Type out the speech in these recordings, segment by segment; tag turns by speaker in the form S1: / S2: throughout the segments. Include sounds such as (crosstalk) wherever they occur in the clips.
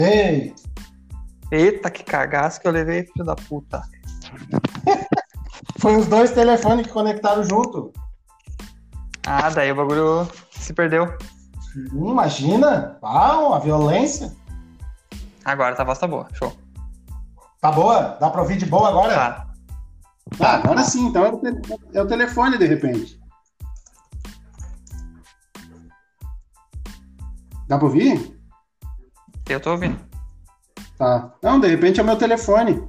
S1: Ei,
S2: Eita, que cagaço que eu levei, filho da puta.
S1: foi os dois telefones que conectaram junto.
S2: Ah, daí o bagulho se perdeu.
S1: Hum, Imagina, ah, a violência.
S2: Agora tá a voz tá boa, show.
S1: Tá boa? Dá pra ouvir de boa
S3: É.
S1: agora?
S2: Tá.
S4: Tá, agora sim, então é o, te- é o telefone de repente. Dá pra ouvir?
S2: Eu tô ouvindo.
S4: Tá. Não, de repente é o meu telefone.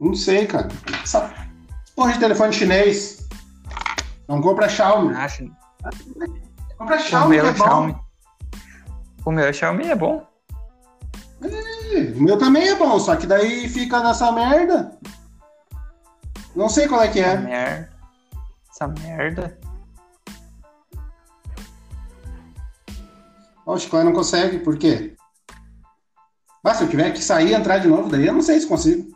S4: Não sei, cara. Essa porra de telefone chinês. Não compra Xiaomi.
S2: Acho.
S4: Compra
S2: o
S4: Xiaomi,
S2: meu
S3: tá
S4: que
S2: é
S4: é bom.
S2: Xiaomi. O meu é Xiaomi é bom.
S4: Ih, O meu também é bom, só que daí fica nessa merda. Não sei qual é que
S2: Essa
S4: é.
S2: merda. Essa merda.
S4: Ó, O Chico não consegue, por quê? Mas se eu tiver que sair e entrar de novo, daí eu não sei se consigo.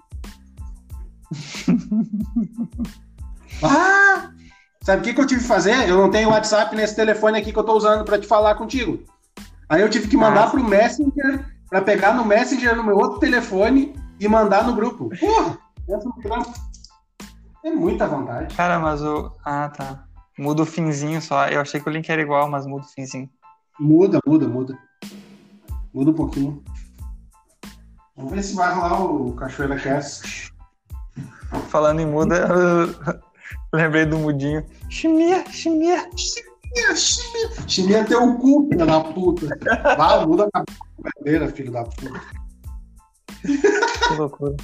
S4: ah! Sabe o que, que eu tive que fazer? Eu não tenho WhatsApp nesse telefone aqui que eu tô usando pra te falar contigo. Aí eu tive que mandar
S2: Ah.
S4: pro Messenger, pra pegar no Messenger no meu outro telefone e mandar no grupo. Porra! essa é uma trampa. É muita vontade.
S2: Cara, mas o. Ah, tá. Muda o finzinho só. Eu achei que o link era igual, mas muda o finzinho.
S4: Muda, muda, muda. Muda um pouquinho. Vamos ver se vai rolar o Cachoeira Cast.
S2: Falando em muda, (laughs) eu lembrei do mudinho. Chimia, chimia.
S4: Chimia teu um cu, filho da puta. Vai, muda a cabeça da bandeira, filho da puta.
S2: Que loucura.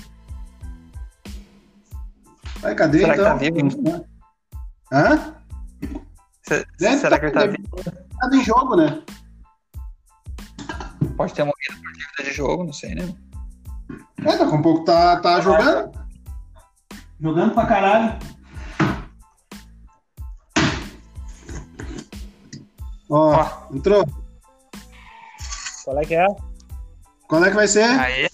S4: Vai, cadê
S2: Será que
S4: então?
S2: tá vivo?
S4: Hã?
S2: Se-
S4: Deve
S2: será que ele tá
S4: deve
S2: vivo?
S4: Tá em jogo, né?
S2: Pode ter morrido por dívida de jogo, não sei, né?
S4: É, daqui a um pouco tá, tá jogando.
S1: Jogando pra caralho.
S4: Ó, entrou.
S3: Qual é que é?
S4: Qual é que vai ser?
S2: Aí,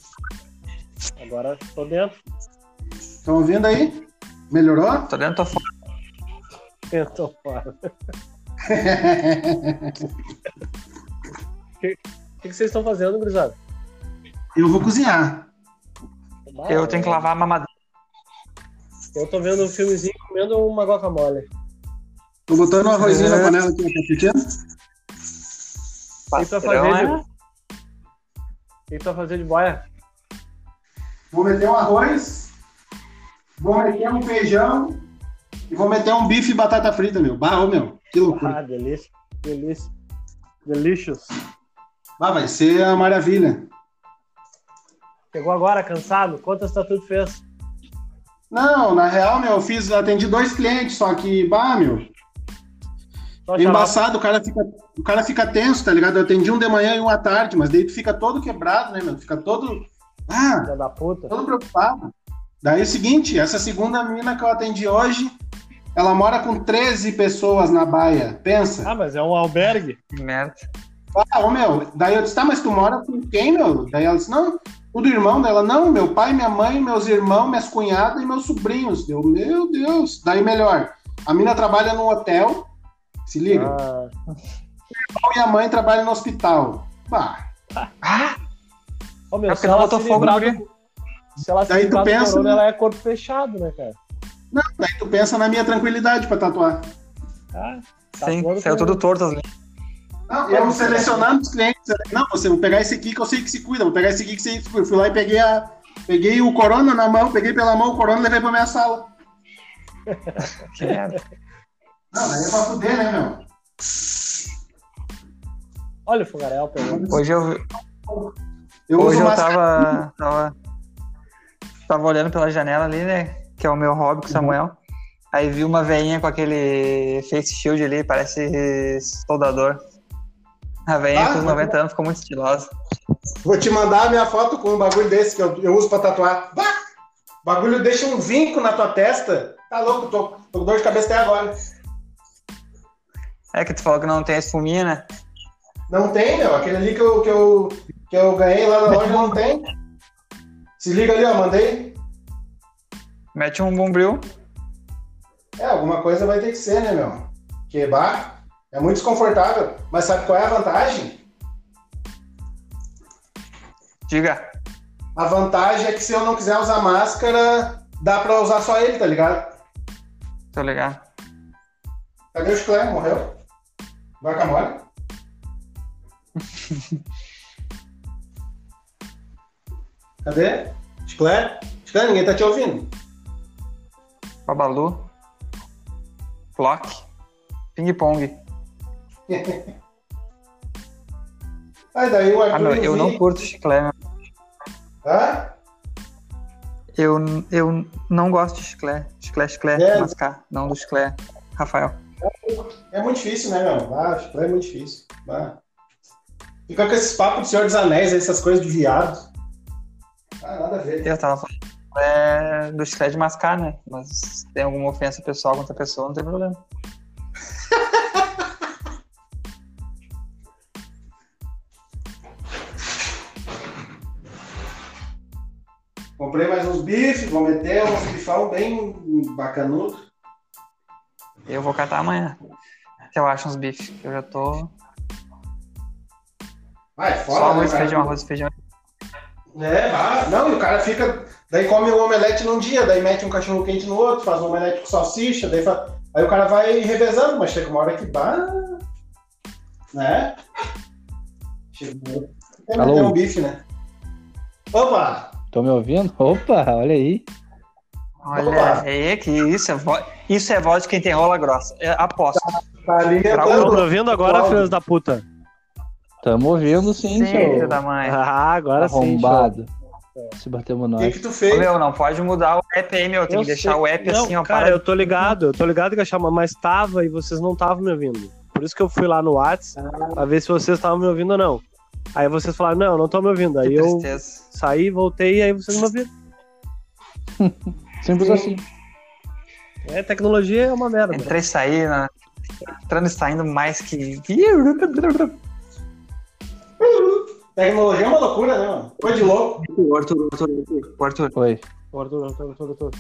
S3: Agora tô dentro. (laughs)
S4: Estão ouvindo aí? Melhorou? (laughs)
S2: tô dentro, tô fora.
S3: Eu tô fora. O que, que vocês estão fazendo, gurizada?
S4: Eu vou cozinhar.
S2: Eu
S3: é.
S2: tenho que lavar a mamadeira.
S3: Eu tô vendo um filmezinho comendo uma guacamole.
S4: Tô botando um arrozinho na panela aqui, tá assistindo?
S3: E pra fazer, de...
S2: Então, é?
S3: e pra fazer de boia?
S4: Vou meter um arroz, vou meter um feijão e vou meter um bife e batata frita, meu. Bah, ô, meu, que loucura.
S3: Ah, delícia. Delícia. Delicious.
S4: Bah, vai ser a maravilha.
S3: Chegou agora, cansado? Quantas tatu tu fez?
S4: Não, na real, meu, eu fiz, atendi dois clientes, só que, bah, meu,
S3: Só
S4: é embaçado, o cara, fica, o cara fica tenso, tá ligado? Eu atendi um de manhã e um à tarde, mas daí tu fica todo quebrado, né, meu? Fica todo. Ah,
S3: Filha da puta.
S4: todo preocupado. Daí é o seguinte, essa segunda menina que eu atendi hoje, ela mora com 13 pessoas na baia. Pensa.
S3: Ah, mas é um albergue.
S2: que merda.
S4: Ah, ô meu, daí eu disse, tá, mas tu mora com quem, meu? Daí ela disse, não, tudo irmão dela, não, meu pai, minha mãe, meus irmãos, minhas cunhadas e meus sobrinhos. Deu, meu Deus, daí melhor. A mina trabalha num hotel, se liga,
S3: Ah,
S4: e a mãe trabalha no hospital. Bah,
S3: Ô,
S2: É
S3: meu,
S2: porque
S3: se
S2: não
S3: ela
S2: botou
S3: se
S2: fogo no
S3: livrar
S2: guri.
S3: do... Se ela se
S4: Daí tu
S3: livrar do
S4: pensa,
S3: corona,
S4: né?
S3: ela é corpo fechado, né, cara?
S4: não, daí tu pensa na minha tranquilidade pra tatuar.
S3: Ah,
S2: Sim,
S3: voando
S2: saiu
S3: com-
S2: tudo torto assim. as linhas.
S4: Não, eu selecionando os clientes, né? não, você, vou pegar esse aqui que eu sei que se cuida, vou pegar esse aqui que se cuida. Eu Fui lá e peguei a... Peguei o corona na mão, peguei pela mão o corona e levei pra minha sala.
S2: Que merda.
S4: Não, daí é pra fuder, né, meu?
S3: Olha o fogaréu pegando.
S2: Hoje eu,
S4: Eu
S2: hoje
S4: uso
S2: eu
S4: máscara.
S2: tava, tava. Tava olhando pela janela ali, né? Que é o meu hobby com o Samuel. Aí vi uma veinha com aquele face shield ali, parece soldador. A veinha
S4: Ah,
S2: com os
S4: mas-
S2: 90 anos ficou muito estilosa.
S4: Vou te mandar a minha foto com um bagulho desse que eu, eu uso pra tatuar. Bah! O bagulho deixa um vinco na tua testa. Tá louco, tô, tô com dor de cabeça até agora.
S2: É que tu falou que não tem espuminha, né?
S4: Não tem, meu. Aquele ali que eu, que eu, que eu ganhei lá na loja não tem. Se liga ali, ó, mandei.
S2: Mete um bombril.
S4: É, alguma coisa vai ter que ser, né, meu? Que bah, é muito desconfortável. Mas sabe qual é a vantagem?
S2: Diga.
S4: A vantagem é que se eu não quiser usar máscara, dá pra usar só ele, tá ligado?
S2: Tô ligado.
S4: Cadê o chiclete? Morreu? Vaca mole? (laughs) Cadê? Chiclete? Chiclete, ninguém tá te ouvindo.
S2: Babalu. Clock. Ping pong.
S4: Aí daí o Arthur.
S2: Ah, meu, eu não
S4: vi-
S2: curto chiclé, meu.
S4: Hã?
S2: Eu, eu não gosto de chiclé. Chiclé, chiclé,
S4: É.
S2: mascar. Não do chiclé, Rafael.
S4: É muito difícil, né, meu? Ah, chiclete é muito difícil. Ah. Fica com esses papos do Senhor dos Anéis, né, essas coisas de viado. Ah, nada a ver.
S2: Eu tava falando é, do chiclé de mascar, né? Mas se tem alguma ofensa pessoal contra a pessoa, não tem problema.
S4: Comprei mais uns bifes, vou meter uns bifão bem bacanudo.
S2: Eu vou catar amanhã. Se eu acho uns bifes. Eu já tô.
S4: Vai, fora.
S2: Só
S4: né,
S2: arroz,
S4: cara?
S2: feijão, arroz, feijão.
S4: É, vai. Não, e o cara fica. Daí come um omelete num dia, daí mete um cachorro quente no outro, faz um omelete com salsicha, daí faz... Aí o cara vai revezando, mas chega uma hora que bah. Né? Chegou. Tem
S5: Alô?
S4: meter um bife, né? Opa!
S5: Tô me ouvindo? Opa, olha aí.
S2: Olha aí, que isso é voz. Isso é voz de quem tem rola grossa. Eu aposto.
S4: Tá
S2: Pra
S6: Estão me
S4: alimentando.
S6: ouvindo agora,
S4: Claro.
S6: filhos da puta?
S5: Tamo ouvindo sim,
S2: Sim,
S5: seu
S2: filho da mãe.
S6: Ah, agora sim. show.
S5: arrombado. Se batemos
S4: O que,
S5: nós.
S4: que tu
S2: Ô,
S4: fez?
S2: Meu, não pode mudar o app aí, meu. Tem
S6: Eu
S2: que deixar
S6: sei.
S2: o app
S6: Não,
S2: assim, ó.
S6: Cara,
S2: para-
S6: eu tô ligado, eu tô ligado que a chamada, mas tava e vocês não estavam me ouvindo. Por isso que eu fui lá no Whats pra ver se vocês estavam me ouvindo ou não. Aí vocês falaram, não, não tô me ouvindo. Aí
S2: Que
S6: eu
S2: tristeza.
S6: saí, voltei e aí vocês me ouviram.
S5: Simples assim.
S6: É, tecnologia é uma merda.
S2: Entrei e saí, né? entrando e saindo mais que.
S4: Tecnologia é uma loucura, né, mano? Coisa de louco.
S2: O Arthur, o Arthur, o Arthur.
S5: Oi.
S6: Arthur, Arthur, Arthur, Arthur.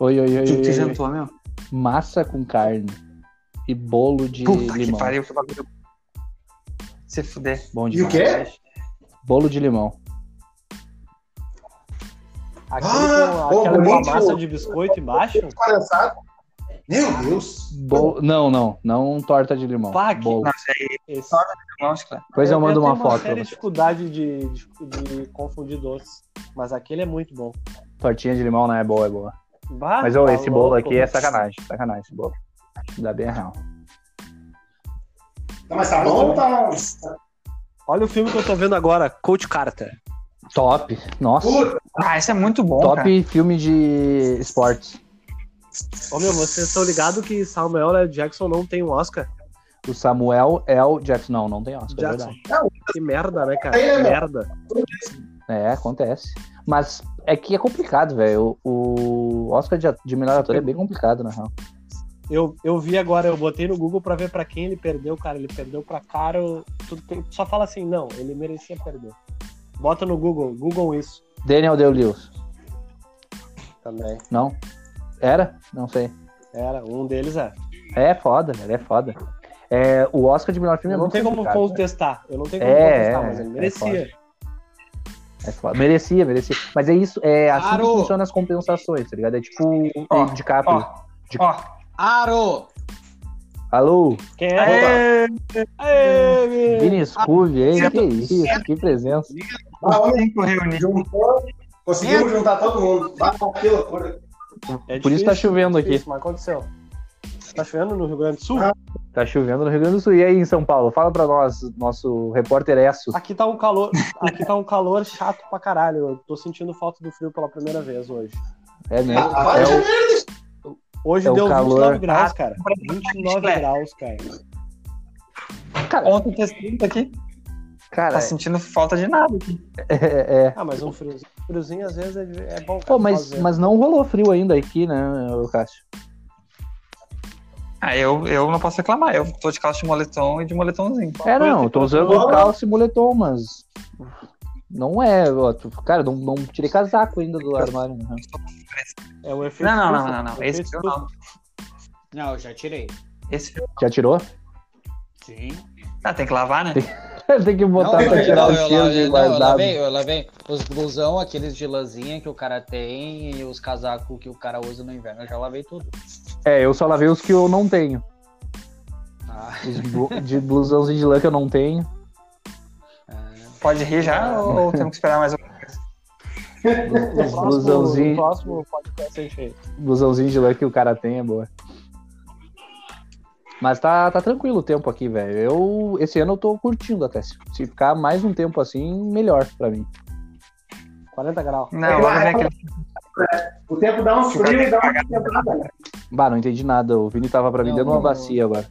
S5: Oi, oi, oi,
S2: O que
S5: oi,
S2: que tu
S5: oi, oi.
S2: jantou, meu?
S5: Massa com carne. E bolo de
S2: Puta que
S5: limão.
S2: pariu, que bagulho. Se fuder.
S5: Bom
S4: E o
S5: demais.
S4: quê?
S5: Bolo de limão.
S6: Aquele
S4: Ah,
S6: com, aquela
S4: ô,
S6: com a
S4: muito-
S6: massa de biscoito embaixo?
S4: Condensado. Meu Deus.
S5: Bolo... Não, não. Não torta de limão.
S6: Pá, que-
S5: Bolo.
S2: Nossa, aí,
S6: Esse...
S2: não, acho que é.
S5: Depois eu, mando uma
S6: tenho
S5: foto.
S6: uma séria dificuldade de, de, de confundir doces, mas aquele é muito bom.
S5: Tortinha de limão não é boa, é boa.
S6: Bah,
S5: Mas ô,
S6: tá
S5: esse bolo
S6: louco.
S5: aqui é sacanagem. Sacanagem esse bolo. Dá bem real.
S4: Tá, mas tá bom ou tá.
S6: Olha o filme que eu tô vendo agora, Coach Carter.
S5: Top. Nossa.
S4: Puta,
S2: Ah, esse é muito bom,
S5: Top
S2: cara.
S5: filme de esportes.
S6: Ô meu, vocês estão ligados que Samuel L. Jackson não tem um Oscar?
S5: É O Samuel é o Jackson. Não, não tem Oscar, é
S6: Jackson.
S5: verdade.
S6: Que merda, né, cara?
S4: É,
S6: Que
S4: né?
S6: merda.
S5: É, acontece. Mas é que é complicado, velho. O o Oscar de, at- de melhor ator é bem complicado, na real.
S6: Eu, eu vi agora, eu botei no Google pra ver pra quem ele perdeu, cara. Ele perdeu pra Caro. Tu, tu só fala assim, não, ele merecia perder. Bota no Google, Google isso
S5: Daniel Day-Lewis.
S6: também.
S5: Não? Era? Não sei.
S6: Era, um deles é.
S5: É foda, velho. É foda. É, o Oscar de melhor filme é
S6: Eu não
S5: muito
S6: tenho como
S5: complicado, velho.
S6: contestar. Eu não tenho como
S5: É,
S6: contestar,
S5: é,
S6: mas ele
S5: é
S6: merecia.
S5: É foda. Merecia, merecia. Mas é isso. É assim
S3: Claro.
S5: que funcionam as compensações, tá ligado? É tipo
S2: Ó,
S5: o DiCaprio.
S2: Ó, ó.
S3: Aro!
S5: Alô,
S6: Quem
S4: Então tá.
S6: é?
S2: Aê,
S6: Aê, meu.
S5: Vini Scooby, hein?
S2: certo,
S5: Que isso, que presença.
S4: ah,
S2: os cinco reunidos.
S4: Juntou, conseguimos juntar todo mundo. Bah, que loucura.
S6: É
S5: Por isso tá
S6: difícil,
S5: chovendo
S6: é
S5: aqui.
S6: difícil, Mas aconteceu. Tá chovendo no Rio Grande do Sul?
S5: Tá chovendo no Rio Grande do Sul. E aí, em São Paulo? Fala pra nós, nosso repórter Esso.
S6: Aqui tá um calor, aqui tá um calor chato pra caralho. Eu tô sentindo falta do frio pela primeira vez hoje.
S5: É mesmo.
S4: Ah, vai
S5: É
S4: de
S5: o-
S4: merda.
S6: Hoje
S5: É o
S6: deu
S5: calor.
S6: 29 graus, cara.
S2: pra-
S6: 29
S2: É.
S6: graus, cara.
S2: Ontem fez 30 aqui.
S5: Cara,
S2: Tá sentindo falta de nada aqui.
S5: é, é.
S6: Ah, mas um friozinho, friozinho às vezes é, é bom. cara,
S5: Pô, mas,
S6: fazer.
S5: mas não rolou frio ainda aqui, né, ô Cássio?
S2: Ah, eu, eu não posso reclamar. Eu tô de calça de moletom e de moletomzinho.
S5: É, não, eu tô usando
S4: Não.
S5: calça e moletom, mas. Não é, ó, tu- cara, não, não tirei casaco ainda do armário. né?
S6: É um efeito
S2: Não, não, não,
S6: estufa,
S2: não, não.
S6: efeito
S2: Esse eu
S6: estufa.
S2: não.
S3: Não, eu já tirei.
S2: Esse
S5: Já tirou? (laughs)
S3: Sim.
S2: Ah, tem que lavar, né?
S5: Tem que botar
S7: Não,
S5: pra tirar
S7: não,
S5: o
S7: eu
S5: cheiro
S7: la-
S5: de
S7: não, eu
S5: guardado.
S7: lavei, eu lavei. Os blusão, aqueles de lãzinha que o cara tem e os casacos que o cara usa no inverno, eu já lavei tudo.
S5: É, eu só lavei os que eu não tenho.
S7: Ah,
S5: Os blu- de blusãozinho de lã que eu não tenho.
S2: Pode rir já ou, ou temos que esperar mais um?
S5: Os
S6: Próximo,
S5: blusãozinho,
S6: próximo podcast a gente fez.
S5: blusãozinho de lã que o cara tem é boa. Mas tá, tá tranquilo o tempo aqui, velho. Eu, esse ano eu tô curtindo até. Se se ficar mais um tempo assim, melhor pra mim.
S6: 40 graus.
S2: Não, logo vem aquele.
S4: O tempo dá um frio e dá uma quebrada. né?
S5: Bah, não entendi nada. O Vini tava pra mim
S7: Não,
S5: dando uma
S7: não.
S5: bacia agora.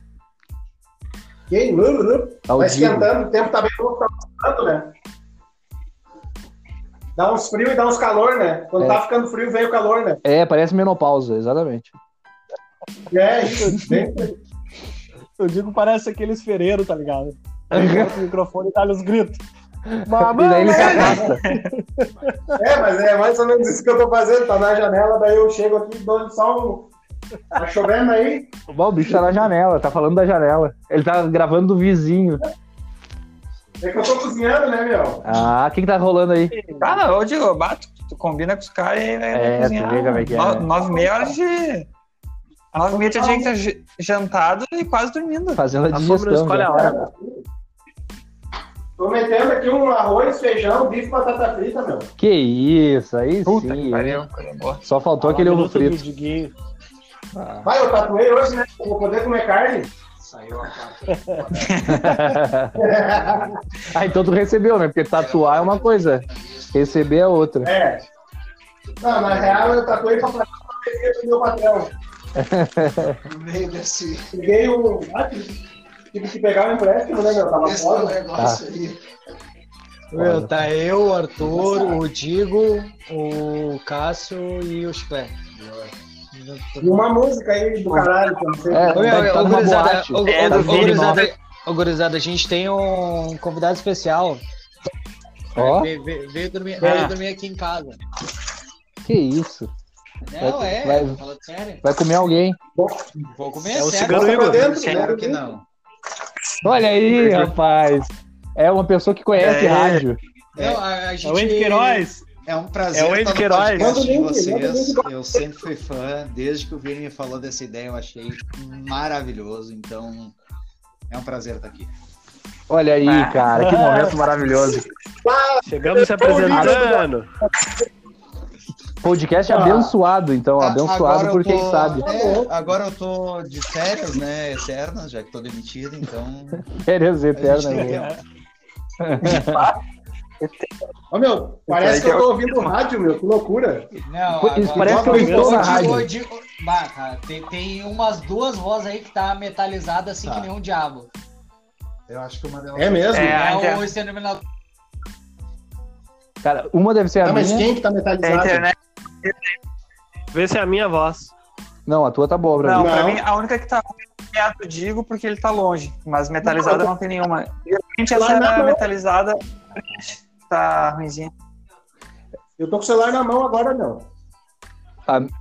S4: Ok, nu, nu, nu.
S5: Ao
S4: Vai
S5: vivo.
S4: esquentando, o tempo tá bem louco, tá gostando, né? Dá uns frio e dá uns calor, né? Quando
S5: É.
S4: tá ficando frio, vem o calor, né?
S5: É, parece menopausa, exatamente.
S4: É isso,
S5: (laughs)
S4: bem
S6: Eu digo, parece aqueles ferreiros, tá ligado? Aí bota o microfone e dá os gritos. Mamãe,
S5: E daí ele se
S6: mamãe.
S5: afasta.
S4: É, mas é mais ou menos isso que eu tô fazendo. Tá na janela, daí eu chego aqui e dou só um. Tá chovendo aí?
S5: Bah, o bicho tá na janela, tá falando da janela. Ele tá gravando do vizinho.
S4: É que eu tô cozinhando, né, meu?
S5: Ah, quem tá rolando aí?
S2: Ah, não, eu digo, eu bato, tu combina com os caras e vai
S5: É,
S2: vai cozinhar.
S5: tu vê como é que é,
S2: No-
S5: né?
S2: Nove e meia horas de. Nove e meia tu tinha que estar j- jantado e quase dormindo.
S5: Fazendo a
S6: A sombra
S5: digestão.
S6: escolhe
S5: já.
S6: a hora.
S4: Tô metendo aqui um arroz, feijão, bife, batata frita, meu.
S5: Que isso, aí
S2: Puta
S5: sim. é.
S2: que pariu. coisa boa.
S5: Só faltou aquele ovo
S6: um Minuto do
S5: frito.
S6: Diguinho.
S4: Vai, eu tatuei hoje, né? Vou poder comer carne.
S7: saiu a parte.
S5: ah, então tu recebeu, né? Porque tatuar é uma coisa, receber é outra.
S4: É. Não, na real, eu tatuei pra fazer uma besteira do meu patrão.
S8: No meio desse,
S4: Peguei o. Ah, tive tive que pegar o empréstimo, né, meu? Tava
S8: desse
S4: fora.
S8: negócio aí.
S7: Meu, tá eu, o Arthur, o Digo, o Cássio e o Chiclete.
S4: E uma música aí do caralho, que eu não sei.
S5: É,
S7: Ô, meu,
S5: deve tá
S7: ô,
S5: numa
S7: gurizada,
S5: boate. tá
S7: ô, ô,
S2: É,
S7: ô,
S2: do Vini,
S7: gurizada, ô, gurizada, a gente tem um convidado especial.
S5: Ó,
S7: Veio, veio- veio dormir,
S2: Ah.
S7: veio dormir aqui em casa.
S5: que isso.
S7: Não,
S5: Vai-
S7: é,
S5: vai-
S7: fala sério.
S5: Vai comer alguém.
S7: Vou comer
S6: É o
S7: sério.
S6: cigano Igor.
S7: Sério que não.
S5: Olha aí, rapaz. É uma pessoa que conhece
S2: É.
S5: rádio.
S7: Não, a, a
S6: É
S7: gente...
S6: o Andy Queiroz.
S8: É um prazer
S6: É
S8: estar
S6: o Andy
S8: no
S6: Queiroz.
S8: podcast de
S4: Manda o link, manda o
S8: vocês.
S4: link.
S8: Eu sempre fui fã. Desde que o Vini me falou dessa ideia, eu achei maravilhoso. Então, é um prazer estar aqui.
S5: Olha aí,
S2: Ah.
S5: cara, que momento maravilhoso.
S6: Chegamos se apresentando.
S5: Podcast é
S4: Ah.
S5: abençoado, então,
S8: A-
S5: abençoado
S8: agora eu
S5: por quem
S8: tô-
S5: sabe.
S8: é, agora eu tô de férias, né? Eternas, já que tô demitido, então.
S5: Férias
S8: a gente tem
S5: eternas. né?
S8: tempo.
S4: Ô, meu, parece que é eu tô ouvindo rádio, meu. Que loucura.
S7: Não,
S5: Isso parece que
S7: agora-
S5: eu
S4: Agora
S5: estou
S4: eu
S5: na
S7: Ô, Digo, ô,
S5: rádio.
S7: Digo- Bah,
S8: tá,
S7: cara, tem, tem umas duas vozes aí que tá metalizada assim
S8: Tá.
S7: que nem um diabo.
S8: Eu acho que uma delas.
S4: É mesmo?
S2: É, a
S7: É,
S2: inter-
S7: o exterminador.
S5: Cara, uma deve ser a
S4: Tá, mas
S5: minha.
S4: quem que tá
S2: É a
S4: metalizado?
S2: internet.
S6: Vê se é a minha voz.
S5: Não, a tua tá boa pra
S2: Não,
S5: mim.
S2: pra
S4: Não.
S2: mim a única que tá ruim é a do Digo, porque ele tá longe. Mas metalizada não, tem nenhuma. Geralmente essa
S4: Lá na
S2: era
S4: mão.
S2: metalizada tá ruimzinha.
S4: Eu tô com o celular na mão agora, meu.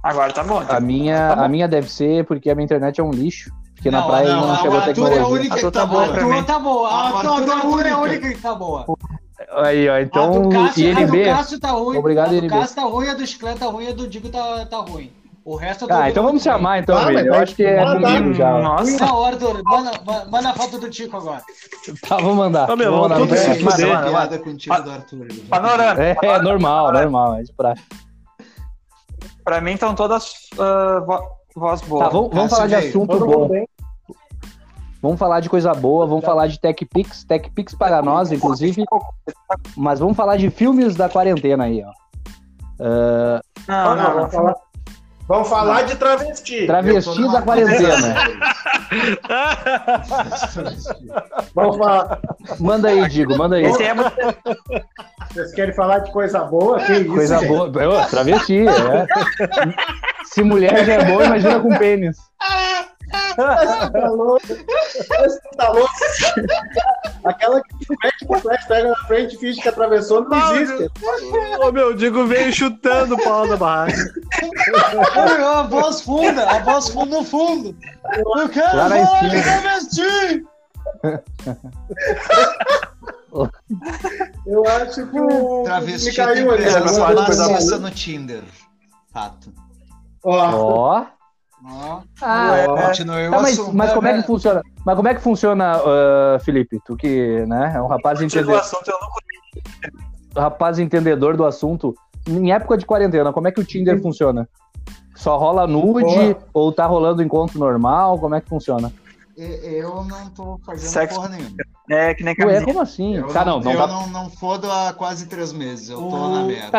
S2: Agora tá bom.
S5: A minha, a minha deve ser porque a minha internet é um lixo. Porque na praia não,
S8: a Arthur é
S5: chegou a
S8: a
S5: tecnologia.
S8: única
S2: A tua
S8: que
S2: tá
S8: tá
S2: boa
S8: boa.
S2: pra mim.
S7: Arthur tá boa.
S8: Ah,
S7: A
S8: Arthur
S7: tua do
S8: é a
S7: Arthur é
S8: única.
S7: a única que tá boa.
S5: Aí, ó,
S7: a
S5: então.
S7: do Cássio,
S5: e
S7: a do
S5: ele vê.
S7: Cássio tá ruim.
S5: Obrigado,
S7: a do
S5: INB.
S7: Cássio tá ruim, a do Chiclete tá ruim, a do Digo tá, tá ruim. O resto eu tô
S5: Ah,
S7: ouvindo
S5: então vamos
S7: muito
S5: chamar, então,
S4: Ah,
S5: velho.
S4: mas
S5: Eu
S4: vai-
S5: acho que é
S4: Ah, tá.
S5: comigo já.
S7: bem.
S2: hum, Nossa,
S7: Não, Arthur, manda, ma- manda a foto do Tico agora.
S5: Tá, vou mandar.
S6: Ô, meu,
S5: Vou mandar
S6: tudo
S5: pra
S6: se
S5: ele.
S8: Mano,
S6: fuder.
S8: mano, piada contigo do Arthur.
S2: panorama.
S5: É, é normal, normal. É de praxe.
S2: Pra mim estão todas ah, vo- voz boa.
S5: Tá, vamos, vamos
S8: Cássio
S5: falar de
S8: veio.
S5: assunto bom. Vamos falar de coisa boa, vamos falar de TechPix, TechPix para nós, inclusive. Mas vamos falar de filmes da quarentena aí, ó.
S2: Não, não, não.
S4: vamos falar, vamos falar de travesti.
S5: Travesti da
S7: (laughs)
S5: quarentena. né?
S7: (laughs)
S4: Vamos falar.
S5: Manda aí, Digo, manda aí.
S2: Esse aí é muito
S4: Vocês querem falar de coisa boa? Que isso,
S5: Coisa
S4: gente?
S5: boa. Ô, travesti, é. Se mulher já é boa, imagina com pênis.
S4: (laughs) Tá louco. Você tá louco. Aquela que o Mac com o Flash pega na frente e finge que atravessou, não,
S6: Não,
S4: existe.
S6: Ô, meu, o Digo veio chutando o pau da barraca.
S7: Oi, ó, a voz funda, a voz funda no fundo. Eu quero
S5: Lá na
S7: falar de
S5: esquina.
S7: travesti.
S9: Eu acho que o.
S4: Travesti
S9: me caiu ali.
S4: tem
S10: essa
S4: presença
S10: coisa
S4: maciça
S10: boa.
S4: no Tinder. Fato.
S9: Ó,
S11: Ó.
S4: Ó,
S11: Ah,
S2: é,
S11: ó.
S4: continua eu
S11: Tá, mas,
S4: assunto,
S11: mas
S4: né,
S11: como é que
S4: velho?
S11: funciona? Mas como é que funciona, ah, Felipe? Tu que, né, é um rapaz
S2: Continua o
S11: entendedor,
S2: assunto, eu não conheço.
S11: rapaz entendedor do assunto. Em época de quarentena, como é que o Tinder funciona? Só rola nude ou tá rolando encontro normal? Como é que funciona?
S7: é,
S4: E- Eu não tô fazendo
S2: Sexo.
S4: porra nenhuma.
S2: É que nem
S11: Ué,
S2: camisinha.
S11: como assim?
S4: Eu
S11: tá, não, não
S4: eu
S11: tá,
S4: não, não fodo há quase três meses. Eu tô
S6: O-
S11: Uhum. (laughs)
S4: na merda.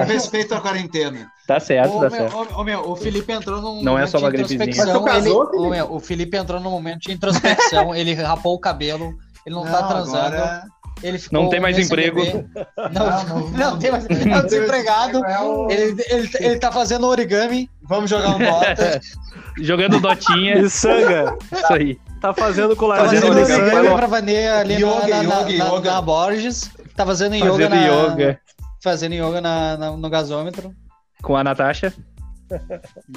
S4: Eu respeito a quarentena.
S11: tá certo,
S7: Ô,
S11: tá
S7: meu,
S11: certo.
S7: ô, ô, meu, o Felipe entrou num
S11: Não é só
S7: momento
S11: uma
S7: de
S11: gripezinha.
S7: introspecção,
S9: Mas tu casou,
S7: ele- ô, meu, o Felipe entrou num momento de introspecção, ele rapou o cabelo, ele não, tá transando,
S4: agora-
S7: ele ficou
S5: Não tem
S7: um
S5: mais
S7: mês
S5: emprego.
S7: sem beber. Não, não, tem mais. É um desempregado.
S4: É
S2: (laughs)
S4: o-
S7: Ele, ele, ele tá fazendo origami. Vamos jogar um bota.
S5: (laughs) Jogando dotinha,
S6: E Sanga,
S5: isso aí.
S6: tá fazendo
S7: Tá
S6: colarinho.
S5: Fazendo
S7: fazendo
S5: origami, vai
S7: origami
S5: lá.
S7: pra valer ali na,
S4: Yoga,
S7: na, na-
S4: yoga,
S7: na-
S4: yoga.
S7: na Borges. Tá fazendo yoga,
S5: Fazendo
S7: na,
S5: yoga
S7: Fazendo yoga na, na- no gasômetro.
S5: com a Natasha.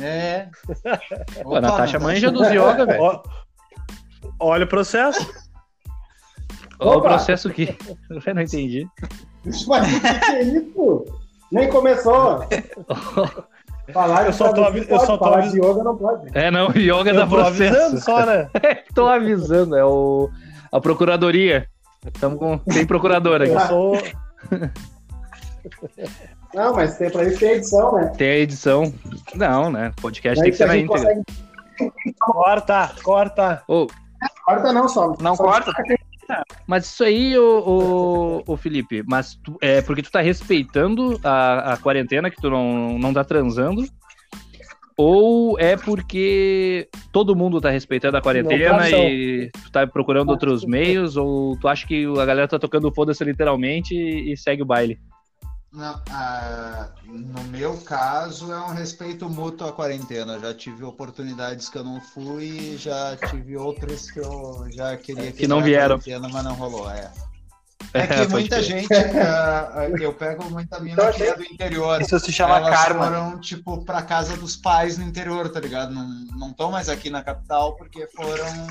S7: É.
S5: (laughs) Pô, a Natasha manja dos yoga, velho.
S6: Ó, Olha o processo.
S5: Olha o
S10: Opa!
S5: processo que. (laughs) Eu não entendi.
S10: Mas o que, que é isso? Nem
S6: (laughs)
S10: começou. Falar
S6: Eu
S10: de
S6: só tô
S10: travesti
S6: avi- eu
S10: pode,
S6: só tô
S10: falar
S6: avisando.
S10: de yoga não pode.
S5: É, não, (laughs) yoga dá
S6: Eu tô avisando
S5: processo.
S6: só, né?
S11: Tô avisando, é o
S5: A procuradoria. Estamos com. Tem procuradora
S6: Eu
S5: aqui.
S6: sou.
S10: Não, mas tem pra isso
S4: é
S10: tem edição, né?
S5: Tem a edição. Não, né? Podcast
S10: Daí
S5: tem que
S10: que
S5: ser
S10: a
S5: na
S10: gente
S5: íntegra.
S10: consegue.
S6: Corta, corta.
S5: Ô,
S10: Corta não, só.
S2: Não
S10: só
S2: corta.
S5: mas isso aí, ô, ô, ô, Felipe, mas tu- é porque tu tá respeitando a, a quarentena, que tu não, não tá transando. Ou é porque todo mundo tá respeitando a
S6: Não,
S5: quarentena
S6: tá,
S5: e tu tá procurando outros meios? Ou tu acha que a galera tá tocando foda-se literalmente e segue o baile?
S4: Não, ah, no meu caso, é um respeito mútuo à quarentena. Eu Já tive oportunidades que eu não fui, já tive outras que eu já queria
S5: Que
S4: quebrar
S5: não
S4: a
S5: vieram.
S4: quarentena, mas não rolou.
S5: (laughs)
S4: É, é que
S5: pode
S4: muita
S5: crer.
S4: gente, ah, ah, eu pego muita mina que é do interior.
S2: Isso se chama
S4: Elas
S6: né?
S2: karma.
S4: foram, tipo, pra casa dos pais no interior, tá ligado? Não, não tão mais aqui na capital porque foram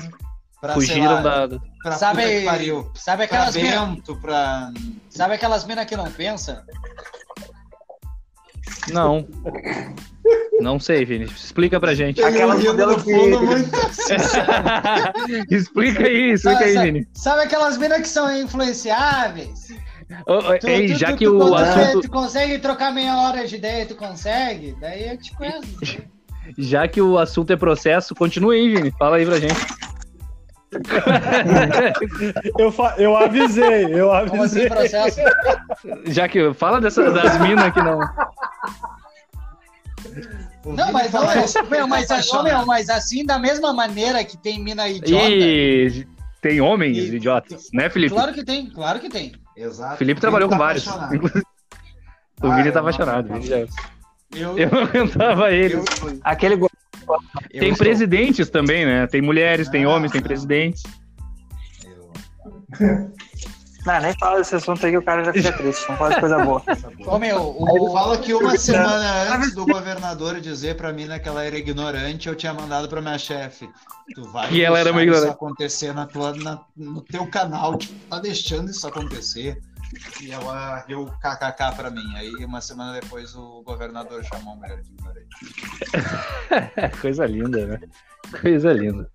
S4: pra, tá,
S5: Fugiram
S4: sei lá, é.
S5: da.
S4: pra puta
S7: Sabe,
S4: que pariu.
S7: sabe
S4: Pra
S7: aquelas minas
S4: vento, pra...
S7: sabe aquelas mina que não pensa?
S5: Não. Não sei, Vinícius. Explica pra gente.
S2: Aquela
S4: Eu rindo
S2: modelo né?
S4: no
S2: que-
S4: fundo, muito
S5: (laughs) explica aí, explica aí,
S7: sabe,
S5: Vini.
S7: sabe aquelas minas que são influenciáveis?
S5: Ô, ô,
S7: Tu-
S5: Ei,
S7: tu-
S5: já
S7: tu-
S5: que
S7: tu
S5: o
S7: consegue,
S5: assunto,
S7: Tu consegue trocar meia hora de ideia, tu consegue? Daí é tipo eu te
S5: (laughs)
S7: conheço.
S5: já que o assunto é processo, continue aí, Vini. Fala aí pra gente.
S6: Eu, fa- eu avisei, eu
S7: Como assim,
S6: avisei.
S7: processo?
S5: já que fala dessa, das minas que não.
S7: Não, mas, não,
S4: Fala isso,
S7: é- meu, mas,
S4: tá
S7: é- ô, meu, mas assim, da mesma maneira que tem mina idiota,
S5: E tem homens idiotas, né, Felipe?
S7: claro que tem, claro que tem.
S4: Exato.
S5: Felipe trabalhou com vários. Inclusive, (laughs) O
S4: Ah,
S5: Vini tá
S4: eu não-
S5: apaixonado. Vini já-
S4: Eu,
S5: Eu não aguentava ele.
S4: eu-
S2: Aquele go-
S4: eu
S5: Tem
S4: estou-
S5: presidentes também, né? Tem mulheres, tem
S4: Ah,
S5: homens, tem
S4: não.
S5: presidentes.
S4: eu-
S2: Não, nem fala desse assunto aí que o cara já fica triste. Não fala de coisa
S5: (laughs)
S2: boa.
S7: Ô, meu, o-
S4: Eu falo que
S7: (laughs)
S4: uma semana antes do governador dizer pra mim que ela era ignorante, eu tinha mandado pra minha chefe. Tu vai
S5: E ela era uma
S4: deixar isso
S5: ignorante.
S4: acontecer na tua, na- no teu canal, tipo, tá deixando isso acontecer. E ela deu kkk pra mim. Aí uma semana depois o governador chamou a mulher de ignorante.
S5: Coisa linda, né? Coisa linda.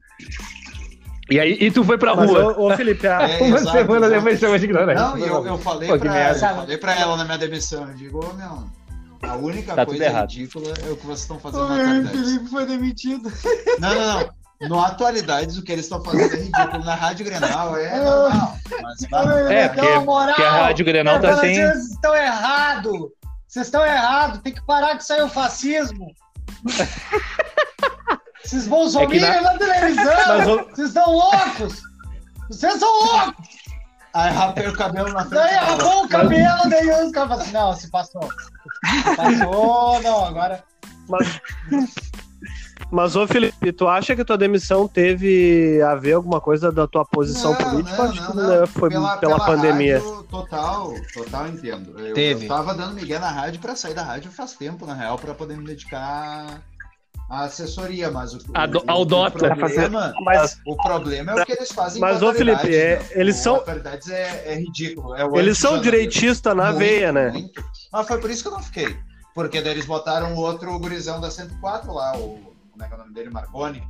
S5: E aí, e tu foi pra
S6: Mas,
S5: rua?
S6: ô, ô, Felipe, a-
S4: É,
S5: (laughs) Uma
S4: exato,
S5: semana
S4: exato.
S5: depois chama de ignorante.
S4: Não, e eu, eu, falei
S5: Pô, que
S4: pra, eu
S5: merda.
S4: falei pra ela na minha demissão, eu digo, ô meu, a única
S5: Tá tudo
S4: coisa
S5: errado.
S4: ridícula é o que vocês estão fazendo na atualidade.
S7: foi demitido.
S4: Não, não, não. No atualidades, o que eles estão fazendo é ridículo. Na Rádio Grenal é normal. Mas vai.
S5: É, porque-
S7: moral,
S5: Porque a Rádio Grenal
S7: eu
S5: tá
S7: falo
S5: sem.
S7: assim, Vocês estão errados. Vocês estão errados. Tem que parar que saiu
S5: (laughs)
S7: o fascismo. Vocês bolsominions
S5: É que
S7: na televisão.
S6: mas, ô,
S7: Vocês estão loucos. Vocês são loucos.
S4: Aí rapei o cabelo na frente.
S7: Daí arrumou o cabelo, daí os caras falam assim, não, se passou. Se Passou, não, agora...
S6: Mas, mas, ô Felipe, tu acha que tua demissão teve a ver alguma coisa da tua posição política? ou acho que né, foi pela, pandemia.
S4: rádio, total, total entendo. Eu,
S7: Teve.
S4: eu tava dando migué na rádio pra sair da rádio faz tempo, na real, pra poder me dedicar
S12: a assessoria, mas o,
S5: A do- ao
S12: o
S5: Dota.
S12: problema,
S6: Mas
S12: o problema é o que eles fazem
S6: Mas,
S12: com
S6: ô, Felipe,
S12: autoridades,
S6: é- eles
S12: O
S6: são-
S12: autoridades é, é ridículo. é o
S6: eles são
S12: anti-jornalismo.
S6: direitistas na
S12: Muito,
S6: veia, né?
S12: muito. Mas foi por isso que eu não fiquei. Porque daí eles botaram o outro gurizão da 104 lá, o. Como é que é o nome dele? Marconi.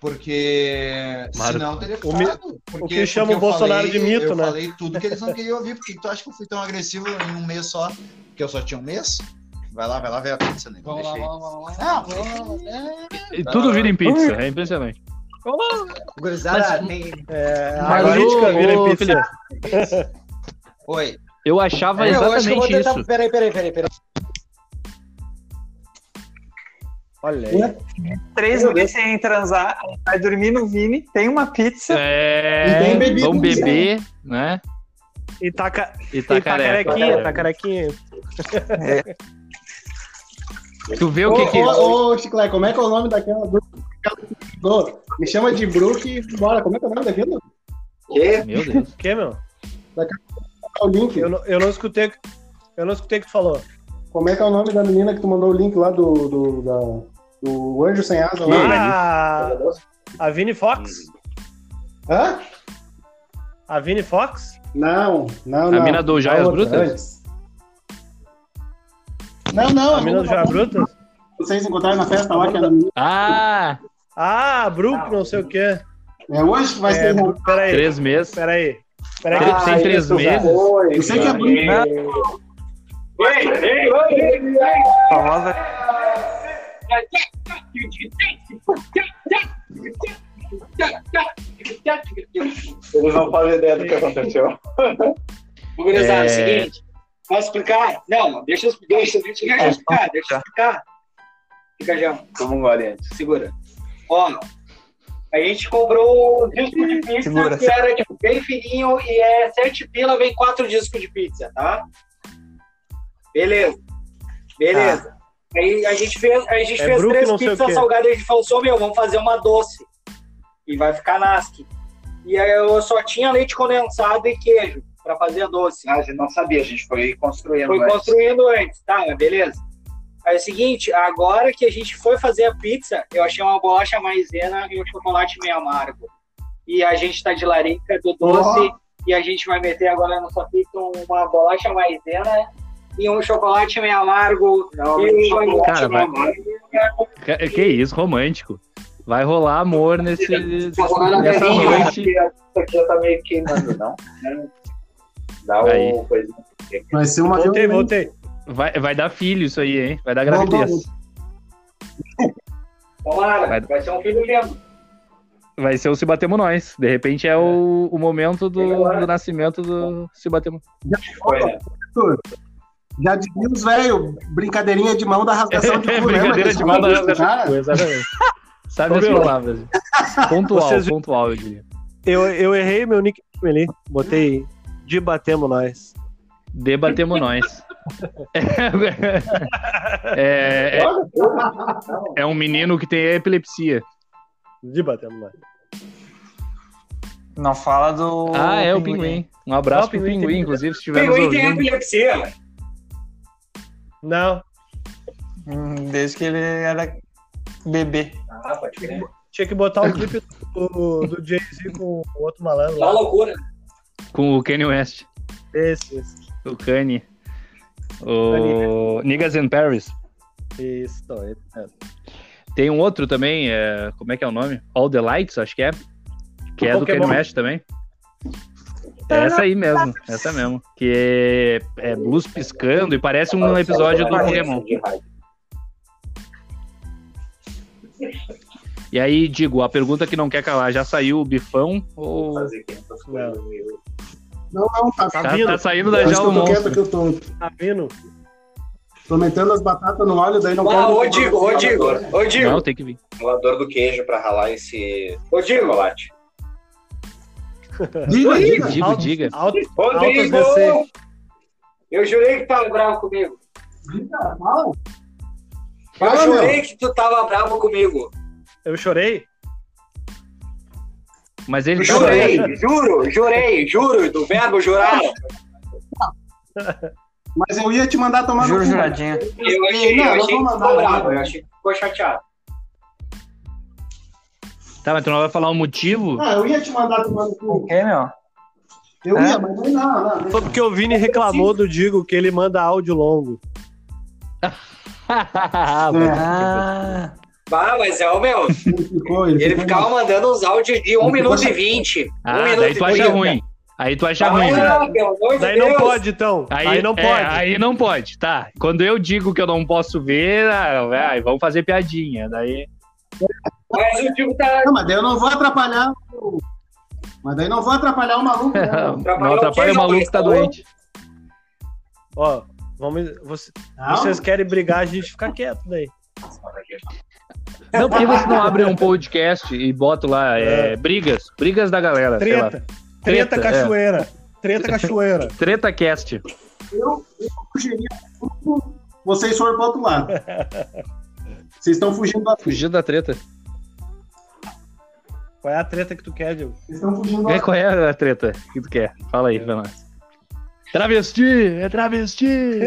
S12: Porque.
S13: Mar-
S12: Senão teria
S6: O mi-
S12: ficado. Porque,
S6: o que chama o
S12: porque eu
S6: Bolsonaro de mito,
S12: eu
S6: né?
S12: falei tudo que eles não queriam ouvir. Por que que tu acha que eu fui tão agressivo em um mês só? Porque eu só tinha um mês? Vai lá, vai lá ver a pizza, nego.
S14: Vamos lá,
S12: Deixa aí.
S14: vamos lá, vamos lá.
S12: Não, vamos lá.
S5: E Tudo vira em pizza, é impressionante.
S12: Gurizada,
S5: Mas-
S12: tem-
S6: É, a
S5: Mas,
S6: política
S5: ô,
S6: vira
S5: ô,
S6: em pizza.
S5: Felipe,
S12: Oi.
S5: eu achava
S14: É, eu acho que eu vou
S5: exatamente
S14: tentar.
S5: isso.
S14: Peraí, peraí, peraí, peraí.
S6: Olha aí.
S2: Três meses sem transar, vai dormir no Vini, tem uma pizza.
S5: É,
S4: E tem bebida,
S5: vão beber, né?
S6: E tá, ca...
S5: E tá
S6: e tá
S5: careca.
S6: carequinha, tá carequinha.
S5: Tu vê
S4: Ô,
S5: o que é? que...
S4: ô, ô, Chiclé, como é que é o nome daquela. do- Ô, Me chama de Brook e bora. Como é que é o nome daquilo?
S5: Meu Deus.
S6: O que, meu?
S4: É O link.
S6: Eu não, eu não escutei. Eu não escutei o que tu falou.
S4: Como é que é o nome da menina que tu mandou o link lá do. do, da- do Anjo Sem Asa lá?
S6: Ah, a Vini Fox?
S4: Hã?
S6: A Vini Fox?
S4: Não, não,
S5: A
S4: não.
S5: mina do Joias
S4: A outra,
S5: Brutas?
S4: antes. Não, não.
S6: A mina do Joia Bruta?
S4: Vocês encontraram na festa lá que era...
S5: Ah,
S6: Ah, a Brooke, não sei o quê.
S4: É hoje que vai
S6: É,
S4: ser.
S6: Brooke, peraí,
S5: três meses.
S6: peraí. Peraí.
S5: Tre-
S6: que-
S5: sem três meses.
S4: Eu sei que é Bruno.
S2: A voz vai-
S7: Eles não fazem ideia do que aconteceu.
S5: Ô, gurizada, é o seguinte,
S7: posso explicar? Não, deixa eu deixa, deixa, deixa eu explicar, deixa eu explicar. Fica já.
S6: Então,
S7: Toma um gole antes. Segura. Ó, a gente comprou um disco de pizza
S2: Segura,
S7: que era tipo, bem fininho e é 7 pila, vem quatro discos de pizza, tá? Beleza. Beleza. Aí a gente fez, a gente
S6: Tá. É
S7: fez
S6: Brook,
S7: três
S6: não sei o
S7: pizzas
S6: quê.
S7: salgadas e a gente falou, "Sô, meu, vamos fazer uma doce. E vai ficar nasque. E aí eu só tinha leite condensado e queijo pra fazer a doce.
S13: Ah, a gente não sabia, a gente foi construindo. né?
S7: Foi
S13: mas-
S7: construindo antes, tá? mas Beleza. Aí é o seguinte, agora que a gente foi fazer a pizza, eu achei uma bolacha maisena e um chocolate meio amargo. E a gente tá de larica do doce e a gente vai meter agora na nossa pizza uma bolacha maisena e um chocolate meio amargo. e
S13: Realmente,
S7: um
S5: Cara, vai-
S7: amargo.
S5: Que, que isso, romântico. Vai rolar amor nesse,
S13: Agora
S5: nessa
S13: não é vinho,
S5: noite.
S13: porque Isso aqui já tá meio queimando, não? Dá
S5: Aí.
S13: o coisa.
S4: Vai ser uma
S6: Voltei,
S4: reunião.
S6: voltei.
S5: Vai, vai dar filho isso aí, hein? Vai dar gravidez.
S7: Tomara,
S5: Vai-
S7: vai ser um filho lindo.
S5: Vai ser o Se Batemos Nós. De repente é o, o momento do,
S7: Agora.
S5: do nascimento do Se Batemos.
S13: Foi, né?
S4: Já dizia os velho, brincadeirinha de mão da rasgação
S5: (laughs)
S4: de cu, né?
S5: Brincadeira
S4: Mas
S5: de mão da
S4: isso,
S5: rasgação
S4: cara,
S5: Exatamente. Sabe
S6: Ô,
S5: as
S6: meu.
S5: palavras.
S6: (laughs)
S5: Pontual,
S6: Vocês-
S5: pontual, eu diria.
S6: Eu, eu errei meu nickname ali. Botei de batemos nós.
S5: Debatemos
S7: (laughs)
S5: nós. É, é, é um menino que tem epilepsia.
S6: De batemos nós.
S2: Não fala do.
S5: Ah, é o pinguim. Um abraço
S6: Ah, o
S5: pro
S6: pinguim tem-
S5: pinguim, inclusive, se estiver nos
S7: Pinguim tem
S5: ouvindo.
S7: epilepsia.
S6: Não,
S2: Hum, Desde que ele era bebê.
S7: Ah, pode crer.
S6: tinha que botar o clipe do, do Jay-Z com o outro malandro
S7: Uma
S6: lá.
S7: loucura.
S5: Com o Kanye West.
S6: Esse, esse.
S5: O Kanye. O Niggas in Paris.
S6: Isso, então, esse mesmo.
S5: Tem um outro também, é, como é que é o nome? All the Lights, acho que é. Que é do
S6: Pokémon.
S5: Kanye West também.
S7: Tá
S5: É essa aí mesmo, essa mesmo. Que é, é luz piscando e parece
S7: Tá
S5: um episódio do Pokémon. E aí, digo, a pergunta que não quer calar, já saiu o bifão ou...
S6: Não,
S4: Não, não, tá.
S5: Tá,
S6: vindo.
S5: tá saindo da
S4: Hoje eu
S5: jaula o
S4: tô
S5: monstro.
S4: quieto que eu tô,
S6: tá vindo?
S4: tô metendo as batatas no óleo, daí não
S7: Ah,
S4: quero...
S7: ô Digo, ô Digo, ô Digo,
S5: Não, tem que vir.
S13: Ralador do queijo pra ralar esse
S7: ô Digo.
S13: chocolate.
S4: Diga, diga.
S5: Digo, diga.
S6: Alto, altas
S7: Rodrigo!
S6: DC.
S7: Eu jurei que tava bravo comigo.
S4: Fala.
S7: Eu
S4: Fala, Ah, meu.
S7: jurei que tu tava bravo comigo.
S6: Eu chorei?
S5: Mas ele tá
S7: Jurei, juro, jurei, juro, do verbo jurar.
S4: Mas eu ia te mandar tomar
S2: Juro
S4: no cu.
S2: juradinho.
S7: Eu achei,
S4: Não, não
S7: eu achei
S4: vou
S5: é
S7: que
S4: mandar,
S7: ficou bravo,
S4: não.
S7: eu achei que ficou chateado.
S5: Tá, mas tu não vai falar o
S4: (laughs)
S5: motivo?
S15: Ah, eu ia te mandar tomar no cu.
S2: O quê, meu?
S15: Eu
S2: É?
S15: ia, mas não, não, não.
S6: Foi porque o Vini reclamou do Digo que ele manda áudio longo.
S5: Ah,
S4: É.
S2: Ah,
S13: Bah, mas é o meu. Ele ficava mandando uns áudios
S7: um
S13: de 1 minuto e 20. 1
S5: Ah,
S13: minuto
S5: daí
S13: e
S5: tu acha
S13: 30.
S5: ruim. Aí tu acha
S13: Ah,
S5: ruim. né?
S13: não, pelo amor de
S6: Daí não
S13: Deus.
S6: pode, então. Aí, não
S5: é,
S6: pode.
S5: aí não pode, tá. Quando eu digo que eu não posso ver, ah, vai, vamos fazer piadinha. Daí.
S13: Mas o Digo tá.
S4: Não, mas daí eu não vou atrapalhar. o- Mas daí não vou atrapalhar o maluco. né?
S6: (laughs)
S5: Não atrapalha o maluco que tá doente.
S6: Ó, vamos. você-
S4: Não.
S6: Vocês querem brigar, a gente fica quieto daí.
S5: Não, por que você não abre um podcast e bota lá é, brigas? Brigas da galera. sei lá.
S6: Treta. Treta,
S5: é.
S6: cachoeira. Treta cachoeira.
S5: Treta cast.
S4: Eu, eu fugiria do grupo, vocês foram pro outro
S6: (laughs)
S4: lado. Vocês estão fugindo da. Vocês
S5: Fugir da treta.
S6: Qual é a treta que tu quer, Diego?
S4: estão fugindo
S5: Vê
S4: da.
S5: qual é a treta que tu quer. Fala aí, pra nós. Travesti, é travesti.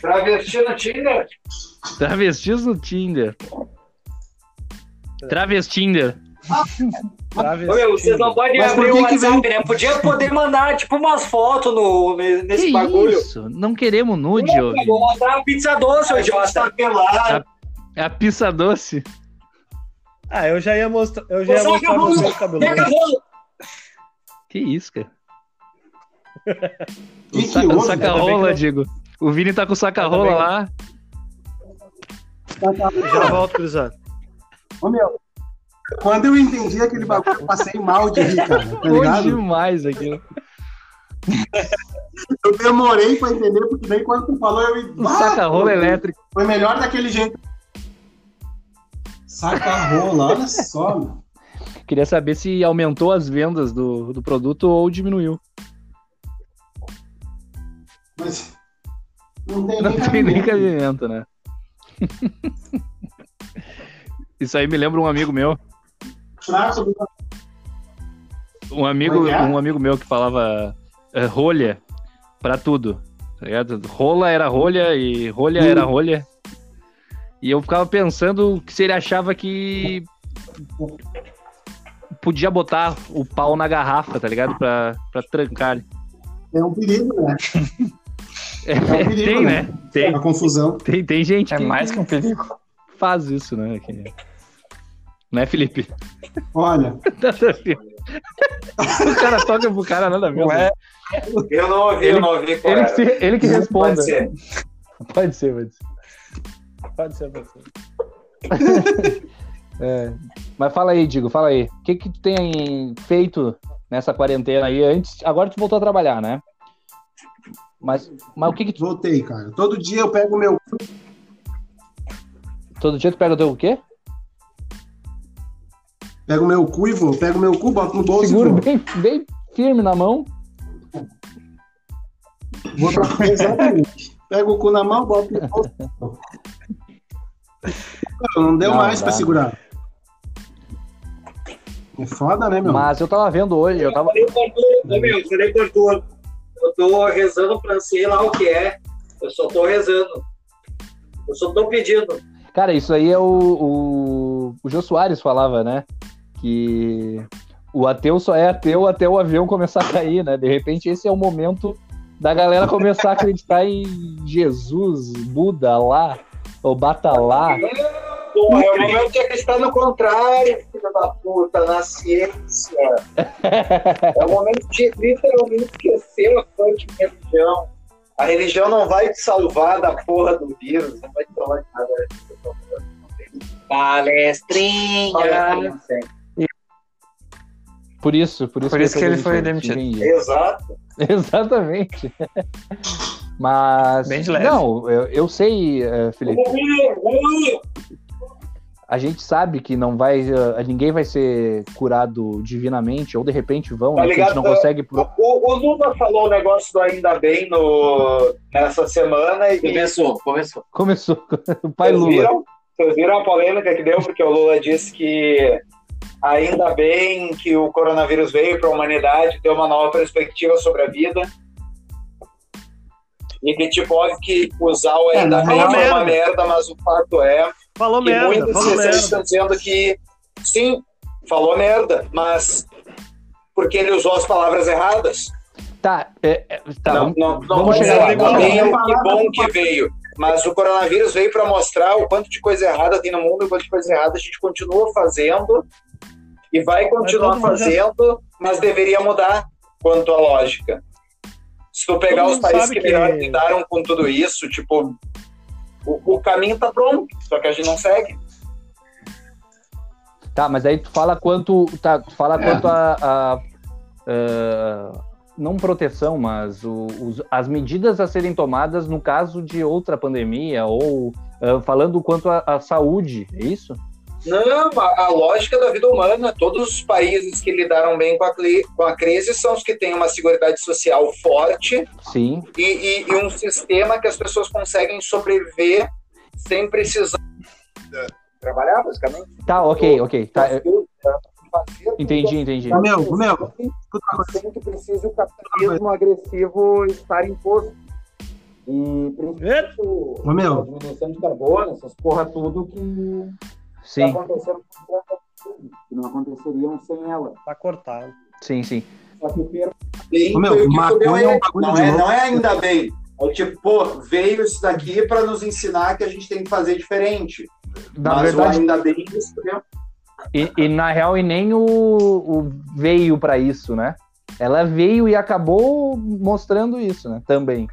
S13: Travesti no Tinder?
S5: Travestis no Tinder. Travestinder.
S13: Ô, meu, vocês não podem
S4: Mas por
S13: abrir o
S4: que que
S13: WhatsApp,
S4: vem-
S13: né? Podia poder mandar, tipo, umas fotos no, nesse
S5: Que
S13: É bagulho.
S5: isso? Não queremos nude,
S13: Não, tá
S5: ô.
S13: cara, vou mandar uma pizza doce, ô idiota.
S5: A, É a pizza doce.
S6: Ah, eu já ia mostrar. Eu já ia
S13: Você
S6: mostrar
S13: acabou,
S6: meus
S13: você
S6: dois cabeludos.
S13: acabou.
S5: Que isso, cara.
S4: Que que
S5: O
S4: houve?
S5: saca-rola,
S6: não-
S5: digo. O Vini tá com o saca-rola
S6: Ainda
S5: lá.
S6: Já volto, cruzado.
S4: Ô, meu, quando eu entendi aquele bagulho, eu passei mal de rir, cara. Tá
S5: Foi
S4: ligado?
S5: demais aquilo.
S4: Eu demorei pra entender, porque daí quando tu falou, eu.
S5: Um saca-rola elétrico.
S4: Foi melhor daquele jeito. Saca rola, olha só, meu.
S5: Queria saber se aumentou as vendas do, do produto ou diminuiu.
S4: Mas. (laughs) Não tem
S5: Não
S4: nem
S5: tem nem
S4: cabimento.
S5: cabimento, né? (laughs) Isso aí me lembra um amigo meu.
S4: Fraco do-
S5: Um amigo,
S4: Como é que é?
S5: um amigo meu que falava eh, rolha pra tudo. Tá ligado? Rola era rolha e rolha era rolha. E eu ficava pensando que se ele achava que podia botar o pau na garrafa, tá ligado? Pra, pra trancar. ele.
S4: É um perigo, né? É um perigo,
S5: (laughs) tem, né? Tem,
S4: A confusão.
S5: tem, tem gente
S2: é
S5: que
S2: mais que um perigo.
S5: faz isso, né? Que- Né, Felipe?
S4: Olha,
S5: Nada a ver. Tá o cara toca pro cara, nada a ver. né?
S2: Ué.
S13: é, Eu não ouvi, eu não ouvi. qual
S5: Ele
S13: era.
S5: que, se- ele que responda.
S13: é. Pode ser.
S5: Pode ser, pode ser.
S6: Pode ser você.
S16: É. Mas fala aí, Digo, fala aí. O que que tu tem feito nessa quarentena aí? Antes, agora tu voltou a trabalhar, né? Mas, mas o que que tu,
S4: voltei, cara. Todo dia eu pego o meu.
S16: todo dia tu pega o teu o quê?
S4: Pego meu cu e vou. Pego meu cu, boto no bolso
S16: Seguro
S4: e vou.
S16: bem, bem firme na mão.
S4: Vou pra- Exatamente. Pego o cu na mão, boto no bolso. e vou. Cara, Não deu
S16: Não,
S4: mais pra
S16: dá.
S4: segurar. É foda, né, meu?
S16: Mas eu tava vendo hoje, eu
S13: Eu
S16: tava.
S13: falei com o Arthur, ô, meu, eu falei com o Arthur. Eu tô rezando pra sei lá o que é. Eu só tô rezando. Eu só tô pedindo.
S16: Cara, isso aí é o, o, o Jô Soares falava, né? Que o ateu só é ateu até o avião começar a cair, né? De repente esse é o momento da galera começar a acreditar em Jesus, Buda, lá, ou Batalá.
S13: Porra, é o momento de acreditar no contrário, filho da puta, na (laughs) ciência. É o momento de literalmente esquecer a fonte de religião. A religião não vai te salvar da porra do vírus, não vai te salvar de nada. né? Palestrinha.
S16: Por isso, por isso,
S2: Por isso que ele foi demitido.
S16: Entendi.
S13: Exato.
S16: (laughs) Exatamente. Mas.
S2: Bem de leve.
S16: Não, eu, eu sei, eh, Felipe. a gente sabe que não vai, eh, ninguém vai ser curado divinamente, ou de repente vão,
S13: Tá
S16: né, que a gente
S13: ligado?
S16: não consegue. pro-
S13: O, o Lula falou um negócio do Ainda Bem no, nessa semana e. Começou, começou.
S16: Começou o pai
S13: Vocês
S16: Lula.
S13: Viram? Vocês viram a polêmica que deu? Porque o Lula disse que ainda bem que o coronavírus veio para a humanidade, deu uma nova perspectiva sobre a vida. E que, tipo, óbvio que usar o ainda
S4: É,
S13: bem
S4: não é
S13: foi
S6: merda.
S13: uma merda, mas o fato é
S6: Falou
S13: E
S6: merda,
S13: muitos
S6: falou merda.
S13: especialistas estão dizendo que sim, falou merda, mas porque ele usou as palavras erradas.
S5: Tá, é, é, tá,
S13: não,
S5: vamos-
S13: não, não
S5: vamos
S13: vou
S5: chegar
S13: falar
S5: lá.
S13: também
S5: Vamos-
S13: o que bom que veio. Mas o coronavírus veio para mostrar o quanto de coisa errada tem no mundo, o quanto de coisa errada a gente continua fazendo e vai continuar
S17: todo mundo já-
S13: fazendo, mas deveria mudar quanto à lógica. Se tu pegar
S17: Todo
S13: os
S17: mundo
S13: países
S17: sabe
S13: que
S17: que-
S13: melhor lidaram com tudo isso, tipo, o, o caminho tá pronto, só que a gente não segue.
S5: Tá, mas aí tu fala quanto. Tá, tu fala quanto a. a, ah, não proteção, mas o- os- as medidas a serem tomadas no caso de outra pandemia, ou ah, falando quanto à à saúde, é isso?
S13: Não, a, a lógica da vida humana, todos os países que lidaram bem com a, cli- com a crise são os que têm uma seguridade social forte
S5: Sim.
S13: e, e- e um sistema que as pessoas conseguem sobreviver sem precisar trabalhar, basicamente.
S5: Tá, ok, ok. Tá, eu- entendi, entendi.
S13: meu, meu. Sempre precisa o capitalismo agressivo estar imposto. E principalmente o-
S4: Ô, meu.
S13: a diminuição de carbono, essas porra tudo que
S5: Sim.
S13: tá acontecendo com plantas que não aconteceriam sem ela.
S6: Tá cortado.
S5: Sim, sim.
S13: Só que o termo-
S5: Ô, meu,
S13: Isso
S5: maconha
S13: deu
S5: é um
S13: ele.
S5: bagulho
S13: não,
S5: de
S13: é,
S5: louco.
S13: não é ainda bem. É tipo, pô, veio isso daqui para nos ensinar que a gente tem que fazer diferente.
S5: Na
S13: Mas o
S5: verdade-
S13: ainda bem isso, entendeu?
S5: E, e, na real, e nem o, o veio pra isso, né? Ela veio e acabou mostrando isso, né? Também.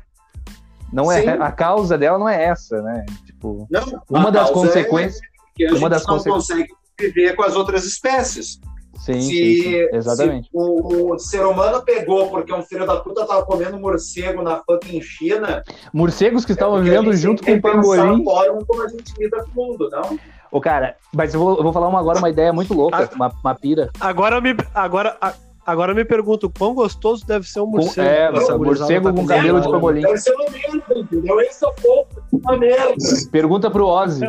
S5: Não é
S13: Sim.
S5: a causa dela não é essa, né? Tipo,
S13: Não,
S5: uma
S13: a
S5: das
S13: causa é
S5: consequências,
S13: que a
S5: uma
S13: gente
S5: das
S13: não
S5: consequ-
S13: consegue viver com as outras espécies.
S5: Sim,
S13: se,
S5: sim, sim, exatamente.
S13: se o, o ser humano pegou porque um filho da puta tava comendo morcego na fucking China,
S5: Morcegos que estavam
S13: porque a
S5: vivendo
S13: gente
S5: junto com
S13: tem
S5: o
S13: É que pensar
S5: pangolim.
S13: fora como a gente lida com o mundo, não?
S5: Ô, cara, mas eu vou, eu vou falar uma, agora uma ideia muito
S13: Tá.
S5: louca, uma, uma pira.
S6: Agora eu me, agora, a- agora eu me pergunto o quão gostoso deve ser um morcego.
S5: é,
S6: Essa gurizada
S5: mano, morcego
S13: tá
S5: com
S6: comendo.
S5: cabelo de pangolim. Deve
S13: ser uma merda, entendeu? Esse é o ponto, uma merda.
S5: Pergunta pro Ozzy.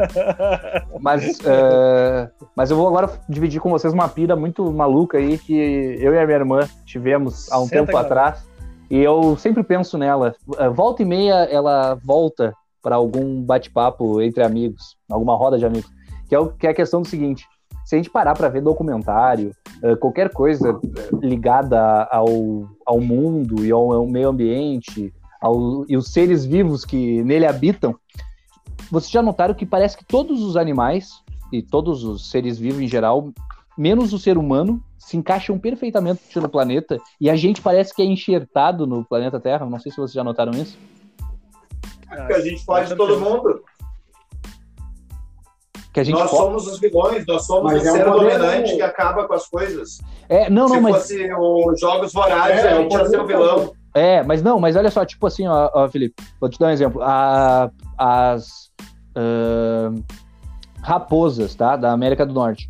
S5: Mas, eh, mas eu vou agora dividir com vocês uma pira muito maluca aí que eu e a minha irmã tivemos há um
S6: Senta,
S5: tempo
S6: cara.
S5: atrás. E eu sempre penso nela. Eh, Volta e meia ela volta para algum bate-papo entre amigos, alguma roda de amigos. Que é, o- que é a questão do seguinte: se a gente parar para ver documentário, eh, qualquer coisa eh, ligada ao, ao mundo e ao, ao meio ambiente, ao, e os seres vivos que nele habitam, vocês já notaram que parece que todos os animais e todos os seres vivos em geral, menos o ser humano, se encaixam perfeitamente no planeta e a gente parece que é enxertado no planeta Terra. Não sei se vocês já notaram isso.
S13: Porque
S4: É.
S13: a gente faz de todo mundo.
S5: Que a gente
S13: nós
S5: fo-
S13: somos os vilões, nós somos
S5: Mas
S13: o
S5: é um
S13: ser
S5: poder-
S13: dominante que acaba com as coisas.
S5: É, não,
S13: Se
S5: não, mas
S13: fosse os Jogos Vorazes,
S1: É, um
S13: a gente ia ser o vilão.
S5: É, mas não, mas olha só, tipo assim, ó, ó, Felipe, vou te dar um exemplo. A- as ahn, raposas, tá? Da América do Norte.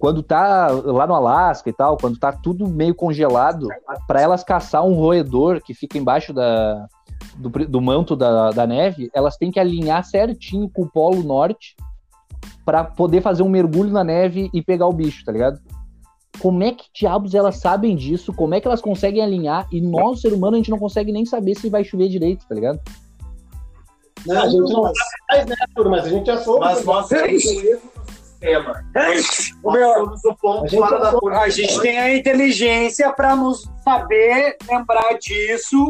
S5: Quando tá lá no Alasca e tal, quando tá tudo meio congelado, para elas caçar um roedor que fica embaixo da, do, pri- do manto da, da neve, elas têm que alinhar certinho com o Polo Norte para poder fazer um mergulho na neve e pegar o bicho, tá ligado? Como é que diabos elas sabem disso? Como é que elas conseguem alinhar? E
S18: É.
S5: nós, ser humano, a gente não consegue nem saber se vai chover direito, tá ligado?
S1: Não, a gente não sabe mais, né, Arthur? Mas a gente já soube.
S13: Mas nós
S17: É
S13: temos o mesmo sistema.
S17: O meu, É
S13: ponto
S17: a gente é
S13: fora da
S17: só-
S13: curva.
S17: a gente tem a inteligência para nos saber lembrar disso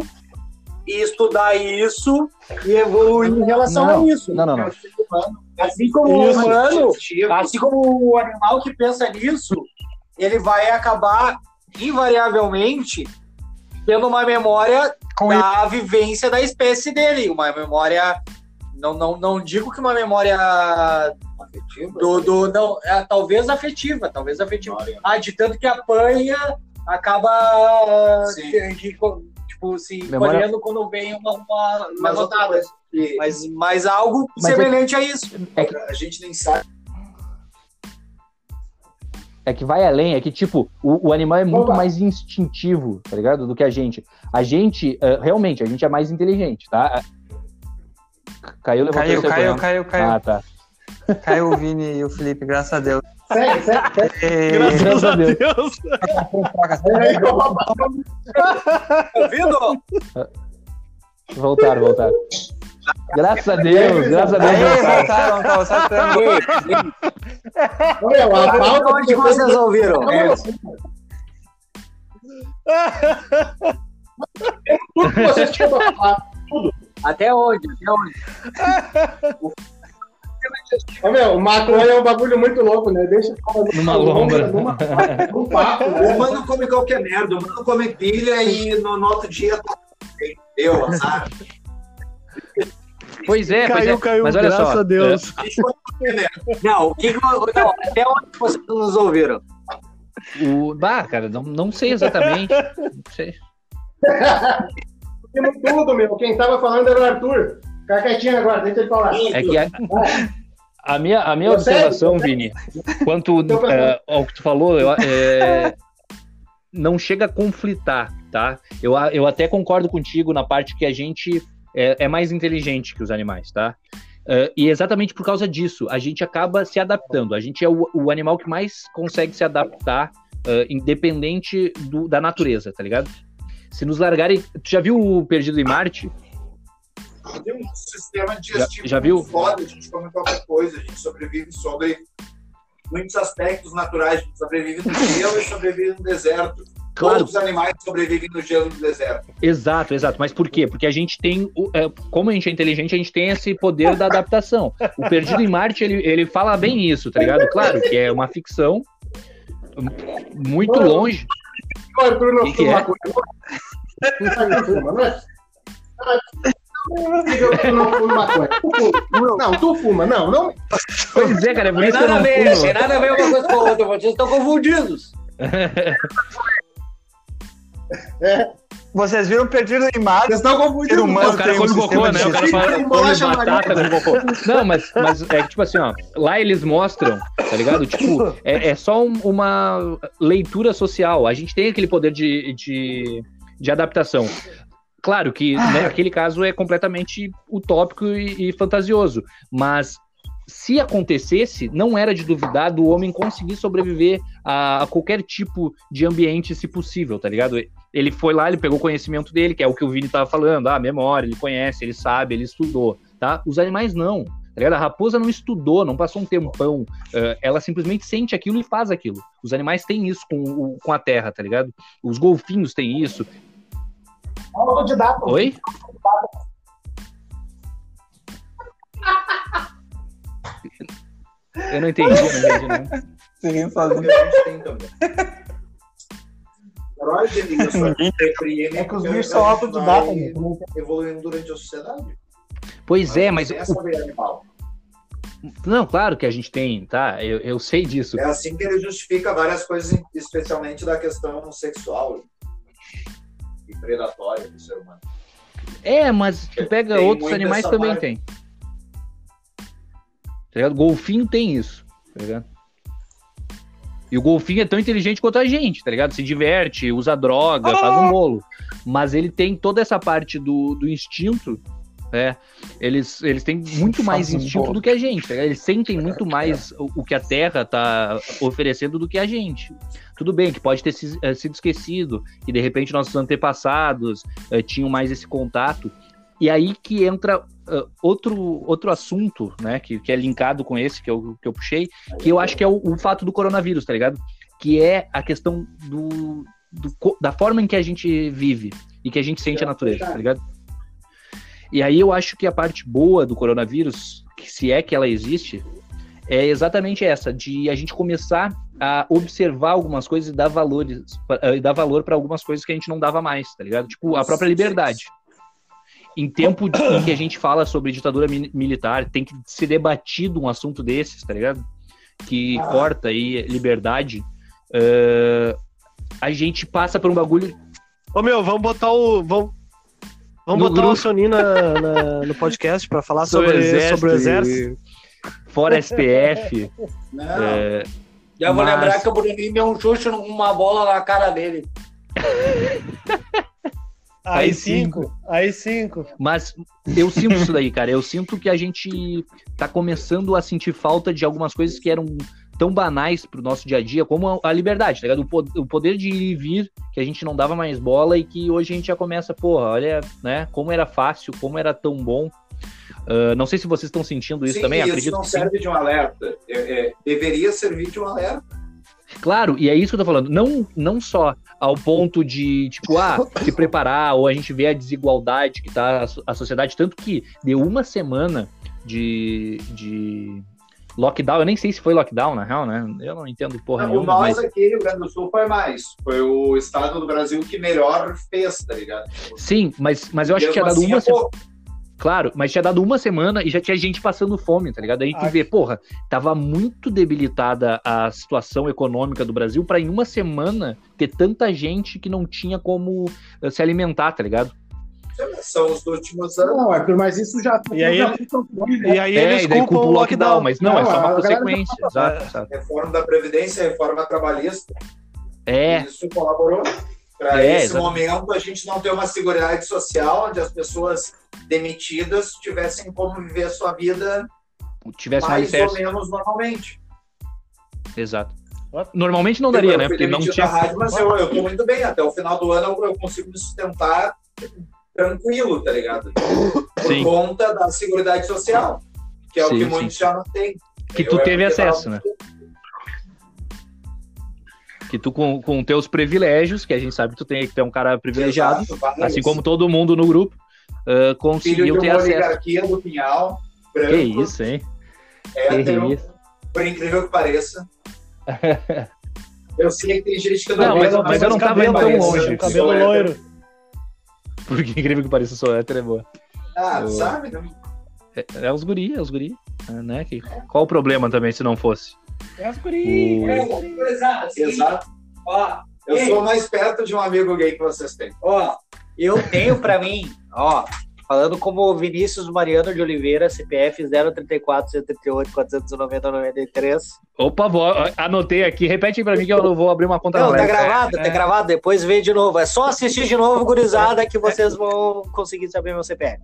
S17: e estudar isso e evoluir em relação
S5: Não,
S17: a isso.
S5: não, não, não.
S17: Assim como
S5: Isso.
S17: o humano,
S5: é
S17: assim como o animal que pensa nisso, ele vai acabar invariavelmente tendo uma memória da vivência da espécie dele, uma memória não, não, não digo que uma memória do, do não, é, talvez afetiva, talvez afetiva. Ah, de tanto que apanha, acaba de- de- tipo, se
S5: Memória-
S17: colhendo quando vem uma, uma
S13: Mas
S17: uma
S13: outra
S17: notada. Mas, mas algo
S5: Mas é-
S17: semelhante a isso.
S13: A gente nem sabe.
S5: É que vai além, é que, tipo, o, o animal é muito mais instintivo, tá ligado? Do que a gente. A gente, eh, realmente, a gente é mais inteligente, tá? Ah, Caiu, levantou
S2: Caiu,
S5: e
S2: caiu,
S5: saiu correndo.
S2: caiu, caiu.
S5: Ah, tá.
S2: Caiu o Vini e o Felipe, graças a Deus.
S1: Segue, segue,
S2: É,
S5: Graças a Deus.
S17: Tá ouvindo?
S5: Voltaram, voltaram.
S18: Graças a Deus, graças a Deus.
S2: Aí,
S18: meu pai.
S2: voltaram, tava só esperando.
S5: é,
S4: Meu, a pauta
S19: Onde vocês ouviram?
S4: É. Tudo que vocês tinham pra falar. Tudo.
S19: Até onde? Até onde?
S4: Ô, meu, o maconha é um bagulho muito louco, né? Deixa
S18: Numa lombra.
S4: um papo.
S13: O mano come qualquer merda, o mano come pilha e no, no outro dia tá. Deu, azar.
S5: Pois é, pois
S13: Caiu,
S5: é.
S6: um
S13: caiu,
S5: mas olha
S13: graças
S5: só.
S13: a Deus.
S5: é,
S19: Não, o que que eu- não, até onde vocês nos ouviram?
S5: o... Bah, cara, não, não sei exatamente. Não sei.
S4: Temos tudo, meu. Quem tava falando era o Arthur. Fica quietinho agora, deixa ele falar.
S5: É que a, a minha, a minha
S4: Eu Então
S5: observação, Vini, quanto eh, ao que tu falou, eu, eh, não chega a conflitar, tá? Eu, a- eu até concordo contigo na parte que a gente é, é mais inteligente que os animais, tá? Eh, e exatamente por causa disso, a gente acaba se adaptando. A gente é o, o animal que mais consegue se adaptar, eh, independente do- da natureza, tá ligado? Se nos largarem. Tu já viu o Perdido em Marte?
S13: Tem um sistema digestivo
S5: Já- já viu?
S13: foda, a gente come qualquer coisa, a gente sobrevive sobre muitos aspectos naturais, a gente sobrevive no gelo e sobrevive no deserto.
S5: Claro.
S13: Todos os animais sobrevivem no gelo e no deserto.
S5: Exato, exato. Mas por quê? Porque a gente tem, o- é, como a gente é inteligente, a gente tem esse poder da adaptação. O Perdido em Marte, ele, ele fala bem isso, tá ligado? Claro que é uma ficção m- muito longe.
S4: O Arthur não
S5: Que que é?
S4: fuma maconha. Não fuma, não é? Eu não fumo maconha. Tu fuma. Não, tu fuma, não, não.
S5: Pois é, cara, é por
S19: Tem
S5: isso que eu
S19: nada a
S5: não
S19: ver,
S5: fumo.
S19: tem nada a ver uma coisa com a outra, vocês estão confundidos.
S2: Vocês viram perdido em Marte?
S4: Vocês estão confundindo.
S2: Ser humano
S5: o cara
S2: tem um
S5: come
S2: sistema
S5: bocô, né? O cara
S2: digestivo.
S5: fala, come batata né?" com bocô. Não, mas, mas é que, tipo assim, ó, lá eles mostram, tá ligado? Tipo, é, é só um- uma leitura social. A gente tem aquele poder de, de, de adaptação. Claro que né, aquele caso é completamente utópico e, e fantasioso, mas se acontecesse, não era de duvidar do homem conseguir sobreviver a, a qualquer tipo de ambiente, se possível, tá ligado? Ele foi lá, ele pegou o conhecimento dele, que é o que o Vini tava falando, ah, memória, ele conhece, ele sabe, ele estudou, tá? Os animais não, tá ligado? A raposa não estudou, não passou um tempão, eh, ela simplesmente sente aquilo e faz aquilo. Os animais têm isso com, o- com a terra, tá ligado? Os golfinhos têm isso.
S4: Autodidata.
S5: Oi? Eu não entendi, eu não entendi, não.
S13: Heróis de linha só que
S4: É que os
S13: porque
S4: bichos são
S13: então a gente
S4: autodidata,
S13: vai
S4: né?
S13: Evoluindo durante a sociedade.
S5: Pois é, mas
S13: É
S5: o-
S13: sobre animal.
S5: Não, claro que a gente tem, tá? Eu, eu sei disso.
S13: É assim que ele justifica várias coisas, especialmente da questão sexual e predatória do ser humano.
S5: É, mas tu pega
S13: Tem
S5: outros
S13: muito
S5: animais
S13: essa
S5: também
S13: parte.
S5: tem. Tá ligado? Golfinho tem isso, tá ligado? E o golfinho é tão inteligente quanto a gente, tá ligado? Se diverte, usa droga, faz
S18: Ah!
S5: um bolo. Mas ele tem toda essa parte do, do instinto, né? Eles, eles têm muito mais
S18: Faz um
S5: instinto
S18: bolo. é.
S5: do que a gente, tá ligado? Eles sentem muito mais o, o que a Terra tá oferecendo do que a gente. Tudo bem que pode ter se- eh, sido esquecido, que de repente nossos antepassados eh, tinham mais esse contato. E aí que entra eh, outro, outro assunto, né, que, que é linkado com esse que eu, que eu puxei, que eu acho que é o, o fato do coronavírus, tá ligado? Que é a questão do, do co- da forma em que a gente vive e que a gente sente a natureza, tá ligado? E aí eu acho que a parte boa do coronavírus, que se é que ela existe, é exatamente essa, de a gente começar a observar algumas coisas e dar valores, pra- eh, e dar valor para algumas coisas que a gente não dava mais, tá ligado? Tipo, a própria liberdade. Em tempo de- em que a gente fala sobre ditadura mi- militar, tem que ser debatido um assunto desses, tá ligado? Que corta aí liberdade. eh, a gente passa por um bagulho
S6: Ô meu, vamos botar o. Vamos, vamos
S5: No
S6: botar o
S5: grupo.
S6: Soninho na- na- no podcast pra falar sobre, sobre o exército.
S5: Fora STF. é,
S19: Já vou
S5: mas-
S19: lembrar que o Bruninho deu um chute numa bola na cara dele.
S5: Aí
S6: Aí
S5: cinco.
S6: cinco. Aí cinco.
S5: Mas eu sinto isso daí, cara. Eu sinto que a gente tá começando a sentir falta de algumas coisas que eram tão banais pro nosso dia a dia, como a- a liberdade, tá ligado? O po- O poder de ir e vir, que a gente não dava mais bola e que hoje a gente já começa, porra, olha, né, como era fácil, como era tão bom. Ah, não sei se vocês estão sentindo isso
S13: Sim,
S5: também,
S13: isso
S5: acredito
S13: não
S5: que sim.
S13: serve de um alerta. É, é, deveria servir de um alerta.
S5: Claro, e é isso que eu tô falando. Não, não só ao ponto de, tipo, ah, se preparar, ou a gente vê a desigualdade que tá a, so- a sociedade, tanto que deu uma semana de, de lockdown, eu nem sei se foi lockdown, na real, né? Eu não entendo porra
S13: o
S5: nenhuma,
S13: Tá nós
S5: mas...
S13: aqui, Rio Grande do Sul, foi mais. Foi o estado do Brasil que melhor fez, tá ligado?
S5: Sim, mas, mas eu acho que tinha
S13: Mesmo
S5: dado
S13: assim,
S5: uma
S13: é
S5: semana.
S13: pouco.
S5: Claro, mas tinha dado uma semana e já tinha gente passando fome, tá ligado? Aí tu vê, porra, tava muito debilitada a situação econômica do Brasil pra em uma semana ter tanta gente que não tinha como eh, se alimentar, tá ligado?
S13: São os últimos anos.
S4: Não, Arthur, mas isso já.
S5: E aí-
S4: já foi concluído, né?
S5: e aí É, eles e daí culpam culpa o o lockdown, lockdown. mas não, é só uma
S13: a galera já tá
S5: consequência,
S13: tava-
S5: exato, exato.
S13: Reforma da Previdência, reforma trabalhista.
S5: É.
S13: Isso colaborou. Para
S5: É,
S13: esse
S5: exato.
S13: momento, a gente não ter uma seguridade social onde as pessoas demitidas tivessem como viver a sua vida
S5: Tivesse um
S13: mais ou
S5: alicerce.
S13: menos normalmente.
S5: Exato. Normalmente não daria,
S13: eu
S5: né?
S13: fui
S5: Porque não
S13: demitido
S5: tinha.
S13: da rádio, mas eu, eu tô muito bem. Até o final do ano eu, eu consigo me sustentar tranquilo, tá ligado? Por
S5: Sim.
S13: conta da Seguridade Social, que é
S5: Sim,
S13: o que
S5: sim.
S13: muitos já não têm.
S5: Que
S13: Eu
S5: tu
S13: é
S5: teve
S13: porque
S5: acesso,
S13: tava-
S5: né? Que tu, com, com teus privilégios, que a gente sabe que tu tem que tu é um cara privilegiado,
S13: Exato, vários.
S5: assim como todo mundo no grupo, eh,
S13: Filho de
S5: conseguiu ter
S13: uma
S5: acesso.
S13: oligarquia do Pinhal, branco, É
S5: Que isso, hein?
S13: hétero,
S5: Que isso.
S13: por incrível que
S5: (laughs)
S13: pareça. Eu sei que tem gente que não,
S5: Não, mas,
S13: aguenta
S5: mas
S13: mais
S5: eu não
S13: esse
S5: tava indo tão
S13: cabelo,
S5: longe.
S13: esse cabelo loiro.
S5: Porque incrível que pareça, eu sou hétero, é boa.
S13: Ah,
S5: Eu-
S13: sabe? Não
S5: É, é os guri, é os guri. é, Né? Que- qual o problema também se não fosse?
S6: É as
S5: gurias, é as
S13: Exato.
S7: Ó,
S13: Eu
S7: ei,
S13: sou mais perto de um amigo gay que vocês têm.
S7: Ó, eu tenho pra mim, ó, falando como Vinícius Mariano de Oliveira, CPF 034 138 490 93.
S5: Opa, vou, anotei aqui. Repete aí pra mim que eu não vou abrir uma conta
S7: Não,
S5: na
S7: tá
S5: Lex.
S7: gravado,
S5: É.
S7: tá gravado, depois vê de novo. É só assistir de novo, gurizada,
S5: É.
S7: que vocês vão conseguir saber meu CPF.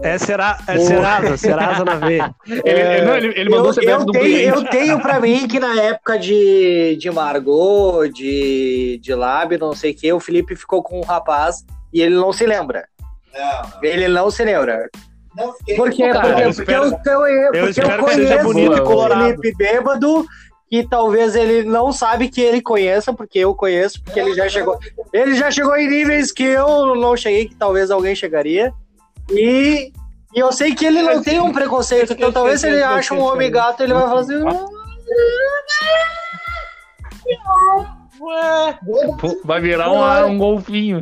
S6: É, será, é
S7: Boa.
S6: Serasa, Serasa na
S7: (laughs)
S6: V.
S7: Ele- ele- não,
S5: ele,
S7: eu, eu tenho, Eu tenho pra mim que na época de, de Margot, de, de Lab, não sei o que, o Felipe ficou com um rapaz e ele não se lembra. Ele não se lembra. Por quê,
S13: Cara,
S7: cara?
S13: eu
S7: Porque
S13: espero-
S7: eu, porque eu,
S13: eu
S7: porque eu
S13: espero que seja
S7: conheço
S13: bonito e
S7: o
S13: colorado.
S7: Felipe bêbado e talvez ele não sabe que ele conheça, porque eu conheço, porque ele já chegou. Ele já chegou em níveis que eu não cheguei, que talvez alguém chegaria. E, e eu sei que ele não tem um preconceito, então talvez se ele acha um homem gato, ele vai falar assim. "Ué".
S5: Pô, Vai virar um, um golfinho.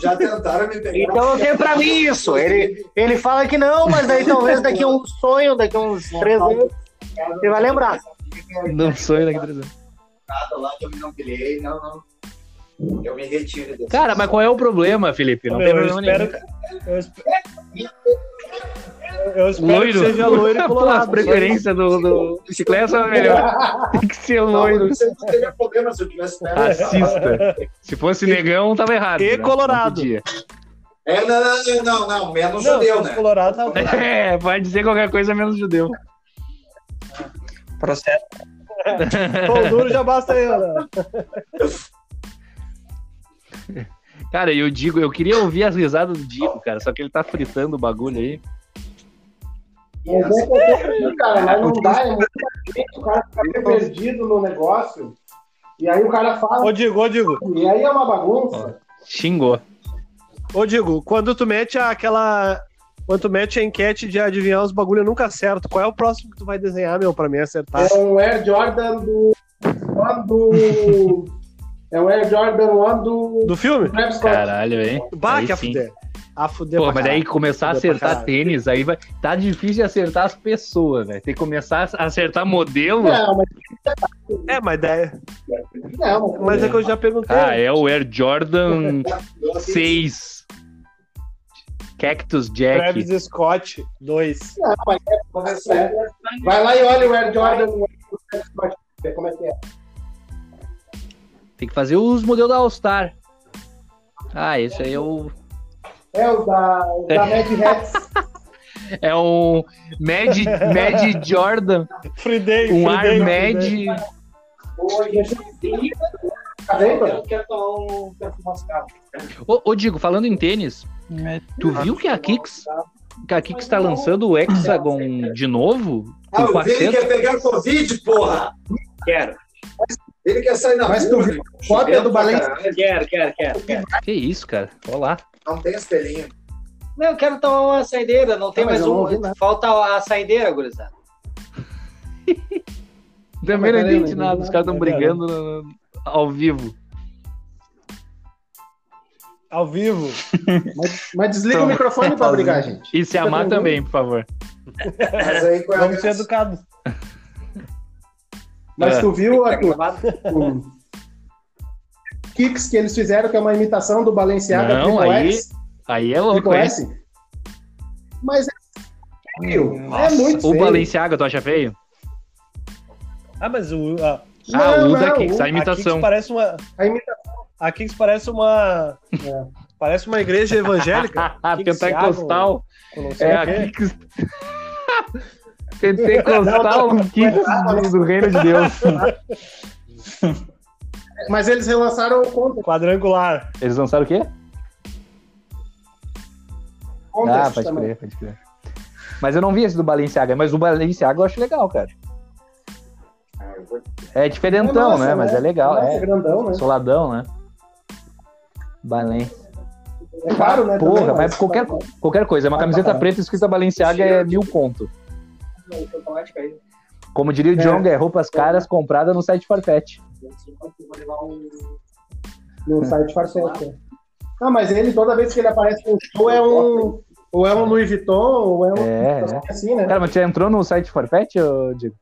S13: Já tentaram me pegar.
S7: Então eu tenho pra mim isso. Ele, ele fala que não, mas daí talvez daqui a um sonho, daqui a uns três anos, ele vai lembrar.
S5: Não sonho daqui a três anos.
S13: Nada lá, eu me não pilhei, não, não. Eu me retiro desse.
S5: Cara, mas qual é o problema, Felipe? Não
S6: Meu,
S5: tem
S6: eu
S5: problema
S6: espero
S5: nenhum.
S6: Eu espero, eu espero
S5: Loiro.
S6: que seja loiro e
S5: (laughs) Pô,
S6: colorado.
S5: as preferências do, do bicicleta é melhor. Tem que ser
S13: Não,
S5: loiro.
S13: Não sei se teria problema se eu tivesse perto.
S5: Racista. Se fosse negão, tava errado. né?
S6: E colorado.
S5: Não podia. (laughs)
S13: É, não, não, não, não, não, menos
S6: Não,
S13: judeu,
S6: se
S13: né?
S6: fosse colorado,
S5: (laughs)
S6: tá
S5: É, vai dizer qualquer coisa menos judeu.
S2: Processo.
S6: Pão duro já basta eu, né?
S5: Cara, eu digo, eu queria ouvir as risadas do Diego, cara, só que ele tá fritando o bagulho aí.
S4: Mas é complicado, cara, mas não dá, é muito difícil, o cara fica meio perdido no negócio, e aí o cara fala.
S6: Ô, Digo, ô, Digo.
S4: E aí é uma bagunça.
S5: Xingou.
S6: Ô, Digo, quando tu mete aquela. Quando tu mete a enquete de adivinhar os bagulho, eu nunca acerto. Qual é o próximo que tu vai desenhar, meu, pra mim acertar?
S4: É um Air Jordan do. lá do. É um Air Jordan lá do.
S6: Do filme?
S4: Travis Scott.
S5: Caralho, hein?
S6: Bah,
S5: Aí
S6: que a
S5: sim.
S6: fuder. A fuder
S5: Pô,
S6: pra
S5: mas aí
S6: caralho.
S5: começar a
S6: Fuder pra
S5: acertar
S6: caralho.
S5: tênis, aí vai. Tá difícil de acertar as pessoas, velho. Tem que começar a acertar modelo.
S4: Não, mas,
S6: É, mas daí.
S4: Não,
S6: mas é que eu já perguntei.
S5: Ah, é o Air Jordan 6. Cactus Jack.
S6: Travis Scott 2.
S4: Não, mas é, começa- é. Vai lá e olha o Air Jordan do Travis Scott, ver como é que é.
S5: Tem que fazer os modelos da All Star. Ah, esse aí é o.
S4: É o da, o da Mad Hats.
S5: É um Mad, Mad Jordan.
S6: Free Day,
S5: um
S6: Free Day,
S5: Ar
S6: Free Day.
S5: Mad.
S4: Caramba.
S7: Eu quero tomar um perfume mascavo.
S5: Ô, ô, Digo, falando em tênis, tu viu que a Kicks Cara, o que, que está lançando o Hexagon de novo?
S20: Ah,
S5: Com
S20: o Vini
S5: 400?
S20: quer pegar Covid, porra!
S7: Quero.
S20: Ele quer sair na
S4: Mas tu
S20: rua.
S4: viu
S20: meu.
S4: a cópia do Balenciaga?
S7: Quero, quero, quero, quero.
S5: Que isso, cara? Olá.
S20: Não tem as telinhas.
S7: Não, eu quero tomar uma saideira, não tem
S20: mas
S7: mais
S20: eu não
S7: um.
S20: ouvi nada.
S7: Falta a saideira, gurizada.
S5: Também
S7: Não,
S5: não
S7: mas peraí,
S5: entendi
S7: mas
S5: nada,
S7: não
S5: os caras estão
S7: dá, né, cara?
S5: brigando no- ao vivo.
S6: Ao vivo.
S4: Mas, mas desliga o microfone pra brigar, gente.
S5: E se
S4: Fica
S5: amar
S4: tranquilo.
S5: também, por favor.
S20: Mas aí, qual é a
S6: Vamos ser
S20: graça?
S6: educados.
S4: Mas
S5: É.
S4: tu
S20: Tá
S4: viu, Arthur? o Kicks que eles fizeram, que é uma imitação do Balenciaga
S5: Não,
S4: Triple
S5: aí,
S4: X.
S5: aí é louco,
S4: Triple
S5: hein?
S4: S. Mas é feio. É
S5: Nossa,
S4: muito
S5: o
S4: feio.
S5: Balenciaga, tu acha feio?
S6: Ah, mas o. A,
S5: Ah,
S6: Não,
S5: o da
S6: não,
S5: Kix, a
S6: Kix
S5: imitação.
S6: parece uma.
S4: A imitação. É.
S6: A Kix parece uma. Parece uma igreja
S5: (laughs)
S6: evangélica.
S5: Ah,
S6: Kix
S5: pentecostal.
S6: Thiago, não sei
S5: É
S6: o
S5: a
S6: quê.
S5: (laughs) Kix. Pentecostal
S4: Não, não,
S2: né?
S5: Kix
S4: não.
S5: um do Reino de Deus.
S4: Mas eles relançaram o Contra.
S6: Quadrangular.
S5: (laughs) Eles lançaram o quê?
S4: Contra
S5: ah, pode crer, pode crer. Mas eu não vi esse do Balenciaga, mas o Balenciaga eu acho legal, cara. É
S4: É
S5: diferentão,
S4: massa,
S5: né? Mas
S4: né?
S5: é legal,
S4: Massa,
S5: é.
S4: grandão, né?
S5: Soladão, né? Balen.
S4: É caro, né?
S5: Porra,
S4: também,
S5: mas qualquer, qualquer coisa. é
S4: Ah, tá
S5: Uma camiseta preta escrita Balenciaga é mil conto.
S4: é
S7: Automática aí.
S5: Como diria o
S7: É.
S5: John, é roupas caras compradas no site Farfetch.
S7: Vou levar um.
S4: No site
S5: (laughs)
S4: Farfetch. Ah, mas ele, toda vez que ele aparece num show, é um. Ou é um Louis Vuitton, ou é um.
S5: É, é.
S4: Assim, né?
S5: Cara, mas você entrou no site Farfetch, ô, Diego?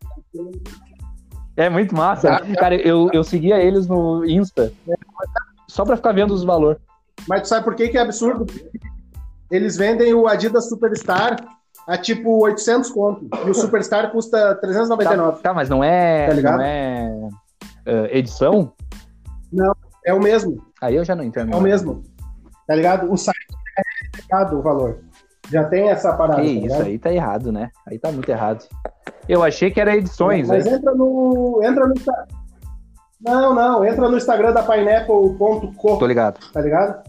S5: É muito
S4: Tá,
S5: massa. né? Cara, eu, eu seguia eles no Insta. Só pra ficar vendo os valores.
S4: Mas tu sabe por que que é absurdo? Eles vendem o Adidas Superstar a tipo 800 conto. E o Superstar custa 399.
S5: Tá, mas não é.
S4: Tá ligado?
S5: não é. eh, edição?
S4: Não, é o mesmo.
S5: Aí eu já não entendo.
S4: É o mesmo. Tá ligado? O site é errado o valor. Já tem essa parada.
S5: Que
S4: tá
S5: isso,
S4: ligado?
S5: aí tá errado, né? Aí tá muito errado. Eu achei que era edições,
S4: Mas
S5: né?
S4: entra no. Entra no Insta- Não, não. Entra no Instagram da pineapple.co,
S5: Tô ligado.
S4: tá ligado?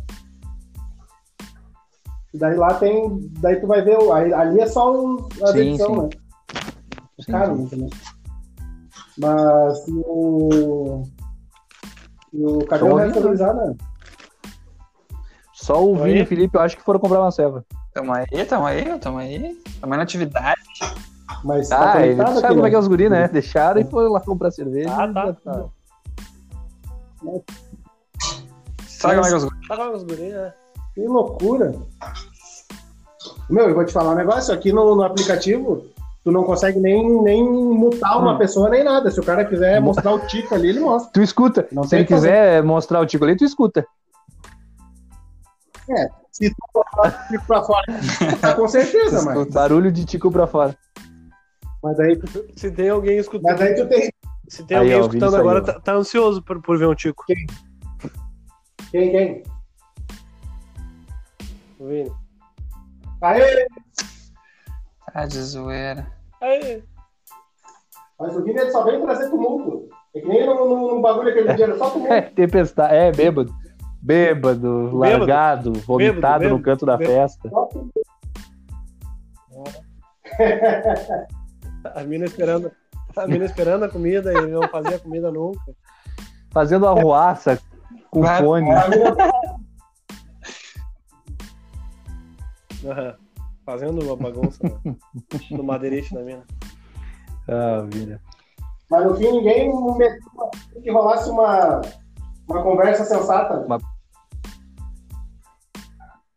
S4: Daí lá tem. Daí tu vai ver. o- aí- Ali é só um, a
S5: Sim,
S4: edição,
S5: sim.
S4: né? Caro, né? Mas no. No é
S5: Tô
S4: Cadê o
S5: ouvindo,
S4: resto da
S5: né?
S4: gurizada?
S5: Só o
S4: Oi?
S5: Vini e o Felipe, eu acho que foram comprar uma ceva.
S2: Tamo aí, tamo aí, tamo aí. Tamo aí na atividade.
S4: Mas tá
S5: Ah, ele sabe
S2: aqui,
S5: como
S2: né?
S5: é que é os guri, né? Deixaram e foram lá comprar cerveja.
S6: Ah, tá.
S2: Sabe como é que é os guri?
S6: Tá com os guris, né?
S4: Que loucura! Meu, eu vou te falar um negócio. Aqui no, no aplicativo, tu não consegue nem, nem mutar
S5: Hum.
S4: uma pessoa nem nada. Se o cara quiser mostrar o tico ali, ele mostra.
S5: Tu escuta.
S4: Não
S5: Se
S4: tem
S5: ele
S4: o que fazer.
S5: quiser mostrar o Tico ali, tu escuta.
S4: É, se tu botar o tico pra fora, tá com certeza,
S5: (laughs)
S4: mas.
S5: Barulho de Tico pra fora.
S4: Mas aí,
S6: Se tem alguém escutando.
S4: mas aí tu tem.
S6: Se tem
S5: Aí,
S6: alguém
S5: ó, o Vini
S6: escutando
S5: saiu,
S6: agora,
S5: ó.
S6: tá, tá ansioso por, por ver um Tico.
S4: Quem, quem?
S6: Vini.
S4: Aê!
S2: Tá de zoeira.
S6: Aí.
S4: Mas o Vini ele só vem trazer tumulto. É que nem no, no, no bagulho aquele dia, era só
S5: É,
S4: tumulto.
S5: tempestade. É, bêbado. Bêbado, largado, vomitado
S6: bêbado,
S5: no canto da
S6: bêbado.
S5: festa.
S4: Só tumulto.
S6: A mina esperando. A mina esperando a comida e ele não fazia comida nunca.
S5: Fazendo arruaça com
S2: Vai-
S5: fone.
S4: A mina-
S6: Aham. Fazendo uma bagunça né? no madeirite da mina.
S5: Ah, vida.
S4: Mas no fim, ninguém meteu uma- que rolasse uma, uma conversa sensata.
S5: Uma-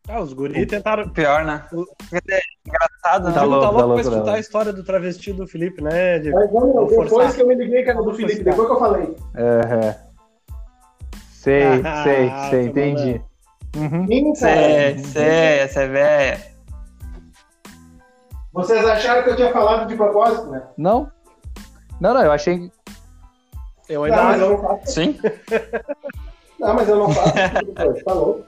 S6: Ah, os guris tentaram.
S2: Pior, né? É engraçado, né?
S5: Tá
S6: Diego
S5: louco,
S6: tá
S5: tá
S6: louco
S5: louco,
S6: pra
S5: tá
S6: escutar
S5: louco.
S6: a história do travesti do Felipe, né, Diego?
S4: Mas vamos,
S6: Vou
S4: depois
S6: forçar.
S4: que eu me liguei que era do Felipe, depois que eu falei.
S5: Aham. É, Sei,
S6: Ah,
S5: sei,
S6: tá
S5: sei, entendi.
S6: malandro.
S5: Uhum.
S4: Sim,
S2: é
S4: cara.
S2: Sei, sei, essa é véia.
S4: Vocês acharam que eu tinha falado de propósito, né?
S5: Não? Não, não, eu achei.
S6: Eu
S4: Não,
S6: ainda
S4: mas eu
S6: acho.
S4: não faço.
S2: Sim?
S4: Não, mas eu não faço.
S5: (laughs)
S4: Pô, tá louco.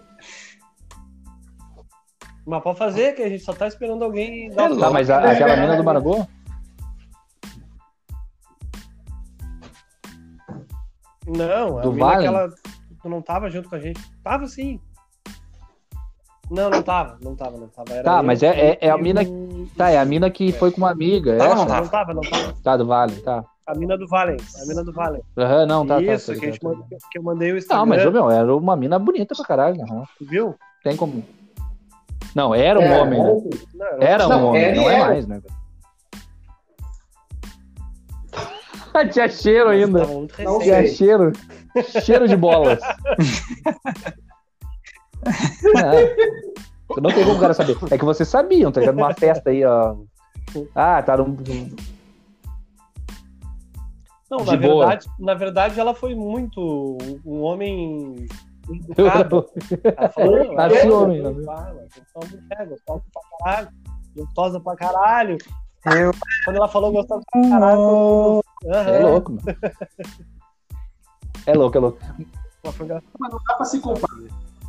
S6: Mas pode fazer, que a gente só tá esperando alguém dar
S2: É
S6: o
S5: Tá,
S2: louco.
S5: mas a- aquela mina do Marangon?
S6: Não, a
S5: Do
S6: mina
S5: Valen?
S6: que ela tu não tava junto com a gente. Tava sim. Não, não tava, não tava, não tava. Era
S5: Tá,
S6: eu,
S5: mas é, é, é a
S6: eu-
S5: mina. Tá, é a mina que foi com uma amiga.
S6: Não,
S5: essa,
S6: não
S5: né?
S6: tava, não tava, Ah, não tava.
S5: Tá, do Vale, tá.
S6: A mina do Valen, a mina do Valen.
S5: Aham, não, tá, tá,
S6: Isso,
S5: tá,
S6: que, a gente É.
S5: tá,
S6: manda- que eu mandei o Instagram.
S5: Não, mas, ô, meu, era uma mina bonita pra caralho. né, aham.
S6: Viu?
S5: Tem como. Não, era um
S6: É,
S5: homem,
S6: era
S5: né?
S6: um- não, era um-
S5: Era um
S6: Não,
S5: homem,
S6: era
S5: não
S6: e
S5: é
S6: era.
S5: mais, né? (laughs) Tinha cheiro ainda.
S6: Não
S5: Tinha
S6: sei.
S5: é cheiro. Cheiro de bolas. É. Não tem como o cara saber. É que vocês sabiam, tá ligado? Numa festa aí, ó. Ah, tá no.
S6: Não,
S5: De
S6: na
S5: boa.
S6: verdade, na verdade, ela foi muito um homem
S5: Ah, (laughs)
S6: educado.
S5: Tá
S6: Ela falou, "Não,
S2: Tá
S5: Nasci
S6: eu-
S5: homem,
S6: eu
S5: né?
S6: falo, eu tomo pego, eu tomo pra caralho, gostosa pra caralho. Quando ela falou gostosa pra caralho, todo mundo- Aham.
S5: É louco, mano. É louco, é louco.
S6: Ela foi engraçada.
S4: Mas não dá pra se comparar.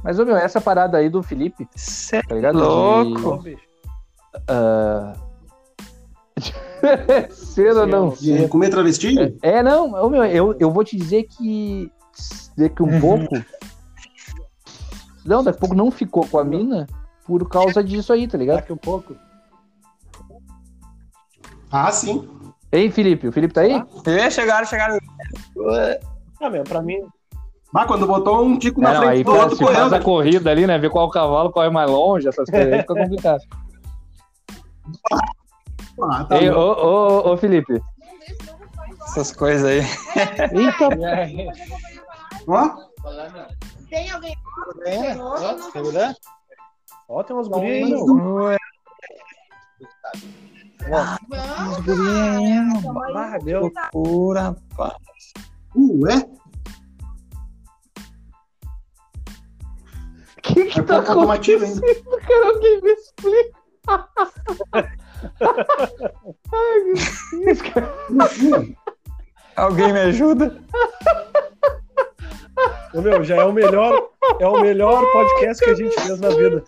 S5: Mas, ô, meu, essa parada aí do Felipe.
S2: Cê é
S5: tá ligado? De- (laughs)
S6: Ô, bicho,
S5: Ah. ser É
S6: é
S5: ou não
S4: De
S5: ser.
S4: comer travesti?
S5: É, não, ô, meu, eu, eu vou te dizer que daqui um pouco. Não, daqui a pouco não ficou com a mina por causa disso aí, tá ligado?
S6: Daqui um pouco.
S4: Ah, sim.
S5: Ei, Felipe, o Felipe tá aí?
S2: É, chegaram, chegaram.
S6: Ah, meu, pra mim.
S4: Mas quando botou um tico na
S5: É, não,
S4: frente
S5: aí
S4: do
S5: faz,
S4: outro
S5: se faz a
S4: correndo.
S5: corrida ali, né? Ver qual cavalo corre mais longe, essas coisas aí fica complicado.
S4: Ah, (laughs) tá
S5: Ei,
S4: bom.
S5: ô, ô, ô, Felipe.
S2: Essas coisas aí.
S5: Eita! (laughs) Tá
S4: Ó,
S21: Tem alguém?
S22: É? Ó, tem mulher?
S6: Ó, tem umas gurias aí,
S2: Mas
S6: meu.
S2: não é. As gurinhas aí, mano.
S6: Ah, deu.
S2: é Loucura, rapaz.
S4: Ué?
S5: O que que
S4: Vai
S5: tá
S4: colocar alguma ativa
S5: acontecendo?
S4: ainda.
S5: Cara, alguém me explica. Ai, meu Deus, cara.
S2: Alguém me ajuda?
S6: Ô, meu, já é o melhor, é o melhor podcast que a gente fez na vida.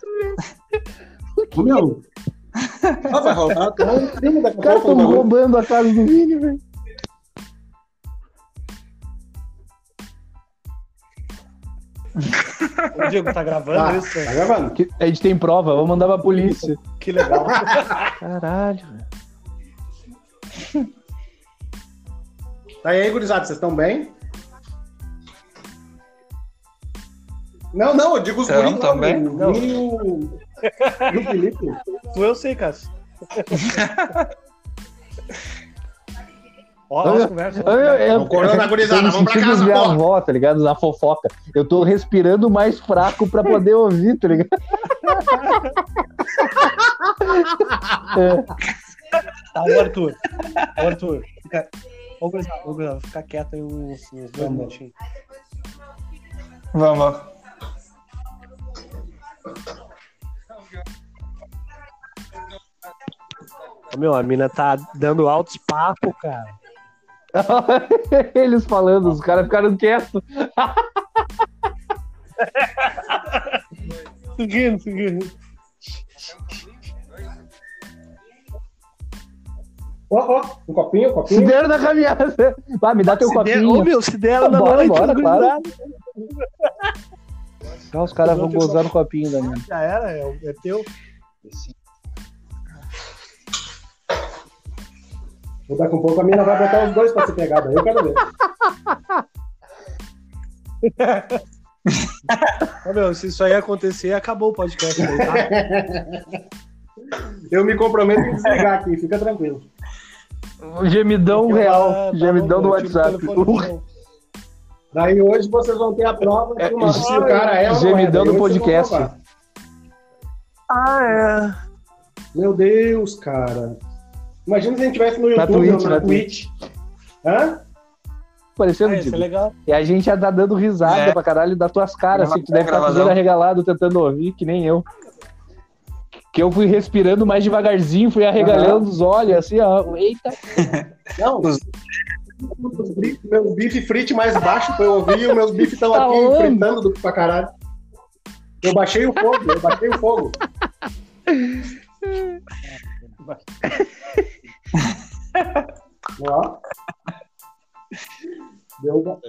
S4: Ô, Meu. Ó, vai rolar. tá bom. Primo, daqui a
S5: Cara,
S4: pouco
S5: tão
S4: eu vou-
S5: roubando a casa do Vini, velho.
S6: Ô, Diego, tá gravando
S4: Ah,
S6: isso?
S4: Tá gravando?
S5: Que- A gente tem prova, vou mandar pra polícia.
S6: Que legal.
S5: Caralho, velho.
S4: Tá e aí, gurizada, vocês estão bem? Não, não, eu digo os
S2: Tão,
S4: guris.
S2: tão bem.
S4: Não, o Vini e o- e o Felipe.
S6: Tu eu sei,
S5: (laughs)
S6: Cássio. Ó,
S5: Ô,
S6: ó,
S5: meu-
S6: as conversas.
S5: ô, meu, eu-
S4: Vamos correndo na gurizada,
S5: eu me
S4: vamos pra
S5: sentindo
S4: casa,
S5: minha
S4: porra.
S5: avó, tá ligado? Na fofoca. Eu tô respirando mais fraco pra poder ouvir, tá ligado? (laughs)
S6: Tá, o Arthur. Tá, O Arthur. Fica... Ô, Gustavo, ô, Gustavo, fica quieto aí uns, uns dois minutinhos.
S2: Vamos.
S6: Ô, meu, a mina tá dando altos papos, cara.
S5: Eles falando, os caras ficaram quietos.
S6: Seguindo, seguindo.
S4: Ó, ó, um copinho, um
S5: Se
S4: copinho.
S5: deram na caminhada. Vai, me dá teu
S6: Se
S5: copinho.
S6: der- Ô, meu, se deram na
S5: Bora,
S6: noite,
S5: bora,
S6: os
S5: claro.
S6: gurizada.
S5: Então, os caras vão
S6: Não,
S5: gozar no copinho da minha.
S6: Já era, é, o- é teu.
S4: Vou dar com um pouco, a mina vai botar os dois pra ser pegada. Eu quero ver.
S6: Ô, meu, se isso aí acontecer, acabou o podcast aí, (laughs) tá?
S4: Eu me comprometo em desligar aqui, fica tranquilo.
S5: Gemidão
S6: Porque
S5: real.
S6: ela tá
S5: gemidão do
S6: louca, eu tive
S5: WhatsApp.
S6: o telefone na mão.
S4: Daí hoje vocês vão ter a prova de uma, se o cara é ou não é.
S5: Gemidão
S4: Daí
S5: do
S4: hoje vocês
S5: podcast.
S4: vão provar. Meu Deus, cara. Imagina se a gente tivesse no
S5: Na
S4: YouTube
S5: Twitch,
S4: ou
S5: na
S4: na Twitch. Hã?
S5: Parecendo
S6: Ah, isso é
S5: tipo.
S6: legal.
S5: E a gente já tá dando risada
S2: É.
S5: pra caralho das tuas caras, assim, que tu deve estar
S2: Gravadão.
S5: com o olho arregalado tentando ouvir, que nem eu. Que eu fui respirando mais devagarzinho, fui arregalando os olhos, assim, ó. Eita,
S4: Não.
S2: Os-
S4: Meu bife frite mais baixo pra eu ouvir e os meus bifes estão
S5: Tá
S4: aqui
S5: onde?
S4: fritando do pra caralho. Eu baixei o fogo, eu baixei o fogo. Ó. Deu uma-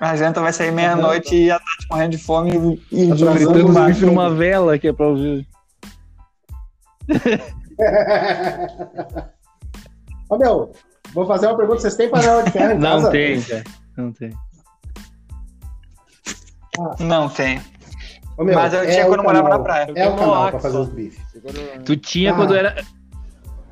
S2: A janta vai sair meia-noite e a Tati morrendo de fome e
S5: Tá gritando bife numa vela que é pra ouvir.
S4: Ô, meu, vou fazer uma pergunta. Vocês têm panela de ferro em
S5: Não
S4: casa?
S5: tem, cara. Não tem.
S2: Não tem.
S4: Ô, meu,
S2: Mas eu
S4: é
S2: tinha
S4: o
S2: quando eu morava
S4: canal.
S2: na praia.
S4: É o
S2: Eu
S4: canal
S2: tenho
S4: pra
S2: Ox,
S4: fazer
S2: só.
S4: os bifes.
S5: Tu tinha
S4: Ah.
S5: quando era.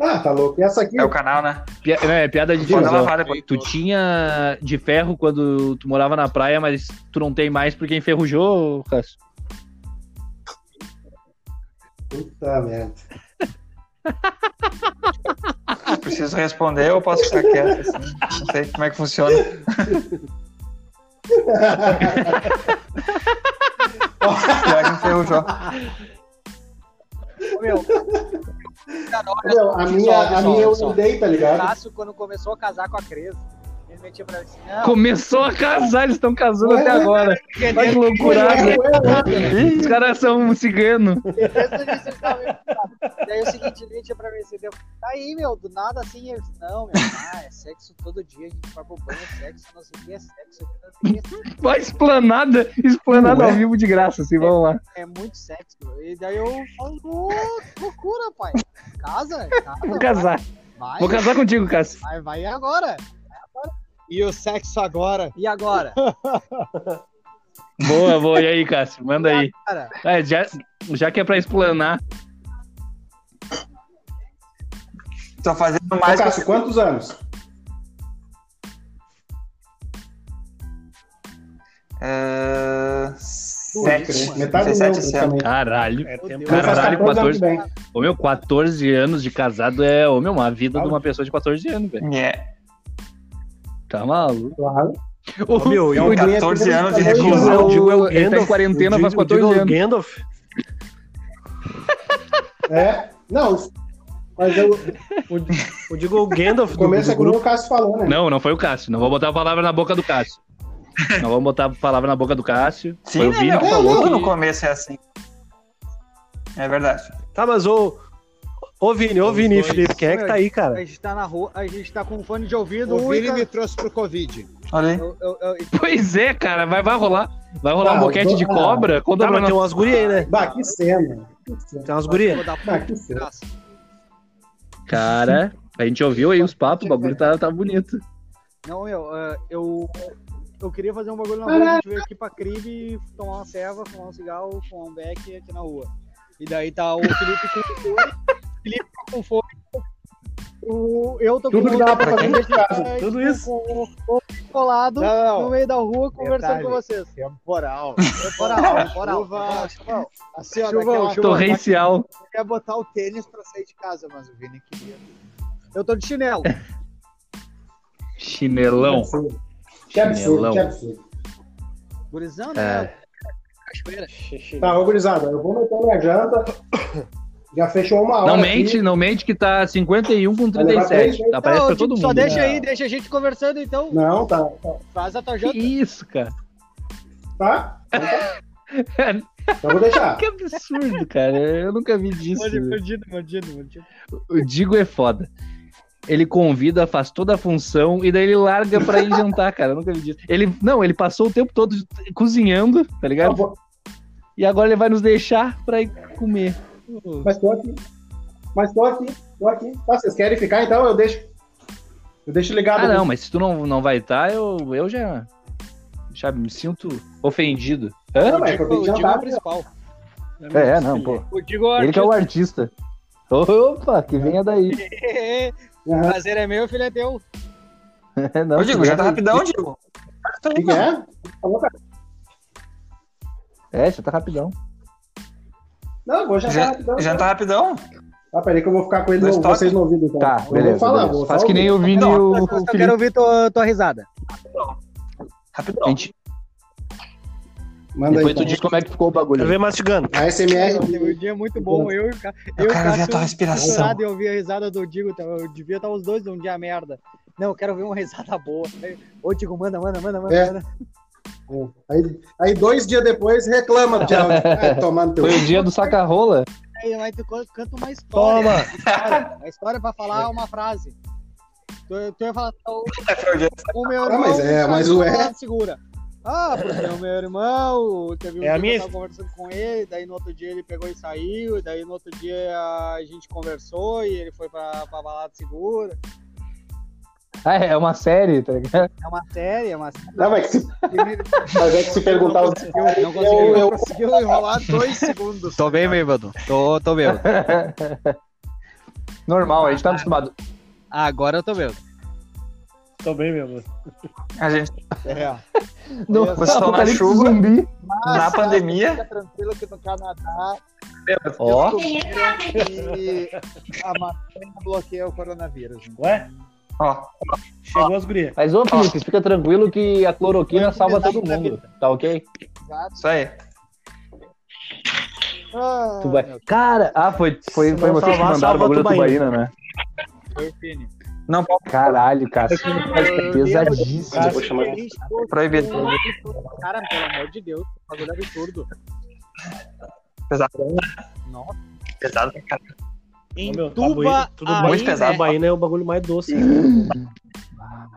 S4: Ah, tá louco. E essa aqui?
S2: É o canal, né?
S5: Pia... Não, é piada de
S2: Diga.
S5: tiozão.
S2: Lavada,
S5: Tu tinha de ferro quando tu morava na praia, mas tu não tem mais porque enferrujou, Cássio.
S4: Puta merda.
S2: Preciso responder ou posso ficar quieto? assim? Não sei como é que funciona. Pior que enferrujou.
S4: Meu, a minha, a minha eu mudei, tá
S7: O
S4: ligado?
S7: Cássio, quando começou a casar com a Cres, ele metia pra mim assim, não,
S5: Começou a casar, eles estão casando
S7: Ué,
S5: até
S7: ué,
S5: agora.
S7: ué,
S5: Olha que
S7: ué,
S5: loucurada.
S7: ué, ué,
S5: Ih, Os caras são um cigano.
S7: Daí o seguinte, ele tinha pra mim assim, deu, tá aí, meu, do nada assim, eles, não, meu, ah, é sexo todo dia, a gente vai pro banho, é sexo, não sei o que, é sexo, não sei o que, é sexo,
S5: Vai explanada, explanada
S7: Ué.
S5: ao vivo de graça, assim, vamos lá.
S7: é muito sexo. E daí eu falo, ô, loucura, pai, casa, casa,
S5: Vou casar.
S7: vai.
S5: Vou casar contigo, Cássio.
S7: vai, vai agora. E o sexo agora? E agora?
S5: Boa, boa. E aí, Cássio? Manda aí.
S7: Cara.
S5: É, já, já que é pra explanar.
S2: Tô fazendo
S4: Ô, Cássio, quantos anos?
S2: É, Sete.
S4: Metade do
S2: 17
S4: meu,
S2: esse ano.
S4: praticamente.
S5: Caralho.
S4: tempo.
S5: É Caralho,
S4: Eu faço 14
S5: 14.
S4: anos também.
S5: Ô, meu, 14 anos de casado é, ô, meu, uma vida de uma pessoa de 14 anos, velho.
S2: É.
S5: Tá maluco.
S4: Claro.
S5: Ô, meu, é um
S6: e o
S2: 14 anos de
S5: reclusão.
S6: O Digo é o
S5: Ele tá em
S6: Gandalf.
S5: quarentena
S6: O
S5: faz
S6: Digo- o
S5: 14
S6: Digo é o
S5: anos.
S6: Gandalf.
S4: É, não. Mas eu,
S6: Eu digo o Gandalf do,
S4: começa
S6: do
S4: como
S6: grupo.
S4: o Cássio falou, né?
S5: Não, não foi o Cássio. Não vou botar a palavra na boca do Cássio. Não vamos botar a palavra na boca do Cássio. foi
S2: Sim,
S5: o
S2: né,
S5: Vini
S2: meu?
S5: que falou.
S2: Tudo no
S5: que-
S2: começo é assim. É verdade.
S6: Tá, mas ô. Ô, Vini, ô, Vini, e
S2: dois.
S6: Felipe, quem é que tá aí, cara?
S7: A gente tá na rua, a gente tá com um fone de ouvido.
S23: O
S7: um e
S23: Vini
S7: tá-
S23: me trouxe pro Covid.
S2: Olha aí.
S7: eu- eu- eu-
S5: Pois é, cara. Vai, vai rolar. Vai rolar um boquete de cobra. Quando
S6: Tá,
S5: a
S6: mas Ah,
S5: Bruna-
S6: tem umas gurias aí, né?
S4: Bah, que cena.
S6: Tem umas gurias.
S4: Bah, que cena.
S5: Cara, a gente ouviu aí os papos, o bagulho tá, tá bonito.
S7: Não, meu, ah, eu, eu queria fazer um bagulho na rua, a gente veio aqui pra Cribe, tomar uma serva, fumar um cigarro, fumar um beck aqui na rua. E daí tá o Felipe com fome, o Felipe tá com fome, o, eu tô
S4: Tudo
S7: com
S4: que dá pra
S7: fome,
S4: fazer dentro de casa.
S6: Tudo isso.
S7: com o fone um colado
S23: Não, não.
S7: no meio da rua conversando
S23: Detalhe.
S7: com vocês. É um
S23: Temporal.
S7: Temporal, temporal.
S23: Chuva.
S7: Chuvão,
S23: Assim, ó,
S7: Chuvão,
S23: daquela-
S7: chuvão.
S5: Torrencial.
S7: quer botar o tênis pra sair de casa, mas o Vini queria. Eu tô de chinelo.
S5: Chinelão.
S4: Que absurdo,
S5: Chinelão.
S4: que absurdo.
S7: Gurizão,
S5: É.
S7: né? Cachoeira.
S4: Tá, ô, gurizada, eu vou meter minha janta. Já fechou uma hora.
S5: Não
S4: aqui.
S5: mente, não mente que tá 51 com
S4: Vai levar
S5: 37.
S4: três,
S5: Aparece
S7: Não,
S5: pra todo
S7: só
S5: mundo. né?
S7: deixa aí, deixa a gente conversando então.
S4: Não, tá. tá,
S7: Faz a tua
S5: Que
S7: janta.
S5: isso, cara.
S4: Tá? Então tá. Então vou deixar.
S5: que absurdo, cara. Eu nunca vi disso.
S7: Bandido, bandido, bandido.
S5: O Digo é foda. Ele convida, faz toda a função e daí ele larga pra ir jantar, cara. Eu nunca vi disso. Ele, não, ele passou o tempo todo cozinhando, tá
S4: Tá
S5: ligado?
S4: bom.
S5: E agora ele vai nos deixar pra ir comer.
S4: Mas tô aqui. Mas tô aqui. Tô aqui. Tá, vocês querem ficar então? Eu deixo. Eu deixo ligado.
S5: Ah, não, mas se tu não, não vai estar, eu, eu já. Sabe, me sinto ofendido. Hã?
S4: Não, mas é
S5: Tipo,
S4: que eu tenho que
S7: O Digo é
S4: jantar.
S7: o principal.
S24: É, não, pô.
S7: O Digo é o
S24: Ele que é o artista. Opa, que venha daí.
S7: artista.
S4: Aham.
S7: é, Prazer é meu, filho é teu.
S24: (laughs) Não,
S2: Ô, Digo,
S24: que
S2: já
S24: venha
S2: tá
S24: daí.
S2: rapidão, Digo.
S4: O que, que é? Falou, cara.
S24: É, já tá rapidão.
S4: Não, vou jantar
S2: Já,
S4: rapidão. né?
S2: já tá rapidão?
S4: Ah, peraí que eu vou ficar com ele,
S2: Dois
S4: no-
S2: toques?
S4: vocês no ouvido. Então.
S24: Tá,
S4: Eu
S24: beleza,
S4: Vou falar,
S24: beleza.
S4: vou
S24: Faz
S4: só
S24: que nem
S4: ouvir.
S24: o Vini e
S2: Não,
S24: o,
S7: Eu
S24: o
S7: só
S24: Felipe.
S7: quero ouvir tua, tua risada.
S5: A
S2: Rapidão.
S5: gente-
S4: Manda
S24: Depois
S4: aí.
S24: tu
S4: Então.
S24: diz como é que ficou o bagulho.
S6: Eu venho mastigando.
S4: A SMR.
S7: Teve um dia muito bom. Eu, e o Ca- eu,
S2: Eu quero ver a tua
S7: Eu
S2: respiração.
S7: e eu vi a risada do Digo. tá? Eu devia estar os dois num dia merda. Não, eu quero ver uma (laughs) risada boa. Aí, Ô, Digo, manda, manda, manda, manda.
S4: É.
S7: manda.
S4: Aí, aí dois dias depois reclama de áudio. Ah, tomando teu.
S24: Foi o dia do saca-rola.
S7: Aí, mas tu can- canta uma história.
S6: Toma.
S7: Uma história, uma história é pra falar uma frase. Tu, tu ia falar, o, o meu
S4: Ah,
S7: irmão
S4: mas é, mas
S7: caiu
S4: o é.
S7: do lado segura. Ah, porque o meu irmão, teve um
S6: É a
S7: dia que
S6: minha
S7: eu tava conversando com ele, daí no outro dia ele pegou e saiu, e daí no outro dia a gente conversou e ele foi pra, pra balada segura.
S5: Ah, é uma série, tá ligado?
S7: É uma série, é uma série.
S4: Não, mas, se, mas é que se perguntar os
S7: Eu não consegui, eu, consegui enrolar dois segundos.
S25: Tô bem bêbado. Tô, tô bêbado.
S5: Normal, a gente tá acostumado.
S25: Ah, Agora eu tô bêbado.
S6: Tô bem mesmo.
S2: A gente. tá
S7: É.
S2: Não,
S5: (laughs)
S7: Isso.
S2: você tá na chuva,
S5: zumbi.
S2: na pandemia.
S7: Fica tranquilo que no Canadá
S2: Ó.
S7: descobriram que a maconha bloqueia o coronavírus.
S6: Ué?
S2: Ó.
S6: Chegou as gurias.
S5: Mas, ô, Felipe, fica tranquilo que a cloroquina salva todo mundo, tá ok?
S2: Isso aí.
S7: Ah.
S5: Tu vai... Cara, ah, foi, foi,
S2: Se
S5: foi
S2: não
S5: vocês que
S2: salvar,
S5: mandaram o bagulho da
S2: salva a
S5: tubaína,
S2: tubaína.
S5: né?
S7: Foi o Fini.
S2: Não,
S5: Caralho, Cássio.
S7: é Cara,
S5: Pesadíssimo.
S7: que feliz, pô,
S2: Proibido.
S7: que absurdo. Cara, pelo amor de Deus, que bagulho é absurdo.
S2: Pesado.
S7: Nossa.
S2: Pesado pra caralho.
S6: Ô, meu,
S7: Tuba
S6: tabuína- tudo
S7: aí,
S6: muito pesado.
S7: né?
S6: Baína é o bagulho mais
S7: (laughs)
S6: doce.
S4: Ah,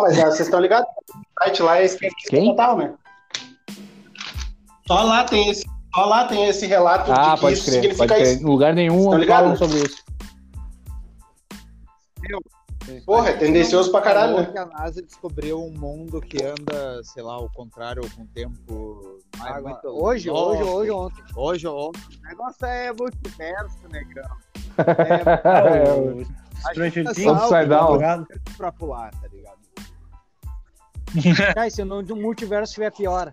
S4: mas ah, vocês estão ligados? O site lá é esquentista
S5: Quem?
S4: total, né? Só lá tem esse, só lá tem esse relato
S5: Ah,
S4: de que
S5: pode
S4: isso
S5: crer,
S4: significa
S5: pode crer.
S4: isso.
S5: Em lugar nenhum
S4: Tá ligado?
S5: falam sobre isso.
S4: Porra, é tendencioso pra caralho, né?
S25: Que a NASA descobriu um mundo que anda, sei lá, ao contrário ou com o tempo. mais-
S7: Agora,
S25: muito
S7: hoje,
S25: longe.
S7: hoje, hoje, ontem.
S25: Hoje, ontem.
S7: O negócio é multiverso, negão.
S6: É
S25: É
S5: (laughs)
S6: Stranger
S7: Tá
S6: Things.
S7: salvo,
S5: Upside down.
S6: madrugada.
S7: Pra pular, tá (laughs) ligado? Cara, se o nome de um multiverso estiver pior.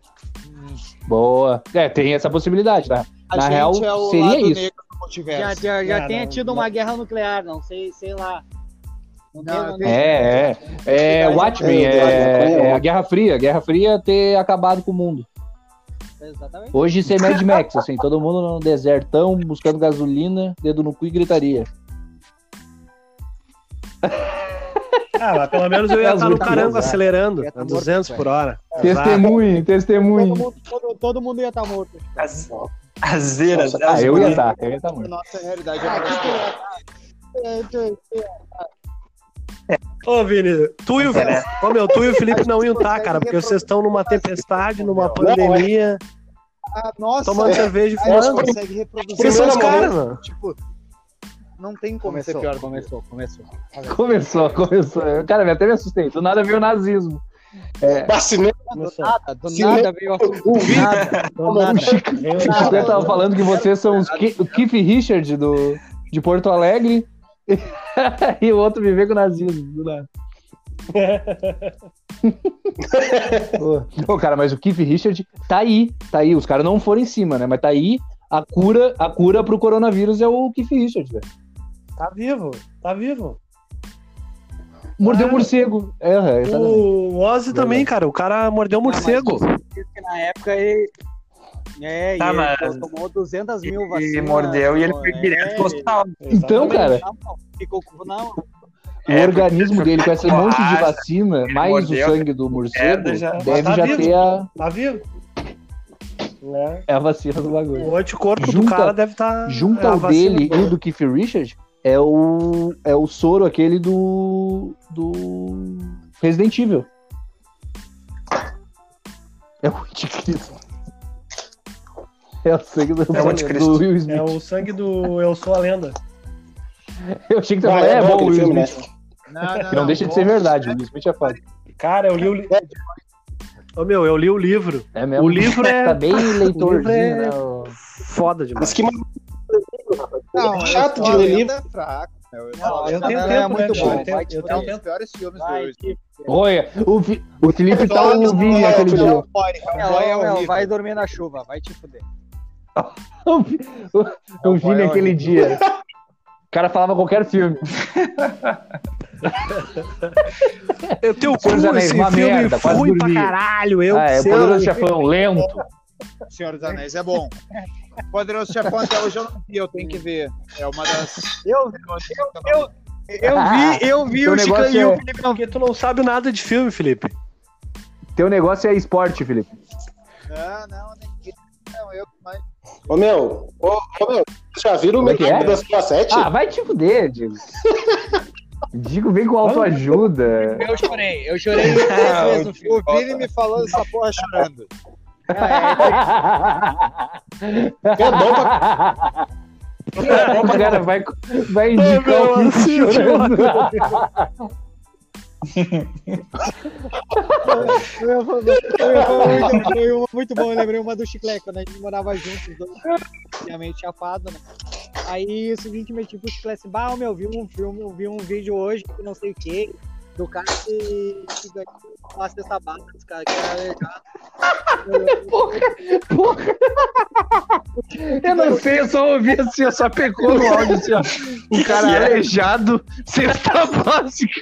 S5: Boa. É, tem essa possibilidade, tá?
S7: A
S5: Na
S7: gente
S5: real,
S7: é o
S5: seria
S7: lado
S5: isso.
S7: negro Já, já, já tenha tido uma guerra nuclear, não sei, sei lá. Não, tem- não tem-
S5: É, é. É Watchmen,
S7: É,
S5: é, é a Guerra Fria. Guerra Fria ter acabado com o mundo.
S7: Exatamente.
S5: Hoje ser Mad Max,
S7: (laughs)
S5: assim, todo mundo no desertão, buscando gasolina, dedo no cu e gritaria.
S6: Ah, mas pelo menos eu ia
S5: É,
S6: estar no
S7: tá
S5: muito
S6: carango
S5: pesado.
S6: acelerando. a
S7: É, morto,
S6: 200 por hora.
S5: Testemunho, testemunho.
S7: Todo, todo mundo ia estar morto.
S2: Azeiras.
S5: Ah, eu ia estar, eu ia estar muito.
S7: Nossa realidade é muito pior.
S6: Ô, Vini, tu e o Felipe. Ô, meu, tu e o Felipe não iam estar, cara, porque vocês estão numa tempestade, numa pandemia.
S7: Ah, nossa,
S6: Tomando
S7: é.
S6: cerveja e
S7: Aí a gente
S6: fumando.
S7: consegue reproduzir.
S6: Vocês são os
S7: Primeiro
S6: caras,
S7: momento,
S6: mano.
S7: Tipo, não tem como
S25: Começou,
S7: ser pior.
S25: começou, começou.
S5: Começou, começou. Cara, até me assustei. Do nada veio o nazismo. É,
S25: Do
S7: Ah, tá,
S25: nada, do
S5: Se
S25: nada
S5: lembra-
S25: veio o
S5: O Chico- o Chico eu tava falando que vocês são os Ki- o Keith Richard do, de Porto Alegre (laughs) e o outro viver com o nazismo.
S6: (laughs)
S5: Do nada. Pô, Pô, cara, mas o Keith Richard tá aí, tá aí. Os caras não foram em cima, né? Mas tá aí. A cura, a cura pro coronavírus é o Keith Richard, velho.
S6: Tá vivo, tá vivo.
S5: Mordeu o morcego. É, é, exatamente.
S6: Ah.
S5: Tá,
S6: O Ozzy também, cara. O cara mordeu um morcego.
S7: Porque na época ele. É,
S2: Tá,
S7: e
S2: mas-
S7: ele tomou 200 mil vacinas.
S2: Ele mordeu e ele foi
S7: é,
S2: direto pro hospital. né?
S5: Então, cara,
S7: Não, não, ficou com. Não,
S5: o organismo dele com esse
S6: Ah,
S5: monte de
S2: borracha,
S5: vacina, mais
S2: mordeu,
S5: o sangue do
S2: (laughs)
S5: morcego,
S2: merda, já-
S5: deve
S6: Mas É, tá
S5: já
S6: vivo.
S5: ter a,
S6: Tá vivo? Né?
S5: é a vacina do bagulho.
S6: O anticorpo do
S5: Junta-
S6: cara deve tá estar.
S5: junto ao dele e do Keith Richards é o é o soro aquele do do Resident Evil. É o anticristo. É o sangue do,
S2: É o anticristo.
S5: do Will Smith.
S6: É o sangue do Eu Sou a Lenda.
S5: Eu achei que tu ia falar,
S4: Ah, é
S5: é
S4: bom
S5: bom o
S4: aquele
S5: Will
S4: filme, né?
S5: Smith. Não, deixa de ser verdade, o Will Smith é foda.
S6: Cara, eu li o. Li... Ô, meu, eu li o livro.
S5: É
S6: (laughs)
S5: mesmo.
S6: O livro é-
S5: Tá bem leitorzinho,
S6: O livro é-
S5: né?
S6: Foda demais.
S25: Não,
S4: é chato de ler livro.
S25: É fraco. Eu,
S6: eu
S25: essa
S6: tenho
S25: novela
S6: tempo,
S25: é muito
S6: né,
S25: bom.
S6: cara? Eu
S25: Vai
S6: tenho- eu
S25: te dar um
S6: tenho
S25: dos piores filmes
S7: Vai,
S25: do Will Smith.
S5: Olha, o, Fi- o Felipe tá
S25: Só dos
S5: ouvindo
S25: piores,
S5: aquele
S25: não,
S5: dia. (laughs)
S25: pode,
S7: é,
S25: não, é
S7: meu,
S25: horrível.
S7: vai dormir na chuva, vai te fuder.
S5: O Fi- o- O Vini aquele dia. O cara falava qualquer filme.
S6: Eu tenho
S5: Senhor dos
S6: cu
S5: Anéis,
S6: esse
S5: é uma
S6: filme
S5: merda, quase
S6: fui pra
S5: dormi.
S6: caralho. Eu
S5: ah, é o
S6: sei.
S5: Poderoso Chefão, lento.
S25: Senhor dos Anéis é
S7: (laughs)
S25: bom. Poderoso Chefão até hoje eu não vi, eu tenho que ver. É uma das.
S7: Eu, eu, eu vi, eu vi
S5: Teu
S7: o Chico
S5: negócio
S7: e o
S5: é-
S7: Felipe não
S6: Porque tu não sabe nada de filme, Felipe.
S5: Teu negócio é esporte, Felipe.
S25: Não, não, nem não, eu mas
S4: Ô, meu, ô, ô, meu, vocês já viram o
S5: Como é que
S4: mercado
S5: é?
S4: das 7?
S5: Ah, vai te fuder, Diego. (laughs) Digo, vem com autoajuda.
S25: Eu chorei, eu chorei (laughs) três vezes no filme. Ah, O Vini me falou essa porra chorando.
S5: É bom pra... O cara vai, vai indicar o filme chorando.
S7: Eu ia falar- eu ia falar muito- né? Foi uma muito bom, eu lembrei uma do Chiclete, quando a gente morava juntos, os dois, tinha meio chapado, né? Aí o seguinte, meu tipo, o Chiclete, assim, bah, meu, eu vi um filme, eu vi um vídeo hoje, que não sei o que, do cara que, que ganhou uma cesta básica, dos caras que era
S25: (laughs)
S7: aleijado.
S5: Porra, porra. Eu não sei, eu só ouvi assim, eu só pegou no áudio assim, ó. O cara
S26: Que é?
S5: aleijado, cesta básica.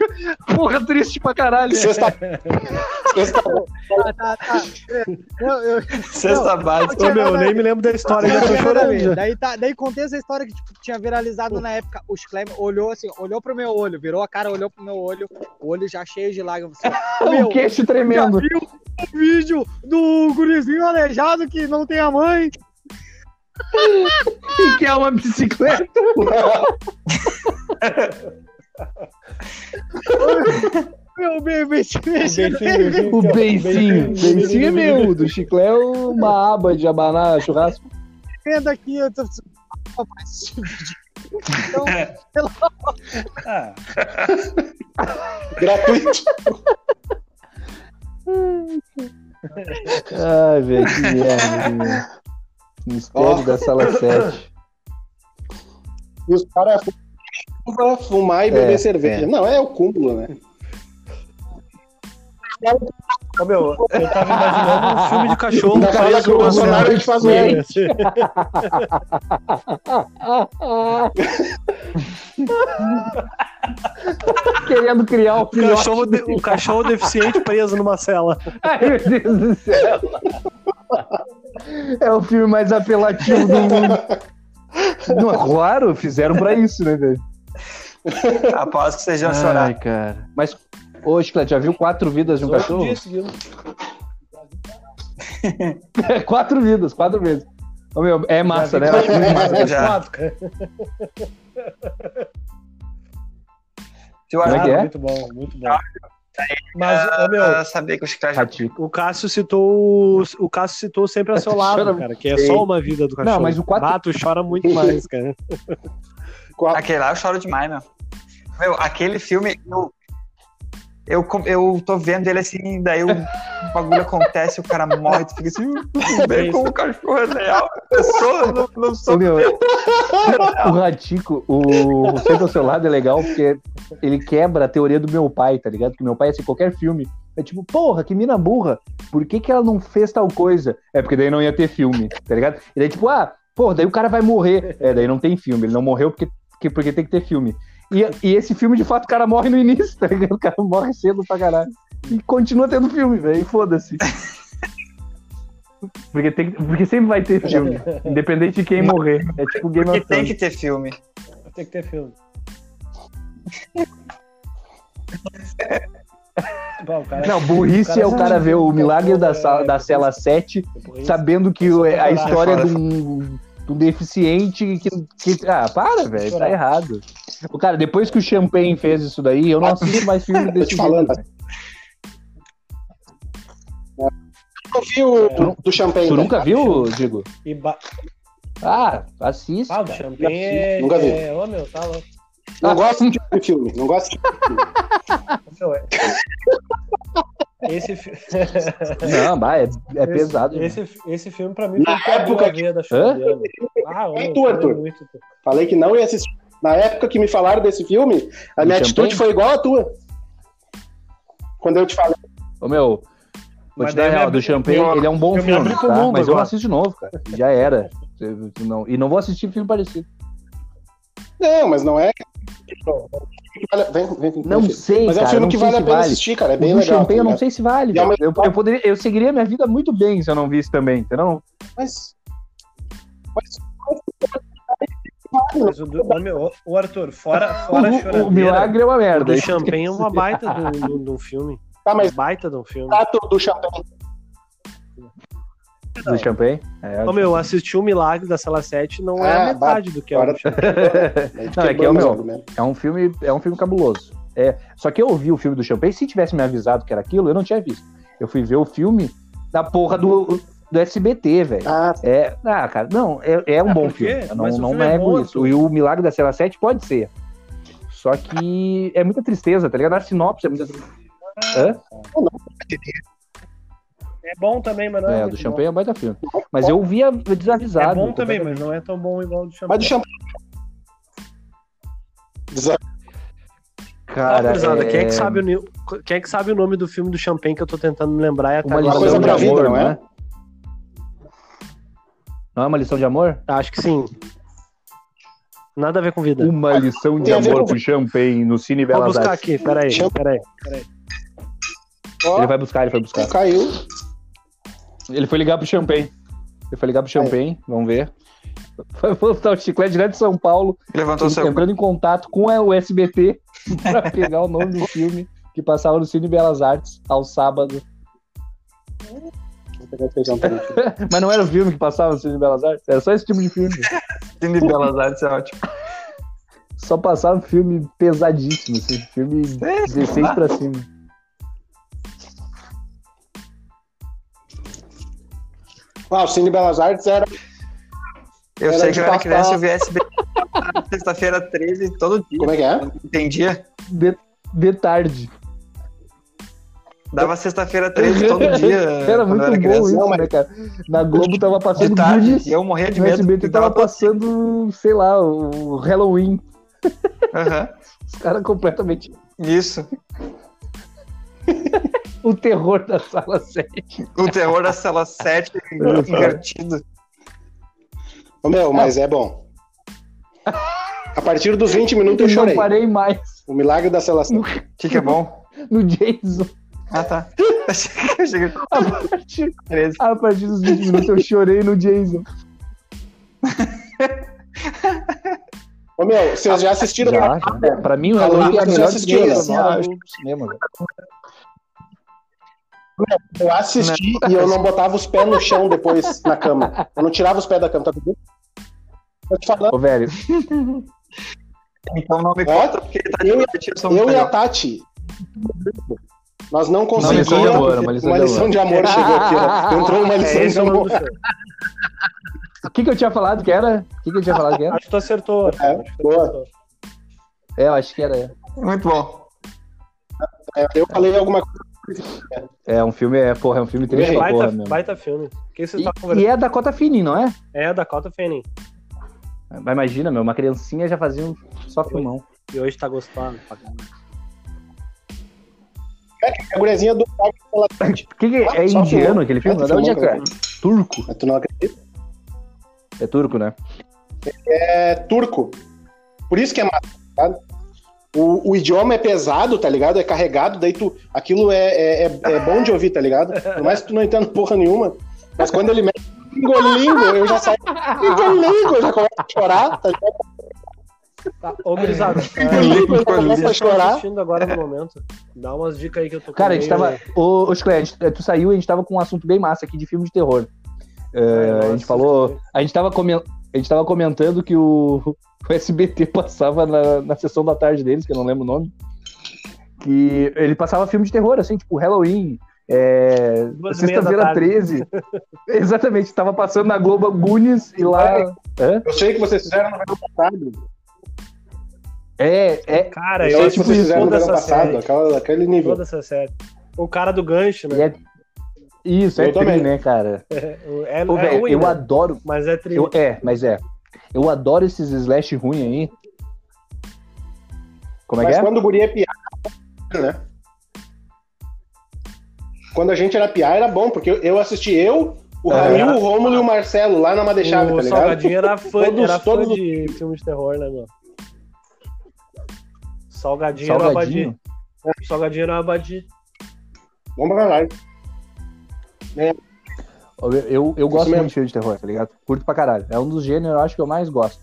S5: Porra, triste pra caralho.
S25: Cesta-
S5: cesta
S7: Tá, tá, tá. Não, eu-
S5: Cesta
S7: não,
S5: básica.
S7: tinha-
S5: Ô, meu, nem me lembro da história, já tô
S7: Não, nada a
S6: (laughs)
S7: ver.
S5: chorando já.
S7: Daí, tá, daí contei essa história que tipo, tinha viralizado na época. O Schlemmer olhou assim, olhou pro meu olho, virou a cara, olhou pro meu olho, o olho já cheio de lágrimas. Assim, "Ô, meu,
S5: (laughs) O queixo tremendo.
S7: um vídeo do gurizinho aleijado que não tem a mãe.
S5: E que é uma bicicleta.
S7: Meu bem, beicinho, beicinho,
S5: O
S6: Então,
S5: beicinho. Beicinho é meu. Do chiclé é uma aba de abanar churrasco.
S7: Vendo tá aqui, eu tô Papai, esse vídeo. Então, pelo amor.
S5: Gratuito. Ai, velho, que merda.
S6: (laughs)
S5: que merda. Mistério
S4: Ó.
S5: da sala 7.
S4: E os caras fumam, fumar e beber
S5: É,
S4: cerveja.
S5: é.
S4: Não, é o cúmulo, né?
S6: Ô, meu, eu tava imaginando um filme de cachorro.
S4: Na casa
S6: preso
S4: do
S6: numa
S4: Bolsonaro,
S6: cela.
S4: a gente faz um
S6: Gente.
S5: (laughs) Querendo criar um
S6: o cachorro, de- o cachorro deficiente preso numa cela.
S5: Ai, meu Deus do céu. É o filme mais apelativo do mundo. Não, é claro, fizeram pra isso, né, velho?
S2: Aposto que vocês iam
S5: Ai,
S2: chorar.
S5: cara. Mas, ô, Chiclete, já viu quatro vidas de
S6: é
S5: um cachorro? É, quatro vidas, quatro vezes. Ô, meu, é massa,
S6: vi
S5: né? Eu acho muito
S6: É
S5: massa.
S2: Já. Eu
S5: Como é que é?
S6: Muito bom, muito bom. Mas, ô, meu,
S2: saber que os caras.
S5: Tá
S6: O Cássio citou. o- O Cássio citou sempre ao seu lado,
S2: Chora-
S6: cara, que é só uma vida do cachorro.
S2: Não, mas o quatro-
S6: Mato chora muito mais, cara.
S2: Aquele lá eu choro demais, meu. Meu, aquele filme, eu, eu, com- eu tô vendo ele assim, daí o bagulho acontece, o cara morre, tu fica assim,
S5: (laughs)
S2: tudo bem com o cachorro é real. Eu sou, não, não sou.
S5: Ô, meu, o Ratico, o Você do seu lado é legal porque ele quebra a teoria do meu pai, tá ligado? Que meu pai, assim, qualquer filme, é tipo, porra, que mina burra, por que, que ela não fez tal coisa? É porque daí não ia ter filme, tá ligado? E daí, tipo, ah, porra, daí o cara vai morrer. É, daí não tem filme, ele não morreu porque, porque, porque tem que ter filme. E, e esse filme, de fato, o cara morre no início, tá ligado? O cara morre cedo pra caralho. E continua tendo filme, velho, e foda-se. Porque, tem, que- porque sempre vai ter filme, independente de quem morrer. É tipo Game of
S2: Porque tem
S5: Thrones.
S2: que ter filme.
S6: Tem que ter
S5: (laughs)
S6: filme. Bom, o cara-
S5: Não, burrice é o cara ver o milagre da, sala- da cela 7, sabendo que o- a história de um, de um deficiente que, que- Ah, para, velho, tá errado. O cara, depois que o Champagne fez isso daí, eu não assisto mais
S4: Tá
S5: filme desse jeito. velho.
S4: Eu vi o do champanhe.
S5: Tu
S4: né?
S5: nunca viu, Digo?
S6: E ba-
S5: Ah, assiste.
S6: Ah, o champanhe é.
S4: Nunca vi.
S6: é- Ô, meu, tá louco.
S4: Não gosto muito de filme. Não gosto de
S6: Meu, é- Esse fi-
S5: Não, vai, é, (laughs) é
S6: Esse-
S5: pesado.
S6: Esse, esse filme pra mim foi
S4: Na
S6: o que abriu
S4: época
S6: a veia da
S4: Hã?
S6: Juliana. Ah, ô,
S4: É
S6: meu,
S4: tu,
S6: foi
S4: Arthur.
S6: muito-
S4: Falei que não ia assistir. Na época que me falaram desse filme, a minha
S5: Do
S4: atitude
S5: champanhe?
S4: foi igual à tua. Quando eu te falei.
S5: Ô, meu, vou
S4: Mas
S5: te dar
S4: daí eu me
S5: real,
S4: abri-
S5: do Champagne,
S4: eu-
S5: ele é um bom
S4: eu me
S5: filme,
S4: abri pro
S5: tá?
S4: mundo
S5: Mas eu não
S4: agora.
S5: assisto de novo, cara. Já era. Eu- eu Não, e não vou assistir filme parecido.
S4: Não, mas não é. Vale- Vem, vem, vem,
S5: Não
S4: filho.
S5: sei,
S4: Mas é um
S5: cara,
S4: filme
S5: não
S4: que
S5: sei
S4: vale a
S5: se
S4: pena assistir, cara. É bem
S5: o do
S4: legal.
S5: Champagne
S4: tá
S5: eu não
S4: ligado?
S5: sei se vale.
S4: E é uma-
S5: velho. Eu, eu poderia, eu seguiria minha vida muito bem se eu não visse também, entendeu?
S4: Mas.
S6: Mas o, do- ô, meu, o Arthur, fora, fora
S5: O- o
S6: choradeira,
S5: milagre é uma merda.
S6: O do
S5: Isso que eu
S6: champanhe é
S5: (laughs)
S6: uma
S5: quis
S6: baita
S5: dizer.
S6: de um- de um filme.
S4: Tá,
S6: mas... Baita de um filme.
S4: Trato do champanhe.
S5: Do Champagne? É,
S6: Ô, meu, assistir o Milagre da Sala 7 não é
S5: Ah,
S6: a metade do que é o
S5: Não, é que é o meu. É um filme, é um filme cabuloso. É, só que eu vi o filme do Champagne, se tivesse me avisado que era aquilo, eu não tinha visto. Eu fui ver o filme da porra do, do SBT, velho. Ah, é, ah, cara, não, é, é um
S6: Ah,
S5: bom
S6: por quê?
S5: filme. Eu não,
S6: Mas o
S5: não
S6: filme é
S5: nego
S6: bom,
S5: isso. E o Milagre da Cela 7 pode ser. Só que é muita tristeza, tá ligado? A sinopse é muita tristeza. Hã?
S6: É bom também, mas não é.
S5: É,
S6: muito
S5: do
S6: bom.
S5: Champagne é um baita filme. Mas eu via desavisado.
S6: É bom também, mas não é tão bom igual o do champanhe.
S5: Mas do champanhe- Cara,
S6: Gurizada, quem, é que sabe o,
S5: o
S6: ni- quem é que sabe o nome do filme do Champagne que tá eu tô tentando me lembrar? E até
S5: Uma
S6: agora não
S5: lição de
S6: lembro.
S5: amor, não é? Não é uma lição de amor?
S6: Acho que sim. Nada a ver com vida.
S5: Uma lição de
S6: Tem a ver
S5: amor
S6: com-
S5: com champanhe no Cine
S6: Vou
S5: Belas
S6: buscar
S5: Artes.
S6: aqui, peraí, peraí.
S5: Ele vai buscar, ele vai buscar.
S4: Tá, Caiu.
S5: Ele foi ligar pro champanhe. Ele foi ligar pro champanhe, vamos ver. (laughs) Foi voltar o chiclete direto de São Paulo.
S2: Levantou
S5: en-
S2: seu-
S5: Entrando em contato com a USBT (laughs) pra pegar o nome do filme que passava no Cine Belas Artes ao sábado. (laughs) Mas não era o filme que passava no Cine Belas Artes, era só esse tipo de filme.
S2: Cine Belas Artes é ótimo.
S5: Só passava filme pesadíssimo, assim, filme 16 pra cima.
S4: Ah, o Cine Belas Artes era.
S2: Eu
S4: Era
S2: sei
S4: de
S2: que eu era
S4: passar-
S2: criança e eu via SBT na (laughs) sexta-feira 13 todo dia.
S4: Como é que é?
S2: Entendia?
S5: De, de tarde.
S2: Dava
S5: (laughs)
S2: sexta-feira 13 todo dia. quando
S5: Era
S2: eu
S5: muito bom
S2: criança.
S5: isso, né, cara? Na Globo tava passando
S2: De tarde,
S5: Goonies,
S2: e eu morria de
S5: no
S2: medo
S5: SBT
S2: que
S5: tava
S2: tava
S5: passando, sei lá, o Halloween.
S2: (laughs) Aham.
S5: Os caras completamente.
S2: Isso.
S5: o terror da sala 7.
S2: O terror da sala
S5: (laughs)
S2: 7 invertido.
S4: Ô, meu, mas é bom. A partir dos 20 minutos eu
S5: Não
S4: chorei.
S5: parei mais.
S4: O milagre da selação. O
S2: que, é bom?
S5: (laughs) No Jason.
S2: Ah,
S5: (laughs)
S2: tá.
S5: A partir, a partir dos 20 minutos eu chorei no Jason.
S4: Ô, meu, vocês já assistiram
S5: Já, já. Pra mim, o Halloween é a
S4: Vocês
S5: melhor
S4: assistiram,
S5: trilha
S4: assim,
S5: sonora
S4: ó.
S5: do cinema. né? velho.
S4: Eu assisti e eu não botava os pés no chão depois (laughs) na cama. Eu não tirava os pés da cama, tá tudo? Eu te falando.
S5: Ô, velho.
S2: Então não me
S4: conta,
S2: porque
S4: eu,
S5: Tá
S2: eu, um
S4: eu e a Tati. Nós não
S5: Uma
S4: conseguimos.
S5: lição de amor, uma lição,
S4: de amor chegou aqui, ó. Entrou uma
S5: (laughs) É,
S4: lição
S5: esse
S4: de
S5: é o nome
S4: amor.
S5: do filme. O que, que eu tinha falado que era? O que, que eu tinha falado que era?
S6: Acho que tu acertou.
S4: É, boa.
S5: É, eu acho que era.
S2: Muito bom.
S4: eu falei alguma coisa.
S5: É, um filme, é, porra, é um filme triste pra
S6: baita,
S5: porra mesmo.
S6: baita filme. Que você tá
S5: E
S6: conversando?
S5: é da Cota Fini, não é?
S6: É, da Dakota Fanning.
S5: Mas imagina, meu, uma criancinha já fazia um só filmão.
S6: E hoje tá gostando pra caramba.
S4: A gurezinha do
S5: O que, que é, é
S4: Só
S5: indiano
S4: filmou.
S5: aquele filme?
S4: É,
S5: De onde é que é?
S4: filmou, cara.
S5: Turco.
S4: Tu não acredita?
S5: É turco, né?
S4: É turco. Por isso que é massa, tá ligado? O, o idioma é pesado, tá ligado? É carregado, daí tu. Aquilo é, é, é- é bom de ouvir, tá ligado? Por mais que tu não entenda porra nenhuma. Mas quando ele mete lingolingo, eu já saio. Lingolingo, eu já começo a chorar, tá ligado?
S6: Tá, ô,
S5: É.
S6: gurizada.
S4: Lingolingo, eu já começo a
S6: Tá
S4: chorar.
S6: assistindo agora no momento. Dá umas dicas aí que eu tô
S5: Cara, a gente
S6: meio- É,
S5: tava. Ô, ô Chiclete, tu- tu saiu e a gente tava com um assunto bem massa aqui de filme de terror. É, a gente falou. A gente, tava comen- a gente tava comentando que o, (laughs) o SBT passava na, na sessão da tarde deles, que eu não lembro o nome. Que ele passava filme de terror, assim, tipo Halloween. é,
S6: Duas e meia da
S5: Sexta-feira
S6: tarde.
S5: 13. (laughs) Exatamente, tava passando na Globo Gunis e lá. Hã?
S4: Eu sei que vocês fizeram no verão passado.
S5: É, é.
S6: Cara,
S4: eu
S6: eu
S4: sei que vocês
S6: assisti
S5: né,
S4: fizeram no
S6: toda
S4: verão
S6: essa
S4: passado,
S6: série.
S4: aquela, aquele nível.
S6: Toda essa série. é O cara do gancho,
S5: é
S6: né?
S5: Isso,
S6: Eu
S5: é tri,
S6: também.
S5: né, cara?
S6: É, o- é,
S5: Pô,
S6: é
S5: velho,
S6: ruim,
S5: eu
S6: né?
S5: adoro.
S6: Mas é tri.
S5: Eu- é, mas é. Eu adoro esses slash ruim aí. Como é
S4: Mas
S5: que é?
S4: quando o guri é piá, né? Quando a gente era piá, era bom, porque eu- eu assisti eu, o
S5: Ah,
S4: Ramil,
S5: era-
S4: o Rômulo e o Marcelo lá na Madeixave,
S6: É. o
S4: tá ligado?
S6: Salgadinho era fã,
S4: Todos-
S6: era fã
S4: todos os-
S6: de filmes de terror, né, mano? Salgadinho,
S5: Salgadinho?
S6: era abadi. Salgadinho era abadi.
S4: Vamos pra caralho.
S5: Eu, eu, eu gosto
S6: mesmo.
S5: muito de filme de terror, tá ligado? Curto pra caralho. É um dos gêneros, eu acho, que eu mais gosto.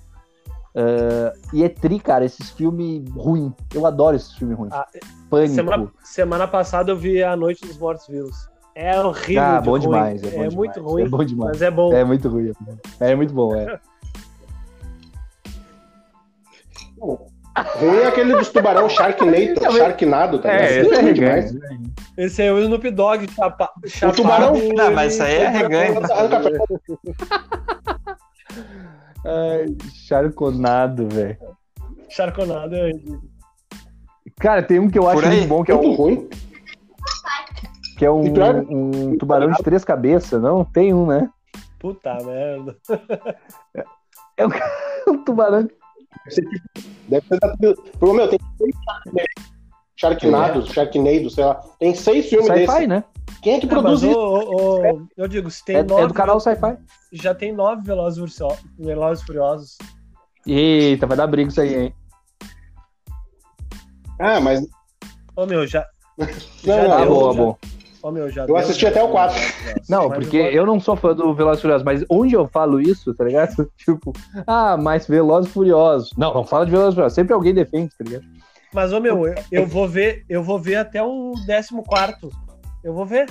S5: Ah, e é tri, cara, esses filmes ruins. Eu adoro esses filmes ruins.
S6: Ah,
S5: Pânico.
S6: semana, semana passada eu vi A Noite dos Mortos Vivos. É horrível.
S5: Ah,
S6: de
S5: bom
S6: ruim.
S5: demais. É,
S6: É,
S5: bom demais.
S6: muito ruim.
S5: É bom demais.
S6: Mas é bom.
S5: É muito ruim. é bom. É muito bom, é.
S27: Ruim é aquele dos tubarão Sharknator, Sharknado, tá
S6: É,
S27: ligado?
S6: esse é
S27: ruim
S6: gigante. Esse é o Snoop Dogg chapa,
S27: O
S6: chapado,
S27: tubarão.
S2: Ah,
S6: ele-
S2: é
S5: Ai, charconado, velho.
S6: Charconado é ridículo.
S5: Cara, tem um que eu acho
S6: aí.
S5: muito bom, que é
S6: Muito
S5: um. Que é um,
S6: E pior-
S5: um tubarão de três cabeças, não? Tem um, né? (laughs)
S6: Puta merda.
S5: É um, um tubarão.
S27: Deve ser da. Pô, meu, tem seis Sharknados, Sharknado, sei lá. Tem seis
S6: um
S27: filmes
S5: Sci-fi,
S27: desses.
S5: né?
S27: Quem é que
S6: Ah,
S27: produz
S6: mas,
S27: isso?
S6: ô, ô, ô, eu digo, se tem
S5: É- é do
S6: nove.
S5: canal Sci-Fi.
S6: Já tem nove Velozes, Furiosos- Velozes Furiosos.
S5: Eita, vai dar briga isso aí, hein?
S27: Ah, mas.
S6: Ô meu, já.
S5: Não, não,
S6: um
S5: tá bom, tá bom.
S6: Ô meu, já.
S5: Eu
S6: deu,
S5: assisti
S6: já
S5: até o
S6: deu,
S5: quatro.
S6: já deu.
S5: Não,
S6: Mas
S5: porque
S6: eu gosto.
S5: eu não sou fã do Velozes e Furiosos, mas onde eu falo isso, tá ligado? (laughs) Tipo, ah, mais Velozes e Furiosos. Não, não fala de Velozes e Furiosos. Sempre alguém defende, tá ligado? (laughs)
S6: Mas, ô meu, eu, eu vou ver, eu vou ver até o 14. Eu vou ver.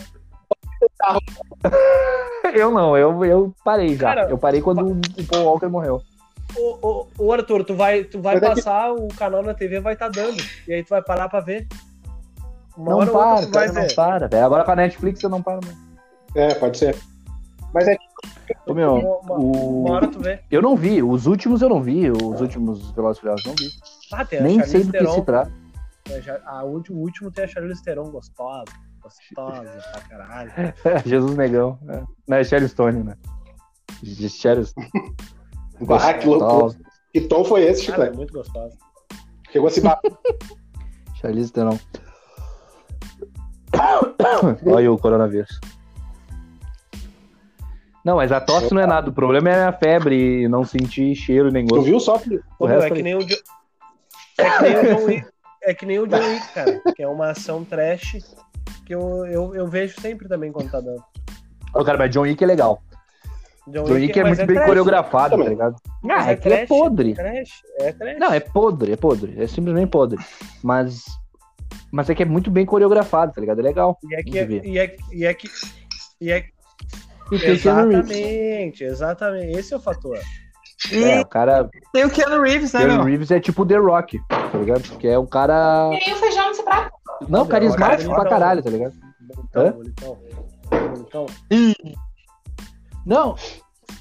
S5: Eu não, eu, eu parei já.
S6: Cara,
S5: eu parei quando o Paul Walker morreu.
S6: Ô, ô, ô, Arthur, tu vai, tu vai
S5: Mas é que-
S6: passar, o canal na TV vai estar dando. E aí tu vai parar pra ver. Uma
S5: Não
S6: hora ou outra
S5: para,
S6: tu vai
S5: cara, não
S6: ver.
S5: para, velho. Agora com a Netflix eu não paro mais.
S27: É, pode ser. Mas é.
S5: Ô, meu,
S6: Uma-
S5: o...
S6: uma hora tu vê.
S5: Eu não vi, os últimos eu não vi, os últimos Velozes e Furiosos eu não vi.
S6: Ah, tem a
S5: Nem
S6: Charlize
S5: sei do que
S6: Theron.
S5: se trata. (laughs)
S6: É, já- a ulti- o último tem a Charlize Theron gostosa. Gostosa pra caralho.
S5: Tipo, Jesus Negão. né? Não, é Sherry Stone, né? De Sherry Stone.
S27: Bah, Ah, que loucura. Que tom foi esse,
S6: Cara, é
S27: Chiclete?
S6: muito gostosa.
S27: Chegou a se bater.
S5: Charlize Theron. (coughs) Olha aí o coronavírus. Não, mas a tosse não é nada. O problema é a febre e não sentir cheiro nem gosto.
S27: Tu viu só, Felipe?
S5: O
S6: Ô, meu,
S5: resto
S6: é
S5: aí-
S6: que nem o Jo- é que nem o John Wick, é que nem o John Wick, cara, que é uma ação trash que eu, eu, eu vejo sempre também quando tá dando.
S5: Ô, cara, mas John Wick é legal. John Wick é
S6: mas
S5: muito bem
S6: trash.
S5: coreografado, tá ligado?
S6: Mas
S5: Ah, é que é
S6: trash,
S5: podre.
S6: É trash, é trash.
S5: Não, é podre, é podre. É simplesmente podre. Mas. Mas é que é muito bem coreografado, tá ligado? É legal.
S6: E é que,
S5: de ver.
S6: e é, e é que, e é
S5: E tem Keanu Reeves.
S6: Exatamente, exatamente. Esse é o fator.
S5: É, o cara.
S2: Tem o Keanu Reeves, né,
S5: Keanu
S2: meu?
S5: Reeves é tipo The Rock, tá ligado? Porque é um cara.
S21: Tem o feijão nesse prato.
S5: Não, carismático pra caralho, tá ligado? Hã?
S6: Então,
S5: Não,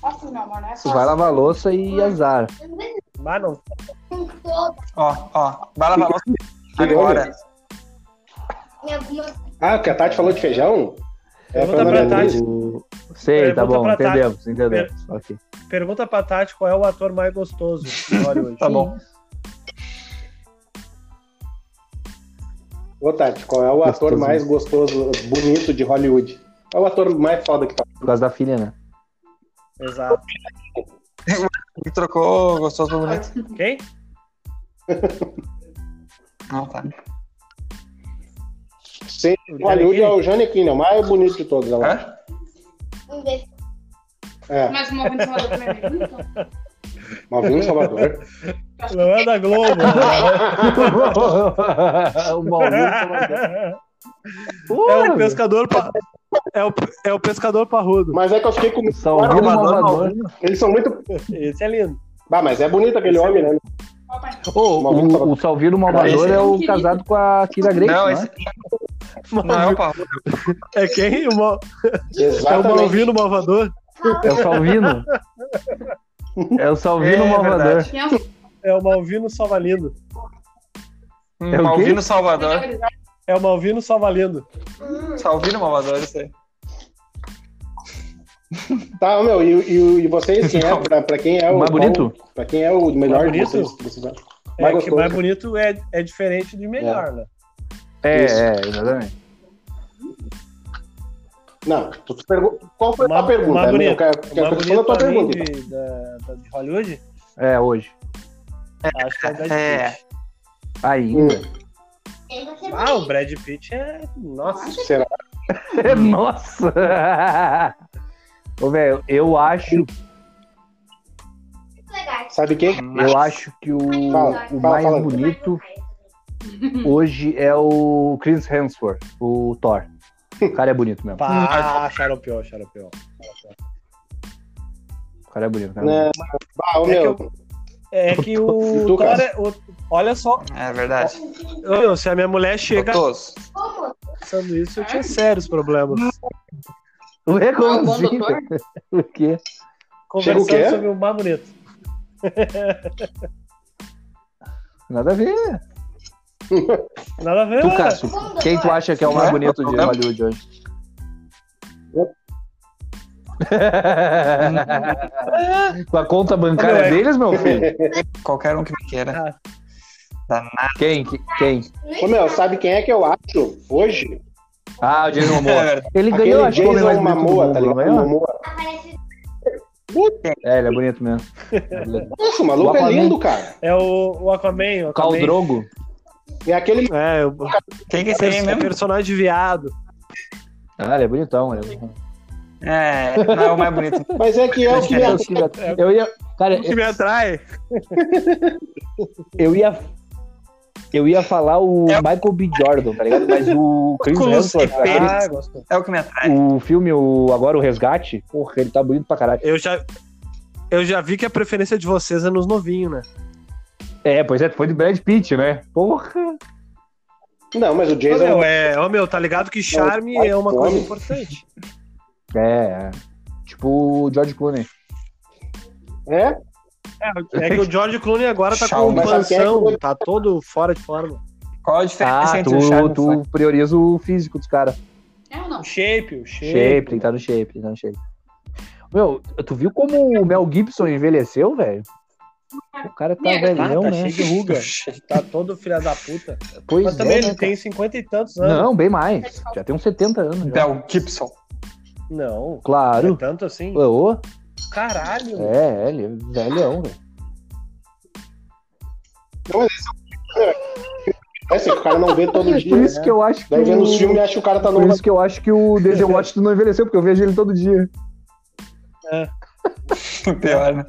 S21: Nossa, meu amor, não é
S5: tu vai lavar a louça e azar.
S6: mas não.
S2: Ó, ó. Vai lavar a louça
S27: agora.
S21: assim.
S27: Ah, que a Tati falou de feijão? É,
S6: Pergunta pra Tati.
S5: O- Sei, tá
S6: Pergunta
S5: bom,
S6: pra Tati.
S5: entendemos, entendemos. Ok.
S6: Pergunta pra Tati qual é o ator mais gostoso que olha hoje.
S5: Tá bom.
S27: Ô, Tati, qual é o ator
S5: Gostoso.
S27: mais gostoso, bonito de Hollywood? Qual é o ator mais foda que tá?
S5: Por causa da filha, né?
S6: Exato.
S2: Que trocou gostoso pra bonito.
S6: Quem?
S2: Não, tá.
S27: Sim, Hollywood é o Janequine, é o mais bonito de todos. Ela. É,
S21: Mas uma vez falou pra mim.
S27: Malvino Salvador.
S6: Não é da Globo. né?
S5: o Maurício.
S6: é o pescador pa- é, o, é o pescador parrudo.
S27: Mas é que eu fiquei com
S5: Salvador,
S27: Salvador,
S5: Salvador.
S27: Eles são muito.
S6: Esse é lindo.
S27: Bah,
S4: Ah,
S27: mas é bonito aquele homem, né?
S5: Ô, o, o Salvino Malvador
S27: Esse é
S5: é o
S27: querido.
S5: casado com a Kira Grace,
S27: Não,
S5: não,
S27: esse-
S5: é?
S2: Não é o Paulo.
S6: É quem? O Mal... É o
S27: Exatamente.
S6: Malvino Malvador?
S5: É o Salvino. É o Salvino
S6: É
S5: Malvador.
S6: verdade. É o Malvino Salvalindo.
S5: É o Malvino quê?
S2: Hum, Salvador.
S6: É o Malvino Salvalindo.
S2: Salvino Malvador, isso aí.
S27: Tá, meu, e, e, e vocês, quem é, pra, pra quem é o.
S5: Mais bonito?
S27: Qual, pra quem é o melhor
S6: Mais
S27: de
S6: bonito?
S27: vocês? que vocês acham?
S6: É
S27: Mais
S6: que
S27: gostoso.
S6: mais bonito é, é diferente de melhor, né?
S5: É,
S27: Isso.
S5: é, exatamente.
S27: Não, tu pergu... qual foi a tua pergunta?
S6: mais
S27: meu?
S6: bonito,
S27: Eu quero, quero
S6: mais
S27: que tu responda a tua
S6: bonito pra mim
S27: pergunta.
S6: de, da, da- de Hollywood?
S5: É, hoje.
S6: Acho que é o Brad
S5: É.
S6: Pitt.
S5: Ainda.
S6: Ah, o Brad Pitt é. Nossa.
S27: Será?
S5: (laughs) Nossa! Ô, velho, eu acho.
S27: Sabe quem?
S6: Hum.
S5: Eu acho que o,
S27: Fala,
S5: o
S27: fala,
S5: mais
S27: fala.
S5: bonito hoje é o Chris Hemsworth, o Thor. O cara é bonito
S6: Hum.
S5: mesmo.
S6: Pá, xaropeou, xaropeou.
S5: O cara é bonito, né?
S27: Né? Bah, ô,
S6: É que
S27: meu.
S6: eu- É que o.
S2: E tu,
S6: cara, o- olha só.
S2: É verdade.
S6: Ô, se a minha mulher chega
S2: Gostoso.
S6: pensando isso, eu tinha sérios problemas.
S5: Ué,
S6: Ah,
S5: como
S6: bom,
S5: assim?
S6: doutor?
S5: O quê? Chega o
S6: Conversando
S5: quê?
S6: sobre o mais bonito.
S5: Nada a ver.
S6: Nada a ver.
S5: Tu, Cássio, quem tu acha que é o mais bonito de Hollywood hoje? (laughs) Com a conta bancária deles, meu filho?
S2: Qualquer um que me queira.
S5: Quem? Quem?
S27: Ô, meu, sabe quem é que eu acho hoje?
S5: Ah, o
S2: É
S5: Jason Momoa. Ele
S27: Aquele
S5: ganhou, acho que o homem
S27: Jason
S5: mais bonito do
S27: Momoa,
S5: mundo,
S27: tá
S5: não
S27: ligado?
S5: ganhou?
S27: Momoa.
S5: É, ele é bonito mesmo.
S27: Nossa, o maluco é
S5: Aquaman.
S27: lindo, cara.
S6: É o, o Aquaman. O Aquaman.
S5: Khal Drogo.
S27: É aquele.
S6: É, o...
S2: Quem que é esse aí
S6: é
S2: mesmo?
S6: personagem viado.
S5: Ah, ele é bonitão. Ele é bonitão.
S2: É, não é o mais bonito.
S27: Mas é que é o que me
S5: atrai. Eu ia. Cara,
S6: que me atrai.
S5: Eu ia. Eu ia falar o
S6: É
S5: Michael B. Jordan, tá ligado? Mas o Chris
S2: Óculos
S5: Hemsworth,
S2: e peles.
S6: Ah,
S5: cara,
S2: É o que me atrai.
S5: o filme o, Agora o Resgate, porra, ele tá bonito pra caralho.
S6: Eu já, eu já vi que a preferência de vocês é nos novinhos, né?
S5: É, pois é, foi de Brad Pitt, né? Porra.
S27: Não, mas o
S6: Ô,
S5: um
S27: Jason.
S6: meu, é, ô, meu, tá ligado que charme é uma coisa importante.
S5: É. Tipo o George Clooney.
S27: É?
S6: É, que o George Clooney agora tá
S5: Charme.
S6: com
S5: Mas sabe quem é que
S6: expansão, tá todo fora de forma.
S2: Qual a
S5: Ah, tu,
S6: né?
S5: tu prioriza o físico dos caras.
S6: O shape, o shape.
S5: Shape, tem que tá no shape, tem que tá no shape. Meu, tu viu como o Mel Gibson envelheceu, velho? O cara tá velhão,
S6: tá
S5: né?
S6: cheio de
S5: (laughs)
S6: ruga. tá todo filho da puta.
S5: Pois
S6: Mas
S5: é,
S6: também
S5: né,
S6: ele tem cinquenta e tantos anos. Então,
S5: Não, bem mais. Já tem uns 70 anos. já.
S2: Mel É Gibson.
S6: Não.
S5: Claro.
S6: É tanto assim?
S5: Ô, ô.
S6: Caralho.
S5: É, ele é velhão, velho. (laughs)
S27: Não, mas esse é o- Esse que o cara não vê
S5: (laughs)
S27: todo dia. né?
S5: Por isso que eu acho que.
S27: Daí vê
S5: o-
S27: nos filmes e acha que o cara tá
S5: Por
S27: no.
S5: isso que eu acho que o DJ Watch não envelheceu, porque eu vejo ele todo dia.
S2: É. (laughs) Pior, né?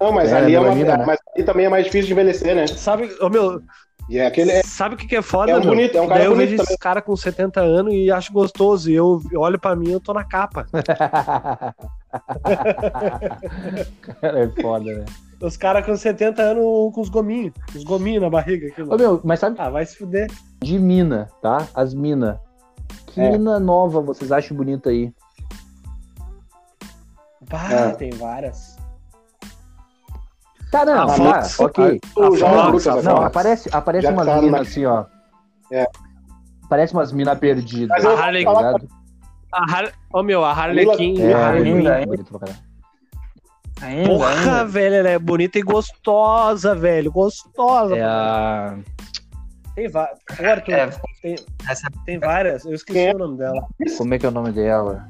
S27: Não, mas
S5: É,
S27: ali é uma.
S5: melanina, né?
S27: Mas ali também é mais difícil de envelhecer, né?
S6: Sabe, ô meu.
S27: E é aquele.
S6: Sabe o que, que é
S5: Ah,
S6: foda,
S27: É um
S6: meu?
S27: bonito, é um cara
S6: Daí eu
S27: bonito
S6: vejo esses
S27: também.
S6: caras com 70 anos e acho gostoso. E eu olho pra mim e eu tô na capa.
S5: cara é foda, né?
S6: Os caras com 70 anos com os gominhos. Os gominhos na barriga. Aquilo.
S5: Ô, meu, mas sabe. é
S6: Ah, vai se fuder.
S5: De mina, tá? As mina. Que
S6: É.
S5: mina nova vocês acham bonita aí?
S6: Bah,
S27: Ah.
S5: É.
S6: tem várias.
S5: Tá, não,
S6: A
S5: tá,
S6: Fox-
S5: ok.
S6: a- o Jorge
S5: Fox-
S6: Lucas, a
S5: não,
S6: Fox.
S5: aparece, aparece
S6: Já
S5: umas
S6: tá
S5: minas
S6: na-
S5: assim, ó. Parece umas minas perdidas.
S6: Mas eu vou Harley- falar-
S5: ligado?
S6: A Har... Ô, meu, a Harley
S5: Lula-
S6: Quinn.
S5: É,
S6: a Harley
S5: bonito,
S6: Quinn.
S5: bonito pra caralho.
S2: Ainda,
S6: Porra, velho, ela é bonita e gostosa, velho. Gostosa.
S5: É a...
S6: Tem várias. Ô, Arthur,
S5: É,
S6: tem, tem várias. Eu esqueci
S27: é?
S6: o nome dela.
S5: Como é que é o nome dela?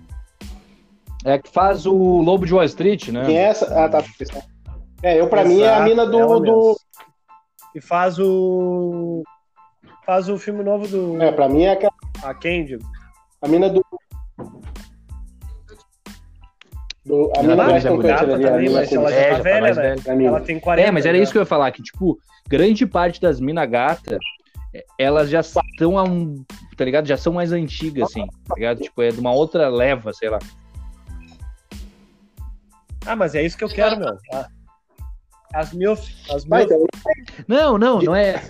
S5: É a que faz o Lobo de Wall Street, né?
S27: Quem é essa? Ah, tá. É, eu pra mim é a
S6: Exato,
S27: mina
S6: ela
S27: do.
S6: mesmo.
S27: do...
S6: E faz o. Faz o filme novo do.
S27: É, pra mim é aquela.
S6: A Candy.
S27: A mina do. do a
S5: Ela
S27: mina do
S5: é
S27: Ashton
S5: bonita
S27: Kutcher ali.
S5: também,
S27: a mina
S5: mas
S27: com-
S5: ela já
S27: É,
S5: tá
S27: já
S5: velha,
S27: mais
S5: né?
S27: pra mim.
S6: Ela tem né? 40.
S5: É, mas era
S6: já.
S5: isso que eu ia falar, que, tipo, grande parte das mina gata, é, elas já estão a um. Tá ligado? Já são mais antigas, assim, tá ligado? Tipo, é de uma outra leva, sei lá.
S6: Ah, mas é isso que eu quero, meu. Ah, As milf. As
S5: Vai,
S6: milf.
S5: Não, não, não (laughs) é.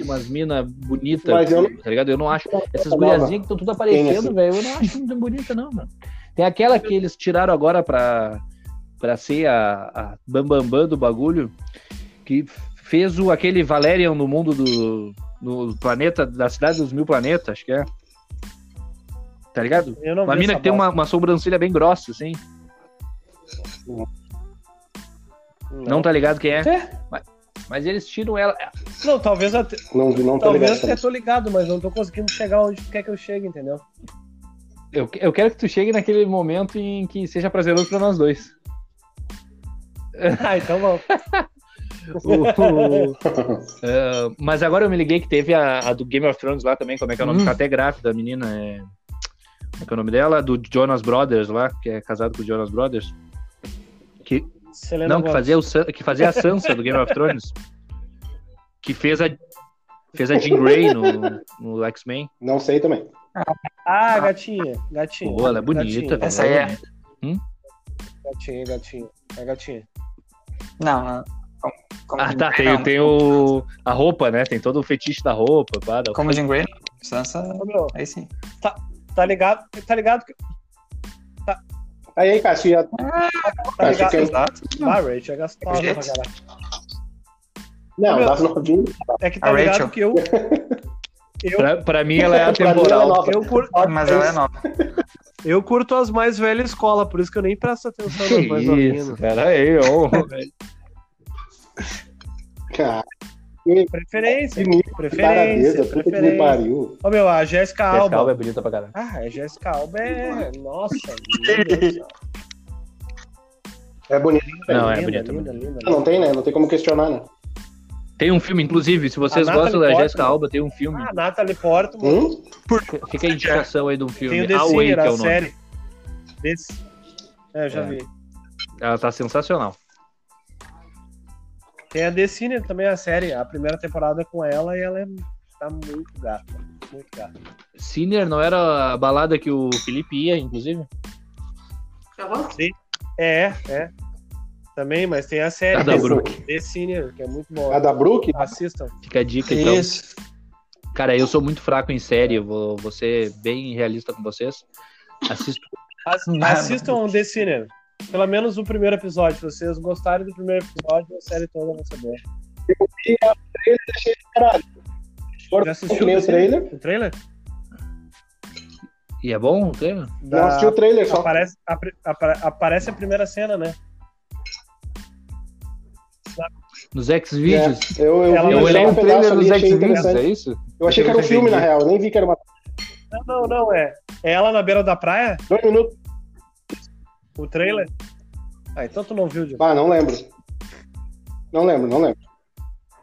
S5: Umas mina bonita,
S6: Mas eu
S5: tá ligado? Eu não acho. Essas
S6: Nova.
S5: guriazinhas que estão tudo
S6: Tem,
S5: aparecendo,
S6: assim.
S5: velho, eu não acho muito bonita, não, mano. Tem aquela que eles tiraram agora pra, pra ser a, a Bambambam do bagulho, que fez o, aquele Valerian no mundo do, do planeta, da cidade dos mil planetas, acho que é. Tá ligado?
S6: Eu não
S5: uma
S6: vi
S5: mina
S6: essa
S5: que tem uma,
S6: bosta.
S5: uma sobrancelha bem grossa, assim. Não, tá ligado quem é? Mas, mas eles tiram ela.
S6: Não, talvez até.
S27: Não, não tô
S6: Talvez
S27: ligado.
S6: até tô ligado, mas não tô conseguindo chegar onde tu quer que eu chegue, entendeu? (laughs)
S5: Eu, eu quero que tu chegue naquele momento em que seja prazeroso pra nós dois.
S6: ah, então vamos.
S5: Uh. O- o- (laughs) é, mas agora eu me liguei que teve a, a do Game of Thrones lá também, como é que é o nome?
S6: Hum.
S5: Tá até grávida, a menina. É... Como é que é o nome dela? Do Jonas Brothers lá, que é casado com o Jonas Brothers. Que,
S6: Selena
S5: não, que
S6: Gomez.
S5: fazia, o San- que fazia a Sansa do Game of Thrones. Que fez a, fez a Jean Grey no, no X-Men.
S27: Não sei também.
S6: Ah, gatinha, gatinha.
S5: Pô, ela é bonita,
S6: gatinha.
S5: velho. Essa aí é.
S6: gatinha, é gatinha. É gatinha.
S2: Não, não.
S5: Ah, tá. Tem, tem o, a roupa, né? Tem todo o fetiche da roupa. Pá, da
S2: Como Jean Grey, Sansa, aí sim.
S6: Tá, tá ligado? Tá ligado que. Tá,
S4: Aí, aí, Cássio, ia...
S6: tá
S4: Cássio,
S6: ligado?
S4: quem-
S6: Ah, Rachel, é gostosa pra caralho.
S4: Não,
S6: Meu,
S4: das novinhas.
S6: É que tá ligado que eu. eu...
S5: Pra, pra mim ela é
S4: Pra mim, ela é
S5: atemporal.
S4: nova.
S6: Eu curto...
S2: Mas ela é nova.
S6: Eu curto as mais velhas escola, por isso que eu nem presto atenção nas
S5: Que
S6: mais novinhas.
S5: isso, cara.
S6: (laughs)
S5: Aí, ô.
S4: Cara, Preferência,
S6: Preferência. Preferência.
S4: puta que me
S6: Preferência.
S4: pariu.
S6: Ô, meu, a Jéssica
S5: Essa
S6: Alba.
S5: calva é bonita pra caralho.
S6: Ah, a Jéssica Alba é. Nossa, meu Deus do céu.
S4: (laughs) É bonito.
S6: Tá
S5: Não, é
S4: Linda,
S5: bonita,
S4: linda,
S6: linda.
S4: Não tem, né? Não tem como questionar, né?
S5: Tem um filme, inclusive, se vocês
S6: A
S5: gostam da
S6: Natalie
S5: Jéssica
S6: Portman.
S5: Alba, tem um filme.
S6: Ah, Natalie Portman.
S5: Fica- Fica a indicação aí de um
S6: Tem
S5: filme.
S6: o The
S5: Awake
S6: Sinner,
S5: é o
S6: a
S5: nome.
S6: série. Desse. É, eu já
S5: É.
S6: vi.
S5: Ela tá sensacional.
S6: Tem a The Sinner também, a série. A primeira temporada é com ela e ela é... tá muito gata. Muito gata.
S5: Sinner não era a balada que o Felipe ia, inclusive?
S6: Sim. É, é. Também, mas tem a série.
S5: A da Brooke.
S6: The Sinner, que é muito boa.
S4: A da Brook?
S6: Assistam.
S5: Fica a dica, então.
S6: Isso.
S5: Cara, eu sou muito fraco em série, eu vou, vou ser bem realista com vocês. Assisto.
S6: As-
S2: Ah, (laughs)
S6: Assistam The Sinner. Pelo menos o primeiro episódio. Se vocês gostarem do primeiro episódio, a série toda vai ser boa.
S4: E a trailer achei do caralho.
S6: Já
S4: Eu
S6: assistiu
S4: vi o
S6: The Sinner?
S4: trailer.
S6: O trailer?
S5: E é bom o trailer?
S4: Não assisti o trailer só.
S6: Aparece, apre- apare- aparece a primeira cena, né?
S5: Nos X-Videos.
S4: É, eu- eu vi
S5: eu
S4: só
S5: olhei
S4: um pedaço
S5: o trailer
S4: ali,
S5: nos
S4: achei
S5: X-Videos,
S6: né?
S4: interessante.
S5: é isso?
S4: Eu achei que era um filme, na real. Eu nem vi que era uma.
S6: Não, não, não, é. É ela na beira da praia?
S4: Dois minutos.
S6: O trailer? Ah, então tu não viu, Diogo.
S4: Ah, não lembro. Não lembro, não lembro.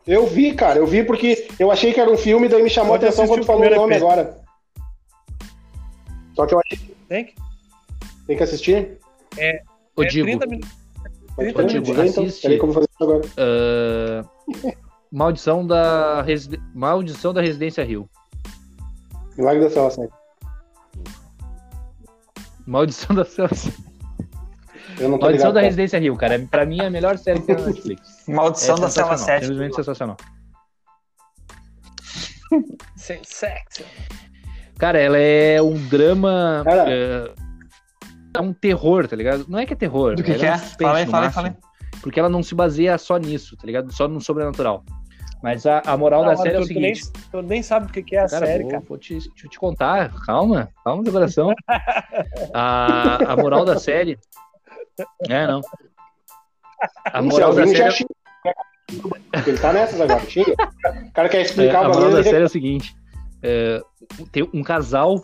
S4: Eu vi, cara. Eu vi porque eu achei que era um filme, daí me chamou a
S6: Pode
S4: atenção quando
S6: assistir
S4: tu
S6: o
S4: falou o
S6: primeiro
S4: nome
S6: EP.
S4: agora. Só que eu achei.
S6: Tem que,
S4: tem que assistir?
S6: É,
S5: Ô,
S6: é
S5: Digo.
S6: 30 minutos.
S4: Pode
S6: 30
S4: fazer,
S5: Digo,
S4: né? Então,
S5: assiste.
S4: peraí que eu vou fazer isso agora.
S5: Ah, Maldição da Residen- Maldição da Residência Rio.
S4: Milagre da né? Cela 7.
S5: Maldição da Celso.
S4: Eu não tô
S5: Maldição
S4: ligado.
S5: da
S4: cara.
S5: Residência Rio, cara. Pra mim é a melhor série que tem na
S2: (laughs)
S5: Netflix.
S2: Maldição
S5: É
S2: da Cela
S5: sensacional,
S2: 7.
S5: Simplesmente sensacional.
S6: Sem sexo.
S5: Cara, ela é um drama. É, é um terror, tá ligado? Não é que é terror.
S2: Do que
S5: ela
S2: que é?
S5: um suspense
S2: Fala aí,
S5: no
S2: fala aí,
S5: máximo. Porque ela não se baseia só nisso, tá ligado? Só no sobrenatural. Mas a, a moral da
S6: Não, então
S5: série é o
S6: tu- tu nem-
S5: seguinte.
S6: Tu nem sabe o que que é a
S5: Cara,
S6: série,
S5: vou,
S6: cara.
S5: vou te, te- te contar. Calma, calma, meu coração. A, a moral da série. É, não. A
S4: Hum,
S5: moral da
S4: Celzinho já
S5: série.
S4: xinga. Ele tá nessas agora, xinga. O cara quer
S5: É,
S4: explicar
S5: a
S4: o
S5: moral
S4: bagulho.
S5: da
S4: ele-
S5: série é o seguinte: é, tem um casal,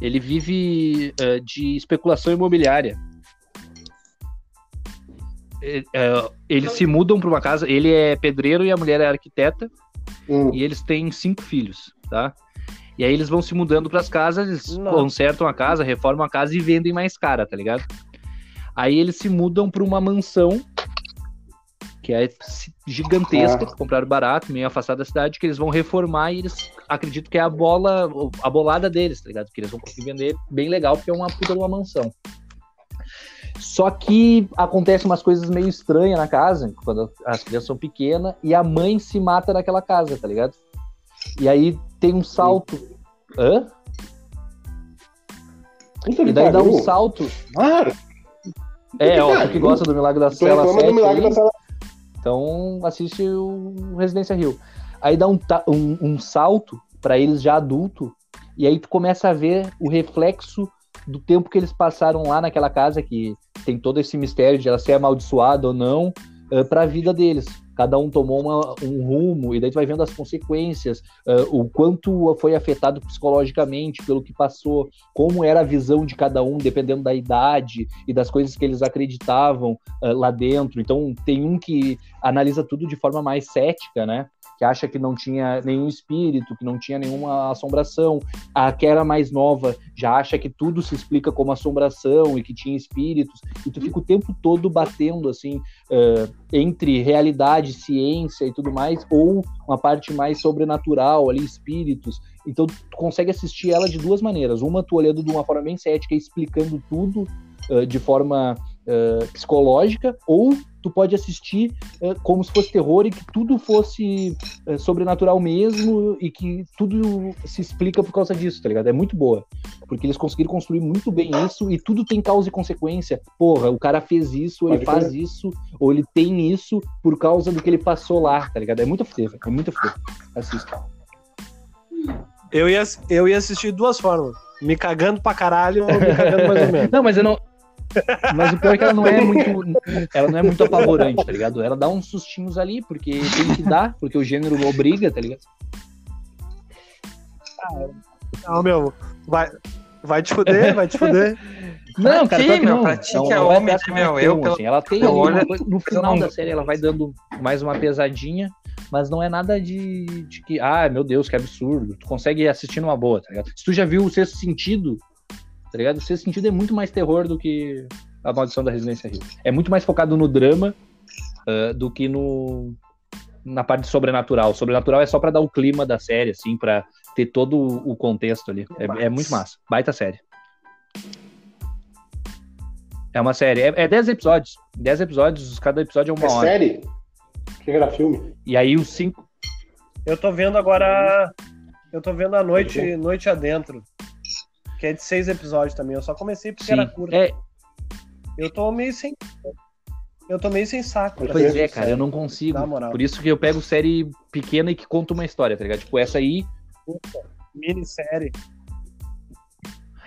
S5: ele vive é, de especulação imobiliária. É, é, eles se mudam para uma casa. Ele é pedreiro e a mulher é arquiteta.
S27: é um
S5: E eles têm cinco filhos, tá? E aí eles vão se mudando para as casas, eles consertam a casa, reformam a casa e vendem mais cara, tá ligado? Aí eles se mudam para uma mansão que é gigantesca,
S4: Ah.
S5: compraram barato, meio afastada da cidade, que eles vão reformar e eles acredito que é a bola, a bolada deles, tá ligado? Que eles vão conseguir vender bem legal, porque é uma puta de uma mansão. Só que acontece umas coisas meio estranhas na casa, quando as crianças são pequenas, e a mãe se mata naquela casa, tá ligado? E aí tem um salto. Hã?
S4: Puta que
S5: e daí dá um
S4: pariu.
S5: salto.
S4: Claro.
S5: É, ó,
S4: Cara,
S5: tu que gosta do Milagre da
S4: tu
S5: Cela
S4: reclama do
S5: 7
S4: Milagre
S5: aí,
S4: da Cela-
S5: então assiste o Residência Rio. Aí dá um, ta- um- um salto pra eles já adulto, e aí tu começa a ver o reflexo do tempo que eles passaram lá naquela casa, que tem todo esse mistério de ela ser amaldiçoada ou não, eh, pra vida deles. Cada um tomou uma- um rumo, e daí tu vai vendo as consequências, eh, o quanto foi afetado psicologicamente pelo que passou, como era a visão de cada um, dependendo da idade e das coisas que eles acreditavam eh, lá dentro. Então, tem um que analisa tudo de forma mais cética, né? Que acha que não tinha nenhum espírito, que não tinha nenhuma assombração. A que era mais nova já acha que tudo se explica como assombração e que tinha espíritos. E tu fica o tempo todo batendo, assim, eh, entre realidade, ciência e tudo mais, ou uma parte mais sobrenatural, ali, espíritos. Então, tu consegue assistir ela ah, de duas maneiras. Uma, tu olhando de uma forma bem cética, explicando tudo eh, de forma eh, psicológica, ou tu pode assistir eh, como se fosse terror e que tudo fosse eh, sobrenatural mesmo e que tudo se explica por causa disso, tá ligado? É muito boa. Porque eles conseguiram construir muito bem isso e tudo tem causa e consequência. Porra, o cara fez isso, ou ele
S27: Pode
S5: faz
S27: crer.
S5: isso, ou ele tem isso por causa do que ele passou lá, tá ligado? É muito foda, velho, é muito foda. Assista.
S6: Eu ia, eu ia assistir duas formas. Me cagando pra caralho ou me cagando mais ou menos.
S5: Não, mas eu não. Mas o pior é que ela não é muito. Ela não é muito apavorante, tá ligado? Ela dá uns sustinhos ali, porque tem que dar, porque o gênero obriga, tá ligado?
S6: Não, meu, vai, vai te fuder, vai te fuder.
S5: Não,
S6: Pra
S5: cara,
S6: ti,
S5: claro que
S6: meu,
S5: não.
S6: pra ti
S5: Não,
S6: que é
S5: não vai
S6: homem,
S5: dar
S6: né,
S5: pra
S6: meu?
S5: ter
S6: Eu,
S5: um,
S6: pelo-
S5: assim. Ela tem
S6: pelo
S5: alguma
S6: olho-
S5: coisa- no final da série ela vai dando mais uma pesadinha, mas não é nada de, de que, ah, meu Deus, que absurdo. Tu consegue assistir numa boa, tá ligado? Se tu já viu o sexto sentido, tá ligado? O sexto sentido é muito mais terror do que a maldição da Residência Rio. É muito mais focado no drama ah, do que no na parte sobrenatural. Sobrenatural é só pra dar o clima da série, assim, pra ter todo o contexto ali. É, é muito massa. Baita série. É uma série. É, é 10 episódios. 10 episódios, cada episódio é uma
S27: É
S5: hora.
S27: série? Que era filme.
S5: E aí os cinco.
S6: Eu tô vendo agora. Eu tô vendo a noite, noite adentro. Que é de seis episódios também. Eu só comecei porque
S5: Sim,
S6: era curto.
S5: é.
S6: Eu tô meio sem. Eu tô meio sem saco. pra
S5: Pois
S6: ser
S5: é, cara, eu não consigo.
S6: Na moral.
S5: Por isso que eu pego série pequena e que conta uma história, tá ligado? Tipo, essa aí.
S6: Minissérie.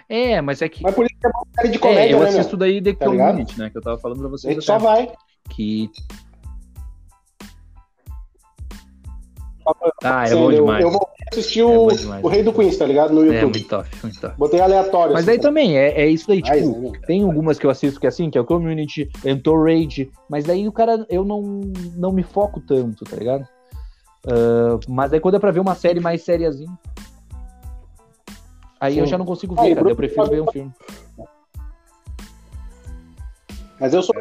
S5: É, mas é que.
S27: Mas por isso que é uma série de
S5: É,
S27: comédia,
S5: eu
S27: né,
S5: assisto
S27: meu?
S5: daí The
S27: Tá
S5: Community, né? Que eu tava falando pra
S27: A
S5: vocês.
S27: gente só
S5: até.
S27: vai.
S5: Que. Ah, é
S27: Sim,
S5: bom
S27: eu,
S5: demais. É
S27: eu vou assistir o,
S5: demais.
S27: o Rei do Queens, tá ligado? No
S5: É,
S27: YouTube.
S5: muito top, muito top.
S27: Botei aleatório.
S5: Mas
S27: assim,
S5: daí também, é, é isso daí,
S27: Mas,
S5: tipo, tem algumas que eu assisto que é assim, que é o Community, entrou Rage, mas daí o cara, eu não, não me foco tanto, tá ligado? Ah, mas daí quando é pra ver uma série mais sériazinha, aí eu
S27: Sim.
S5: já não consigo
S27: Ah,
S5: ver,
S27: e
S5: cara, eu
S27: Bruno
S5: prefiro
S27: pode-
S5: ver um filme. tá-
S27: Mas eu sou.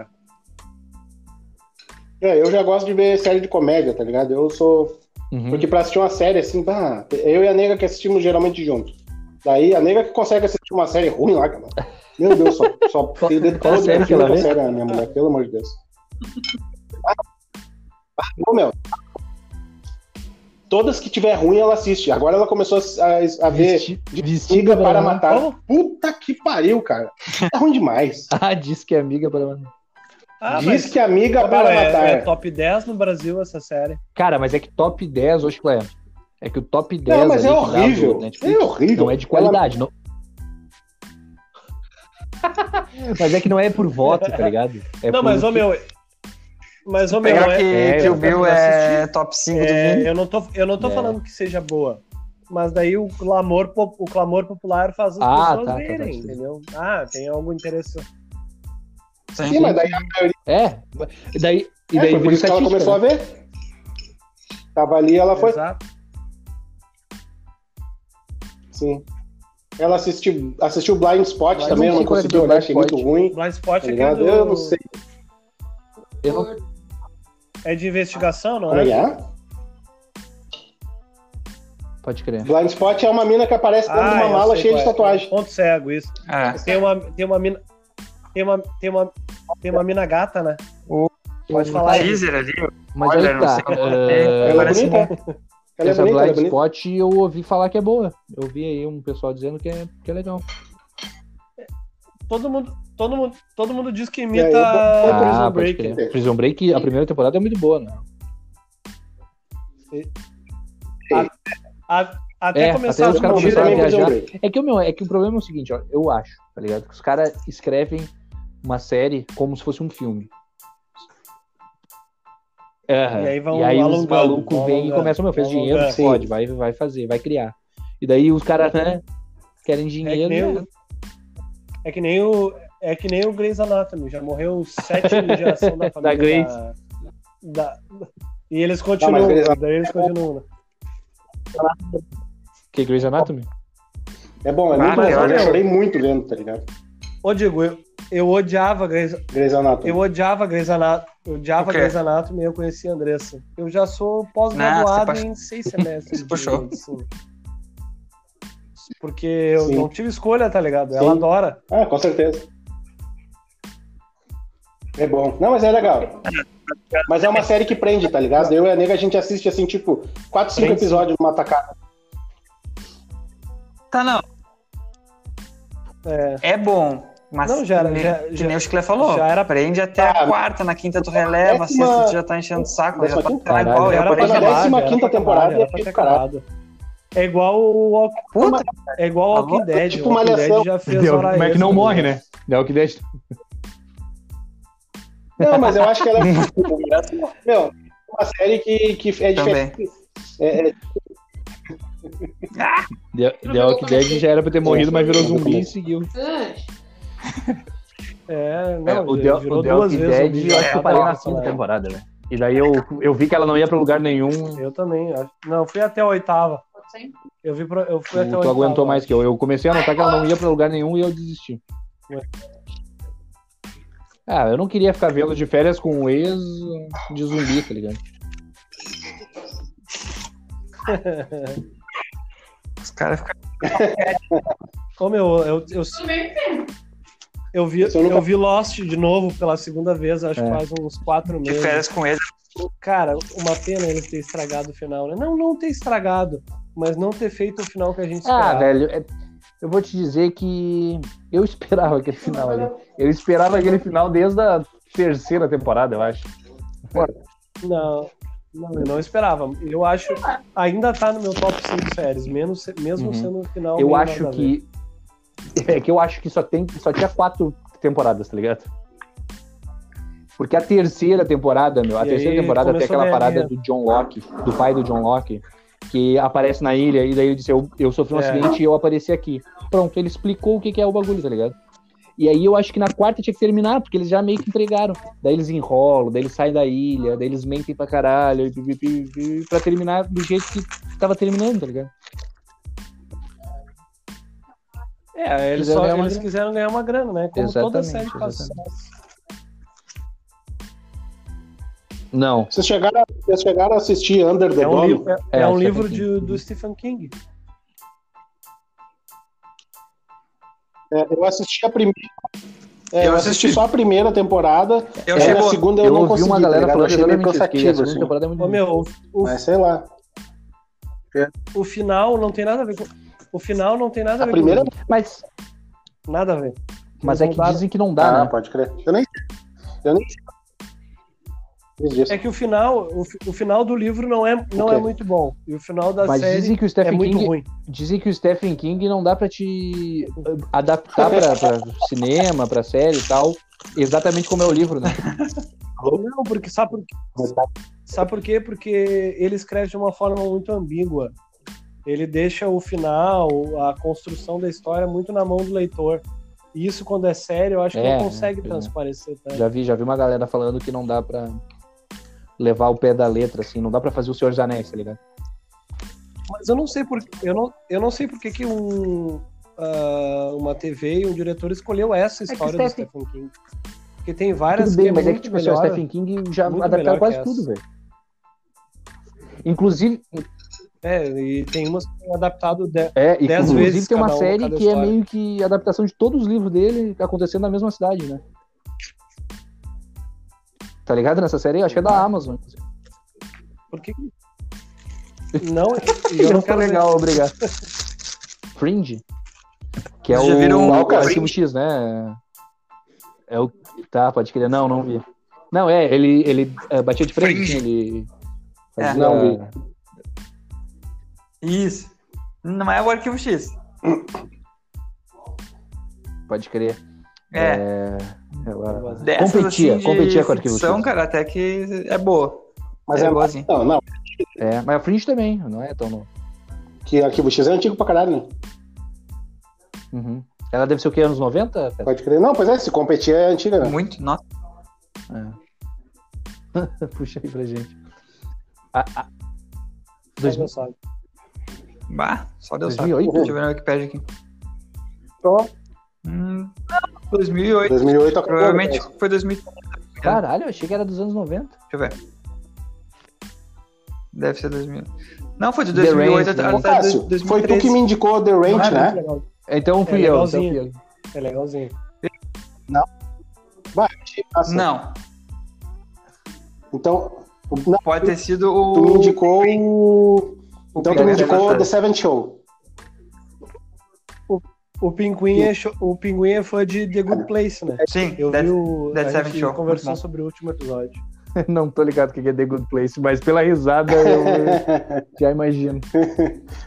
S27: É, eu já gosto de ver série de comédia, tá ligado? Eu sou.
S5: Uhum.
S27: Porque pra assistir uma série, assim, bah, eu e a nega que assistimos geralmente juntos. Daí a nega que consegue assistir uma série ruim lá, cara. Meu Deus, só, só tem o dedo
S5: (laughs) Qual
S27: todo,
S5: série
S27: né?
S5: que ela
S27: Não
S5: vê?
S27: consegue, né, minha mulher, pelo amor de Deus. Ah, ah, ô, meu. Todas que tiver ruim, ela assiste. Agora ela começou a, a ver
S5: Vestiga
S27: para
S5: Matar.
S27: matar. Puta que pariu, cara. É ruim demais.
S5: (laughs) Ah, diz que é amiga para matar.
S6: Ah,
S27: Diz
S6: mas-
S27: que amiga
S6: Ô, meu,
S27: para
S6: é-
S27: matar.
S6: É, top 10 no Brasil essa série.
S5: Cara, mas é que top 10, hoje, Clé, é que o top 10
S6: Não, mas
S5: ali
S6: é
S5: que dá do
S6: horrível,
S5: Netflix
S6: é
S27: Então,
S6: horrível.
S5: Não é de qualidade,
S27: (laughs)
S5: não... Mas é que não é por voto, tá ligado? É
S6: não,
S5: por-
S6: mas, ô meu. Mas, ô meu.
S2: Pegar que Kill
S6: eu
S2: Bill
S6: também
S2: é
S6: assisti.
S2: top 5
S6: É,
S2: do mundo.
S6: Eu não tô, eu não tô
S2: É.
S6: falando que seja boa. Mas daí o clamor, po- o clamor popular faz as
S5: Ah,
S6: pessoas
S5: tá, tá, tá,
S6: verem,
S5: sim.
S6: entendeu? Ah, tem algum interesse.
S5: Sim, mas daí a É, e daí, e
S27: É,
S5: daí
S27: foi por
S5: vira
S27: isso que ela
S5: estatística, né?
S27: começou a ver. Tava ali, ela foi.
S6: Exato.
S27: Sim. Ela assistiu, assistiu Blind Spot
S6: Blind
S27: também, eu não
S6: Spot,
S5: é
S27: conseguiu
S6: Blind
S27: olhar, achei
S6: Spot.
S27: muito ruim.
S6: Blind Spot
S27: tá
S6: é
S27: ligado?
S6: aquele do-
S27: Eu não sei.
S6: É de investigação, não
S27: Como
S6: é?
S27: é que é?
S5: Pode crer.
S27: Blind Spot é uma mina que aparece dentro de uma
S6: eu
S27: mala
S6: sei
S27: cheia
S6: qual
S27: de
S6: é.
S27: tatuagem. Tá
S6: Ponto cego, isso.
S2: É.
S6: Tem uma, tem uma mina. Tem uma, tem uma, tem uma mina gata, né? Pode falar. aí.
S2: Teaser ali.
S5: Mas
S2: olha,
S5: aí
S2: não
S5: tá.
S2: sei como
S5: é,
S2: é. Parece bom.
S27: Ela é
S5: Essa
S27: bonita, ela é
S5: Blind
S27: bonita.
S5: Spot eu ouvi falar que é boa. Eu vi aí um pessoal dizendo que é, que é legal.
S6: Todo mundo, todo mundo, todo mundo diz que
S5: É,
S6: imita
S5: eu vou-
S6: Prison
S5: Ah, pode
S6: Break.
S5: crer. Prison Break, a primeira temporada é muito boa, né?
S6: A- até
S5: é,
S6: começar né?
S5: até os caras
S6: discutir
S5: começaram a
S6: também Prison
S5: viajar.
S6: Break.
S5: É que, o meu, é que o problema é o seguinte, ó, eu acho, tá ligado? Que os caras escrevem uma série como se fosse um filme. É,
S6: E aí vão
S5: os
S6: alongando,
S5: malucos
S6: vão
S5: vêm e
S6: alongando,
S5: começam, meu, fez
S6: vão
S5: dinheiro,
S6: alongando.
S5: pode, vai, vai fazer, vai criar. E daí os caras, né, querem
S6: É que nem
S5: dinheiro. né?
S6: o- É que nem o, é que nem o Grey's Anatomy, já morreu
S5: (laughs)
S6: sete gerações da família.
S5: Grey's.
S6: da- E eles
S5: Não,
S6: continuam,
S5: mas Grey's
S6: daí eles continuam. né?
S5: Que Grey's Anatomy?
S27: É bom, é
S5: Ah,
S27: muito bom.
S5: mas olha-
S27: Eu chorei muito vendo, tá ligado?
S6: Ô, Digo, eu, eu odiava Grey's,
S27: Grey's Anatomy.
S6: eu odiava Grey's Anatomy, eu odiava
S27: O quê?
S6: Grey's Anatomy e eu conheci a Andressa. Eu já sou
S2: Nossa,
S6: pós-graduado
S2: puxou.
S6: em seis semestres. de
S2: Puxou.
S6: medicina. Porque eu
S27: Sim.
S6: não tive escolha, tá ligado? Ela adora.
S27: Ah, com certeza. É bom. Não, mas é legal. Mas é uma série que prende, tá ligado? Eu e a nega a gente assiste assim, tipo, 4, 5
S2: Prende, sim.
S27: episódios numa tacada.
S2: Tá, não. É, bom, mas
S6: Não, já era-
S2: que nem-
S6: já-
S2: que
S6: já-
S2: nem o Chiclé falou,
S6: já era-
S2: prende até a quarta, na quinta tu releva, a
S6: Décima-
S2: sexta tu já tá enchendo o saco, já tá
S6: Caralho,
S2: tá igual, já parei
S6: era pra ter acabado, era pra ter acabado, era é pra ter acabado. É igual o Walk- É igual o Walking Dead.
S5: tipo,
S6: o Walking Dead já fez
S5: Entendeu?
S6: hora
S5: Como é que
S6: extra,
S5: não
S6: né?
S5: morre, né? Não, que deixa.
S27: Não, mas eu acho
S2: (laughs)
S27: que ela é. Meu, é uma série que, que é
S5: Também.
S27: diferente. É, é-
S5: The The Walking Dead já era pra ter morrido, mas virou zumbi e seguiu.
S6: É, não,
S5: É, o
S6: já
S5: The,
S6: virou
S5: o The
S6: duas
S5: Walking
S6: vezes
S5: Dead,
S6: zumbi,
S5: eu
S6: já
S5: acho que eu
S6: tá
S5: parei
S6: lá,
S5: na quinta
S6: né?
S5: temporada, né? E daí eu, eu vi que ela não ia pra lugar nenhum.
S6: Eu também, acho. Não, fui até a oitava. Eu, vi pro- eu fui até a
S5: Tu
S6: oitava.
S5: aguentou mais que eu. Eu comecei a notar que ela não ia pra lugar nenhum e eu desisti. Ah, eu não queria ficar vendo de férias com o ex de zumbi, tá ligado?
S2: Os caras ficam.
S6: Ô, meu, eu, eu, eu vi,
S2: Esse eu nunca-
S6: eu vi Lost de novo pela segunda vez, acho que
S2: É.
S6: faz uns quatro
S2: de
S6: meses.
S2: férias com ele.
S6: Cara, uma pena ele ter estragado o final, né? Não, não ter estragado, mas não ter feito o final que a gente
S5: Ah,
S6: esperava.
S5: velho, é- eu vou te dizer que eu esperava aquele final ali. Eu esperava aquele final desde a terceira temporada, eu acho.
S6: Não, não, eu não esperava. Eu acho, ainda tá no meu top 5 séries, menos, mesmo
S5: Uhum.
S6: sendo o final.
S5: eu
S6: meio
S5: acho
S6: nada a ver.
S5: que. (laughs) É que eu acho que só, tem, só tinha quatro temporadas, tá ligado? Porque a terceira temporada, meu, a
S6: E
S5: terceira
S6: aí
S5: temporada tem
S6: começou
S5: aquela
S6: a
S5: parada
S6: ganhar.
S5: do John Locke, do pai do John Locke, que aparece na ilha e daí ele disse, eu, eu sofri um
S6: É.
S5: acidente e eu apareci aqui. Pronto, ele explicou o que que é o bagulho, tá ligado? E aí eu acho que na quarta tinha que terminar, porque eles já meio que entregaram. Daí eles enrolam, daí eles saem da ilha, daí eles mentem pra caralho, e, pi, pi, pi, pi, pra terminar do jeito que tava terminando, tá ligado?
S6: É, eles,
S5: Quiseram
S6: só,
S5: ganhar uma
S6: eles
S5: grana.
S6: quiseram ganhar uma grana, né? Como toda
S5: Exatamente,
S6: série faz
S5: exatamente. Não.
S27: Vocês chegaram, a- vocês chegaram a assistir Under the
S6: É um,
S27: Dome?
S6: livro, é, é um livro de- do Stephen King.
S27: É, eu assisti a primeira. é, eu assisti só a primeira temporada.
S5: Eu
S27: é,
S5: achei
S27: a
S5: boa.
S27: segunda eu,
S5: Eu
S27: não
S5: ouvi uma
S27: consegui.
S5: galera
S27: tá ligado? eu
S5: falando
S27: achei meio
S5: exatamente isso, que a
S27: cansativo.
S5: segunda
S27: Assim.
S5: temporada é muito
S6: Ô, meu, o, o,
S27: Mas sei lá.
S6: o final não tem nada a ver com. O final não tem nada a,
S27: A
S6: ver
S27: primeira-
S6: com. o livro.
S5: Mas.
S6: Nada a ver.
S5: Mas é que dizem que não dá,
S27: Ah,
S5: né?
S27: pode crer. Eu nem. Eu nem.
S6: É que o final, o, fi- o final do livro não é, não
S5: Ok.
S6: é muito bom. E o final da
S5: Mas
S6: série
S5: dizem que o Stephen
S6: é muito
S5: King.
S6: ruim.
S5: Dizem que o Stephen King não dá pra te eh, adaptar pra, pra cinema, pra série e tal. Exatamente como é o livro, né?
S6: Não, porque sabe por quê?
S5: tá.
S6: Sabe por quê? Porque ele escreve de uma forma muito ambígua. Ele deixa o final, a construção da história muito na mão do leitor. E isso, quando é sério, eu acho que
S5: É,
S6: não consegue
S5: né, pois é.
S6: transparecer tanto.
S5: Já vi, já vi uma galera falando que não dá pra levar o pé da letra, assim, não dá pra fazer o Senhor dos Anéis, tá ligado?
S6: Mas eu não sei por eu não, eu não sei por que que um, ah, uma TV e um diretor escolheu essa
S5: É que
S6: história
S5: Stephen-
S6: do Stephen King. Porque tem várias
S5: tudo bem,
S6: que é
S5: mas é que
S6: muito
S5: tipo, assim, o
S6: melhor.
S5: Stephen King já
S6: muito melhor
S5: adaptaram quase
S6: que
S5: tudo,
S6: essa.
S5: velho. Inclusive,
S6: É, e tem umas que tem adaptado de,
S5: é, e
S6: dez
S5: inclusive
S6: vezes
S5: tem uma
S6: cada um,
S5: série
S6: cada
S5: que é
S6: história.
S5: meio que adaptação de todos os livros dele acontecendo na mesma cidade, né? Tá ligado nessa série? Acho que é da Amazon.
S6: Por que Não, e eu
S5: (laughs) Não
S6: não quero
S5: foi Então legal,
S6: ver.
S5: obrigado. Fringe? Que é
S6: Vocês já viram
S5: o,
S6: o
S5: o
S6: Fringe?
S5: Arquivo X, né? É o... Tá, pode querer. Não, não vi. Não, é, ele, ele eh, batia de frente, né? ele...
S2: É.
S5: fazia-
S2: Não vi. Isso. Não é o arquivo X.
S5: Pode crer.
S2: É.
S5: ela
S2: Dessas,
S5: competia,
S2: assim, de
S5: competia com o arquivo
S2: ficção,
S5: X.
S2: cara, até que é boa.
S27: Mas
S2: é,
S27: é,
S2: boa, sim.
S27: Não, não.
S5: É, mas a Fringe também, não é tão novo.
S27: Que Arquivo X é antigo pra caralho, né?
S5: Uhum. Ela deve ser o quê? Anos 90? Pedro?
S27: Pode crer. Não, pois é, se competir é antiga, né?
S2: Muito, nossa.
S5: É. Puxa aí pra gente. Ah, ah.
S6: Dois mil sabe.
S2: Bah, só Deus sabe.
S5: 2008?
S2: Deixa eu ver na Wikipedia aqui.
S27: Uhum. Só.
S2: Hum, não, 2008.
S27: 2008 acabou,
S2: Provavelmente
S27: né?
S2: foi 2008.
S5: Caralho, eu achei que era dos anos 90.
S2: Deixa eu ver. Deve ser 2000. Não, foi de
S5: The
S2: 2008
S5: Range,
S2: até,
S5: né?
S2: até
S5: Cássio,
S2: é dois- 2013.
S27: Foi tu que me indicou The Ranch,
S2: Ah,
S27: né?
S2: muito
S6: é legal.
S5: Então
S6: É
S5: fui eu. Então fui eu.
S6: legalzinho. É legalzinho.
S27: Não. Vai, achei indicação.
S2: Não.
S27: Então. não,
S2: Pode ter sido o.
S27: Tu me indicou o. Então tu me
S2: primeiro
S27: indicou
S2: Avatar.
S27: The Seven Show.
S6: O Pinguim, é cho- o Pinguim é fã de The Good Place, né?
S2: Sim,
S6: eu vi o.
S5: That
S6: a
S5: É, Seven
S6: gente
S5: Show.
S6: conversou
S5: Não.
S6: sobre o último episódio.
S5: (laughs) Não tô ligado o que é The Good Place, mas pela risada eu (laughs) já imagino.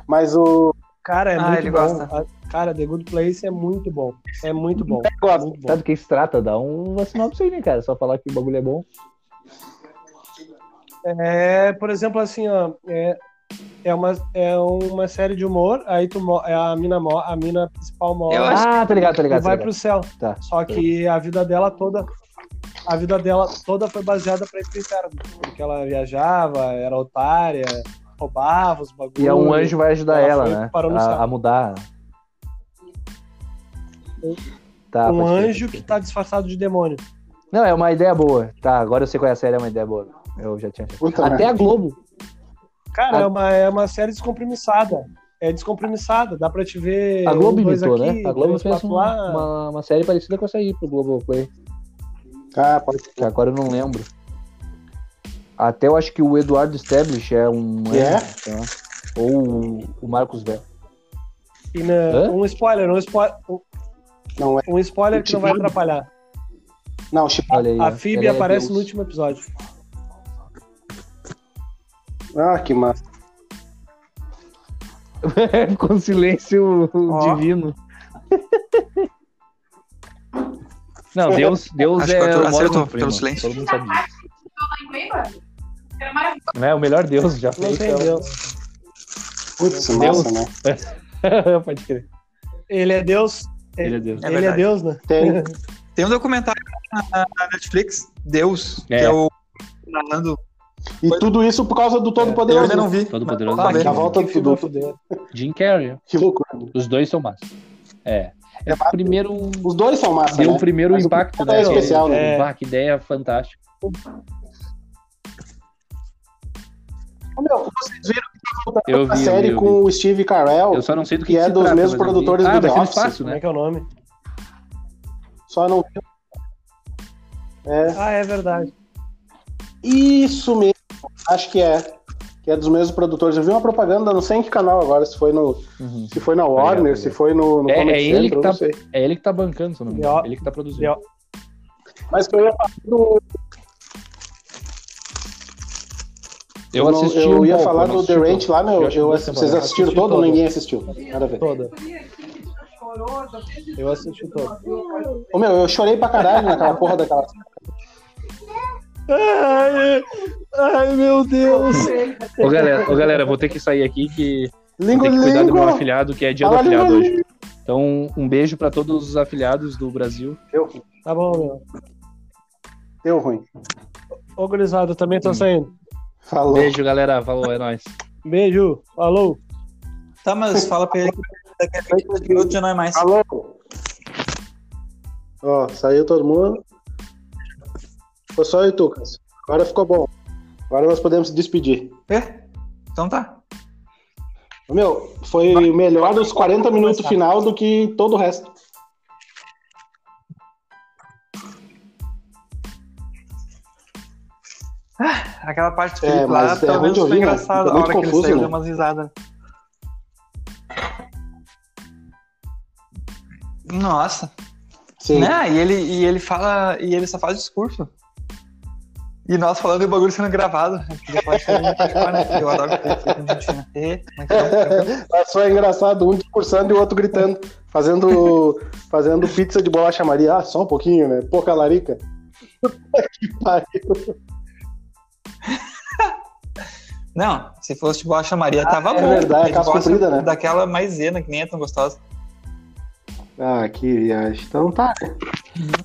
S27: Mas o.
S6: Cara, é
S5: Ah,
S6: muito
S5: ele
S6: bom.
S5: gosta.
S6: A- Cara, The Good Place é muito bom. É muito bom. Muito bom.
S5: Sabe do que se trata? Dá um assinal pra você, né, cara? Só falar que o bagulho é bom.
S6: É, por exemplo, assim, ó, é, é, uma, é uma série de humor, aí tu mo- é a mina, mo- a mina principal morre.
S5: Eu acho- Ah, tá ligado, tá ligado,
S6: E
S5: tá
S6: vai
S5: ligado.
S6: pro céu.
S5: Tá.
S6: Só que a vida dela toda. A vida dela toda foi baseada pra ir pro inferno. Porque ela viajava, era otária, roubava os bagulhos.
S5: E é um anjo vai ajudar ela,
S6: foi-
S5: né?
S6: parou no céu.
S5: A, a mudar. Tá,
S6: um
S5: pode crer,
S6: anjo que tá disfarçado de demônio.
S5: Não, é uma ideia boa. Tá, agora eu sei qual é a série, é uma ideia boa. Eu já tinha.
S27: né?
S5: Até a Globo.
S6: Cara,
S5: A-
S6: é, uma, é uma série descompromissada. É descompromissada, dá pra te ver.
S5: A Globo
S6: um, dois
S5: imitou,
S6: aqui,
S5: né? A Globo
S6: três,
S5: fez
S6: quatro
S5: um-
S6: lá.
S5: uma, uma série parecida com essa aí pro Globo Play.
S27: Ah, pode
S5: Que agora eu não lembro. Até eu acho que o Eduardo Stablish é um.
S6: É?
S5: anjo, sei lá. Ou o- o Marcos Bell.
S6: E na-
S5: Hã?
S6: um spoiler, um spoiler.
S27: Não é.
S6: Um spoiler que não vai atrapalhar.
S27: Não, Chico.
S5: Olha aí,
S6: A
S5: ó.
S6: Phoebe
S5: Ela é
S6: aparece
S5: Deus.
S6: no último episódio.
S27: Ah, que massa.
S5: Com silêncio divino. Não, Deus, Deus
S2: Acho que o
S5: é
S2: Arthur
S5: o maior
S2: acertou
S5: primo.
S2: pelo silêncio.
S5: Todo mundo sabe disso.
S21: Era maravilhoso.
S5: Não é o melhor Deus já fez. né?
S6: tem Deus.
S27: Putz,
S5: Deus.
S27: massa, né?
S5: (laughs) Pode crer.
S6: Ele é Deus.
S5: Ele é Deus.
S6: Ele é
S2: verdade.
S6: Deus, né?
S27: Tem.
S2: Tem um documentário na na Netflix, Deus, que é o. Narrando.
S27: E tudo isso por causa do
S5: É,
S27: Todo-Poderoso.
S2: Eu ainda não vi.
S5: Todo poderoso. é
S27: Ah, que a volta do tudo.
S5: Jim Carrey.
S27: Que loucura.
S5: Os dois são massa. É. É o primeiro.
S27: Os dois são massa,
S5: Deu
S27: né?
S5: o primeiro
S27: Mas o
S5: impacto,
S27: primeiro
S5: né?
S27: é especial, né?
S5: É. Bah, que ideia fantástica.
S27: Ô, meu, vocês viram que tá voltando
S5: Eu
S27: a
S5: vi, eu
S27: série
S5: vi, eu
S27: com o Steve Carell.
S5: Eu só não sei do que
S27: que é
S5: se
S27: dos
S5: trata,
S27: mesmos
S5: mas eu vi.
S27: produtores
S5: Ah, vai
S27: do The
S5: ser no
S27: Office.
S5: espaço,
S6: Como
S5: né?
S6: é que é o nome?
S27: Só não vi. É.
S6: Ah, é verdade.
S27: Isso mesmo, acho que é. Que é dos mesmos produtores. Eu vi uma propaganda, não sei em que canal agora, se foi no. Se foi na Warner,
S5: Uhum. Obrigado,
S27: se foi no, no
S5: É,
S27: Comedy
S5: é ele que
S27: Central,
S5: tá,
S27: não sei.
S5: é ele que tá bancando, se eu não me engano. Ele que tá produzindo.
S27: Mas que eu ia falar do.
S5: Eu
S27: não-
S5: assisti
S27: eu
S5: um
S27: ia
S5: pouco,
S27: falar
S5: eu não
S27: do The
S5: assisti
S27: Ranch
S5: todo.
S27: lá, meu.
S5: Eu acho
S27: eu-
S5: duas
S27: vocês
S5: temporadas.
S27: assistiram
S5: Assisti
S27: todo ou
S5: todas.
S27: ninguém assistiu? Nada a ver.
S6: Toda. Eu assisti toda.
S27: Ô, meu, eu chorei pra caralho naquela porra daquela.
S6: Ai, ai, meu (laughs) Deus.
S5: Ô galera, ô, galera, vou ter que sair aqui que
S27: Lingo,
S5: vou ter que cuidar do
S27: lingo.
S5: meu afilhado, que é dia
S27: Fala,
S5: do afilhado
S27: lingo,
S5: hoje. Então, um beijo pra todos os afilhados do Brasil.
S27: Deu,
S6: Tá bom, meu.
S27: deu ruim.
S6: Ô, gurizada, eu também tô saindo.
S27: Falou.
S5: Beijo, galera. Falou, é nóis.
S6: Beijo. Falou.
S2: Tá, mas fala pra ele que daqui a 20 minutos já não é mais.
S27: Alô? Ó, saiu todo mundo. Ficou só eu e tu, Cássio. Agora ficou bom. Agora nós podemos se despedir.
S2: É? Então tá.
S27: Ô, Meu, foi melhor os 40 minutos final do que todo o resto.
S2: Aquela parte do
S27: É,
S2: Felipe lá,
S27: mas é
S2: pelo
S27: ruim
S2: menos
S27: de
S2: foi
S27: ouvir, né?
S2: engraçada.
S27: Fica
S2: A
S27: muito
S2: hora que ele
S27: confuso,
S2: saiu,
S27: né?
S2: deu umas risadas. Nossa.
S27: Sim.
S2: Né? E ele, e ele fala, e ele só faz discurso. E nós falando e o bagulho sendo gravado. Depois a gente pode falar, né? Eu adoro que ele fica na Argentina. E, como é que é?
S27: Mas foi engraçado, um discursando e o outro gritando, fazendo, fazendo pizza de bolacha Maria. Ah, só um pouquinho, né? Pouca larica. Puta que pariu.
S2: Não, se fosse tipo, de bolacha Maria, tava
S27: é
S2: bom.
S27: verdade, é
S2: De
S27: calça
S2: bolacha
S27: comprida, né?
S2: Daquela maisena que nem é tão gostosa.
S27: Ah, que viagem. Então tá. né?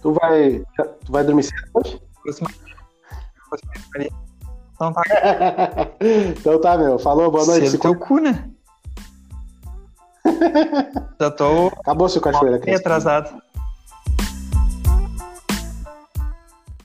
S27: Tu vai, tu vai dormir cedo hoje?
S2: Fosse uma- fosse uma Maria. Então tá.
S27: Então tá, meu. Falou, boa noite.
S2: Cedo
S27: Se
S2: teu
S27: cuida.
S2: cu,
S27: (laughs)
S2: né? Já tô
S27: Acabou seu cachoeira,
S2: meio
S27: Cris.
S2: atrasado.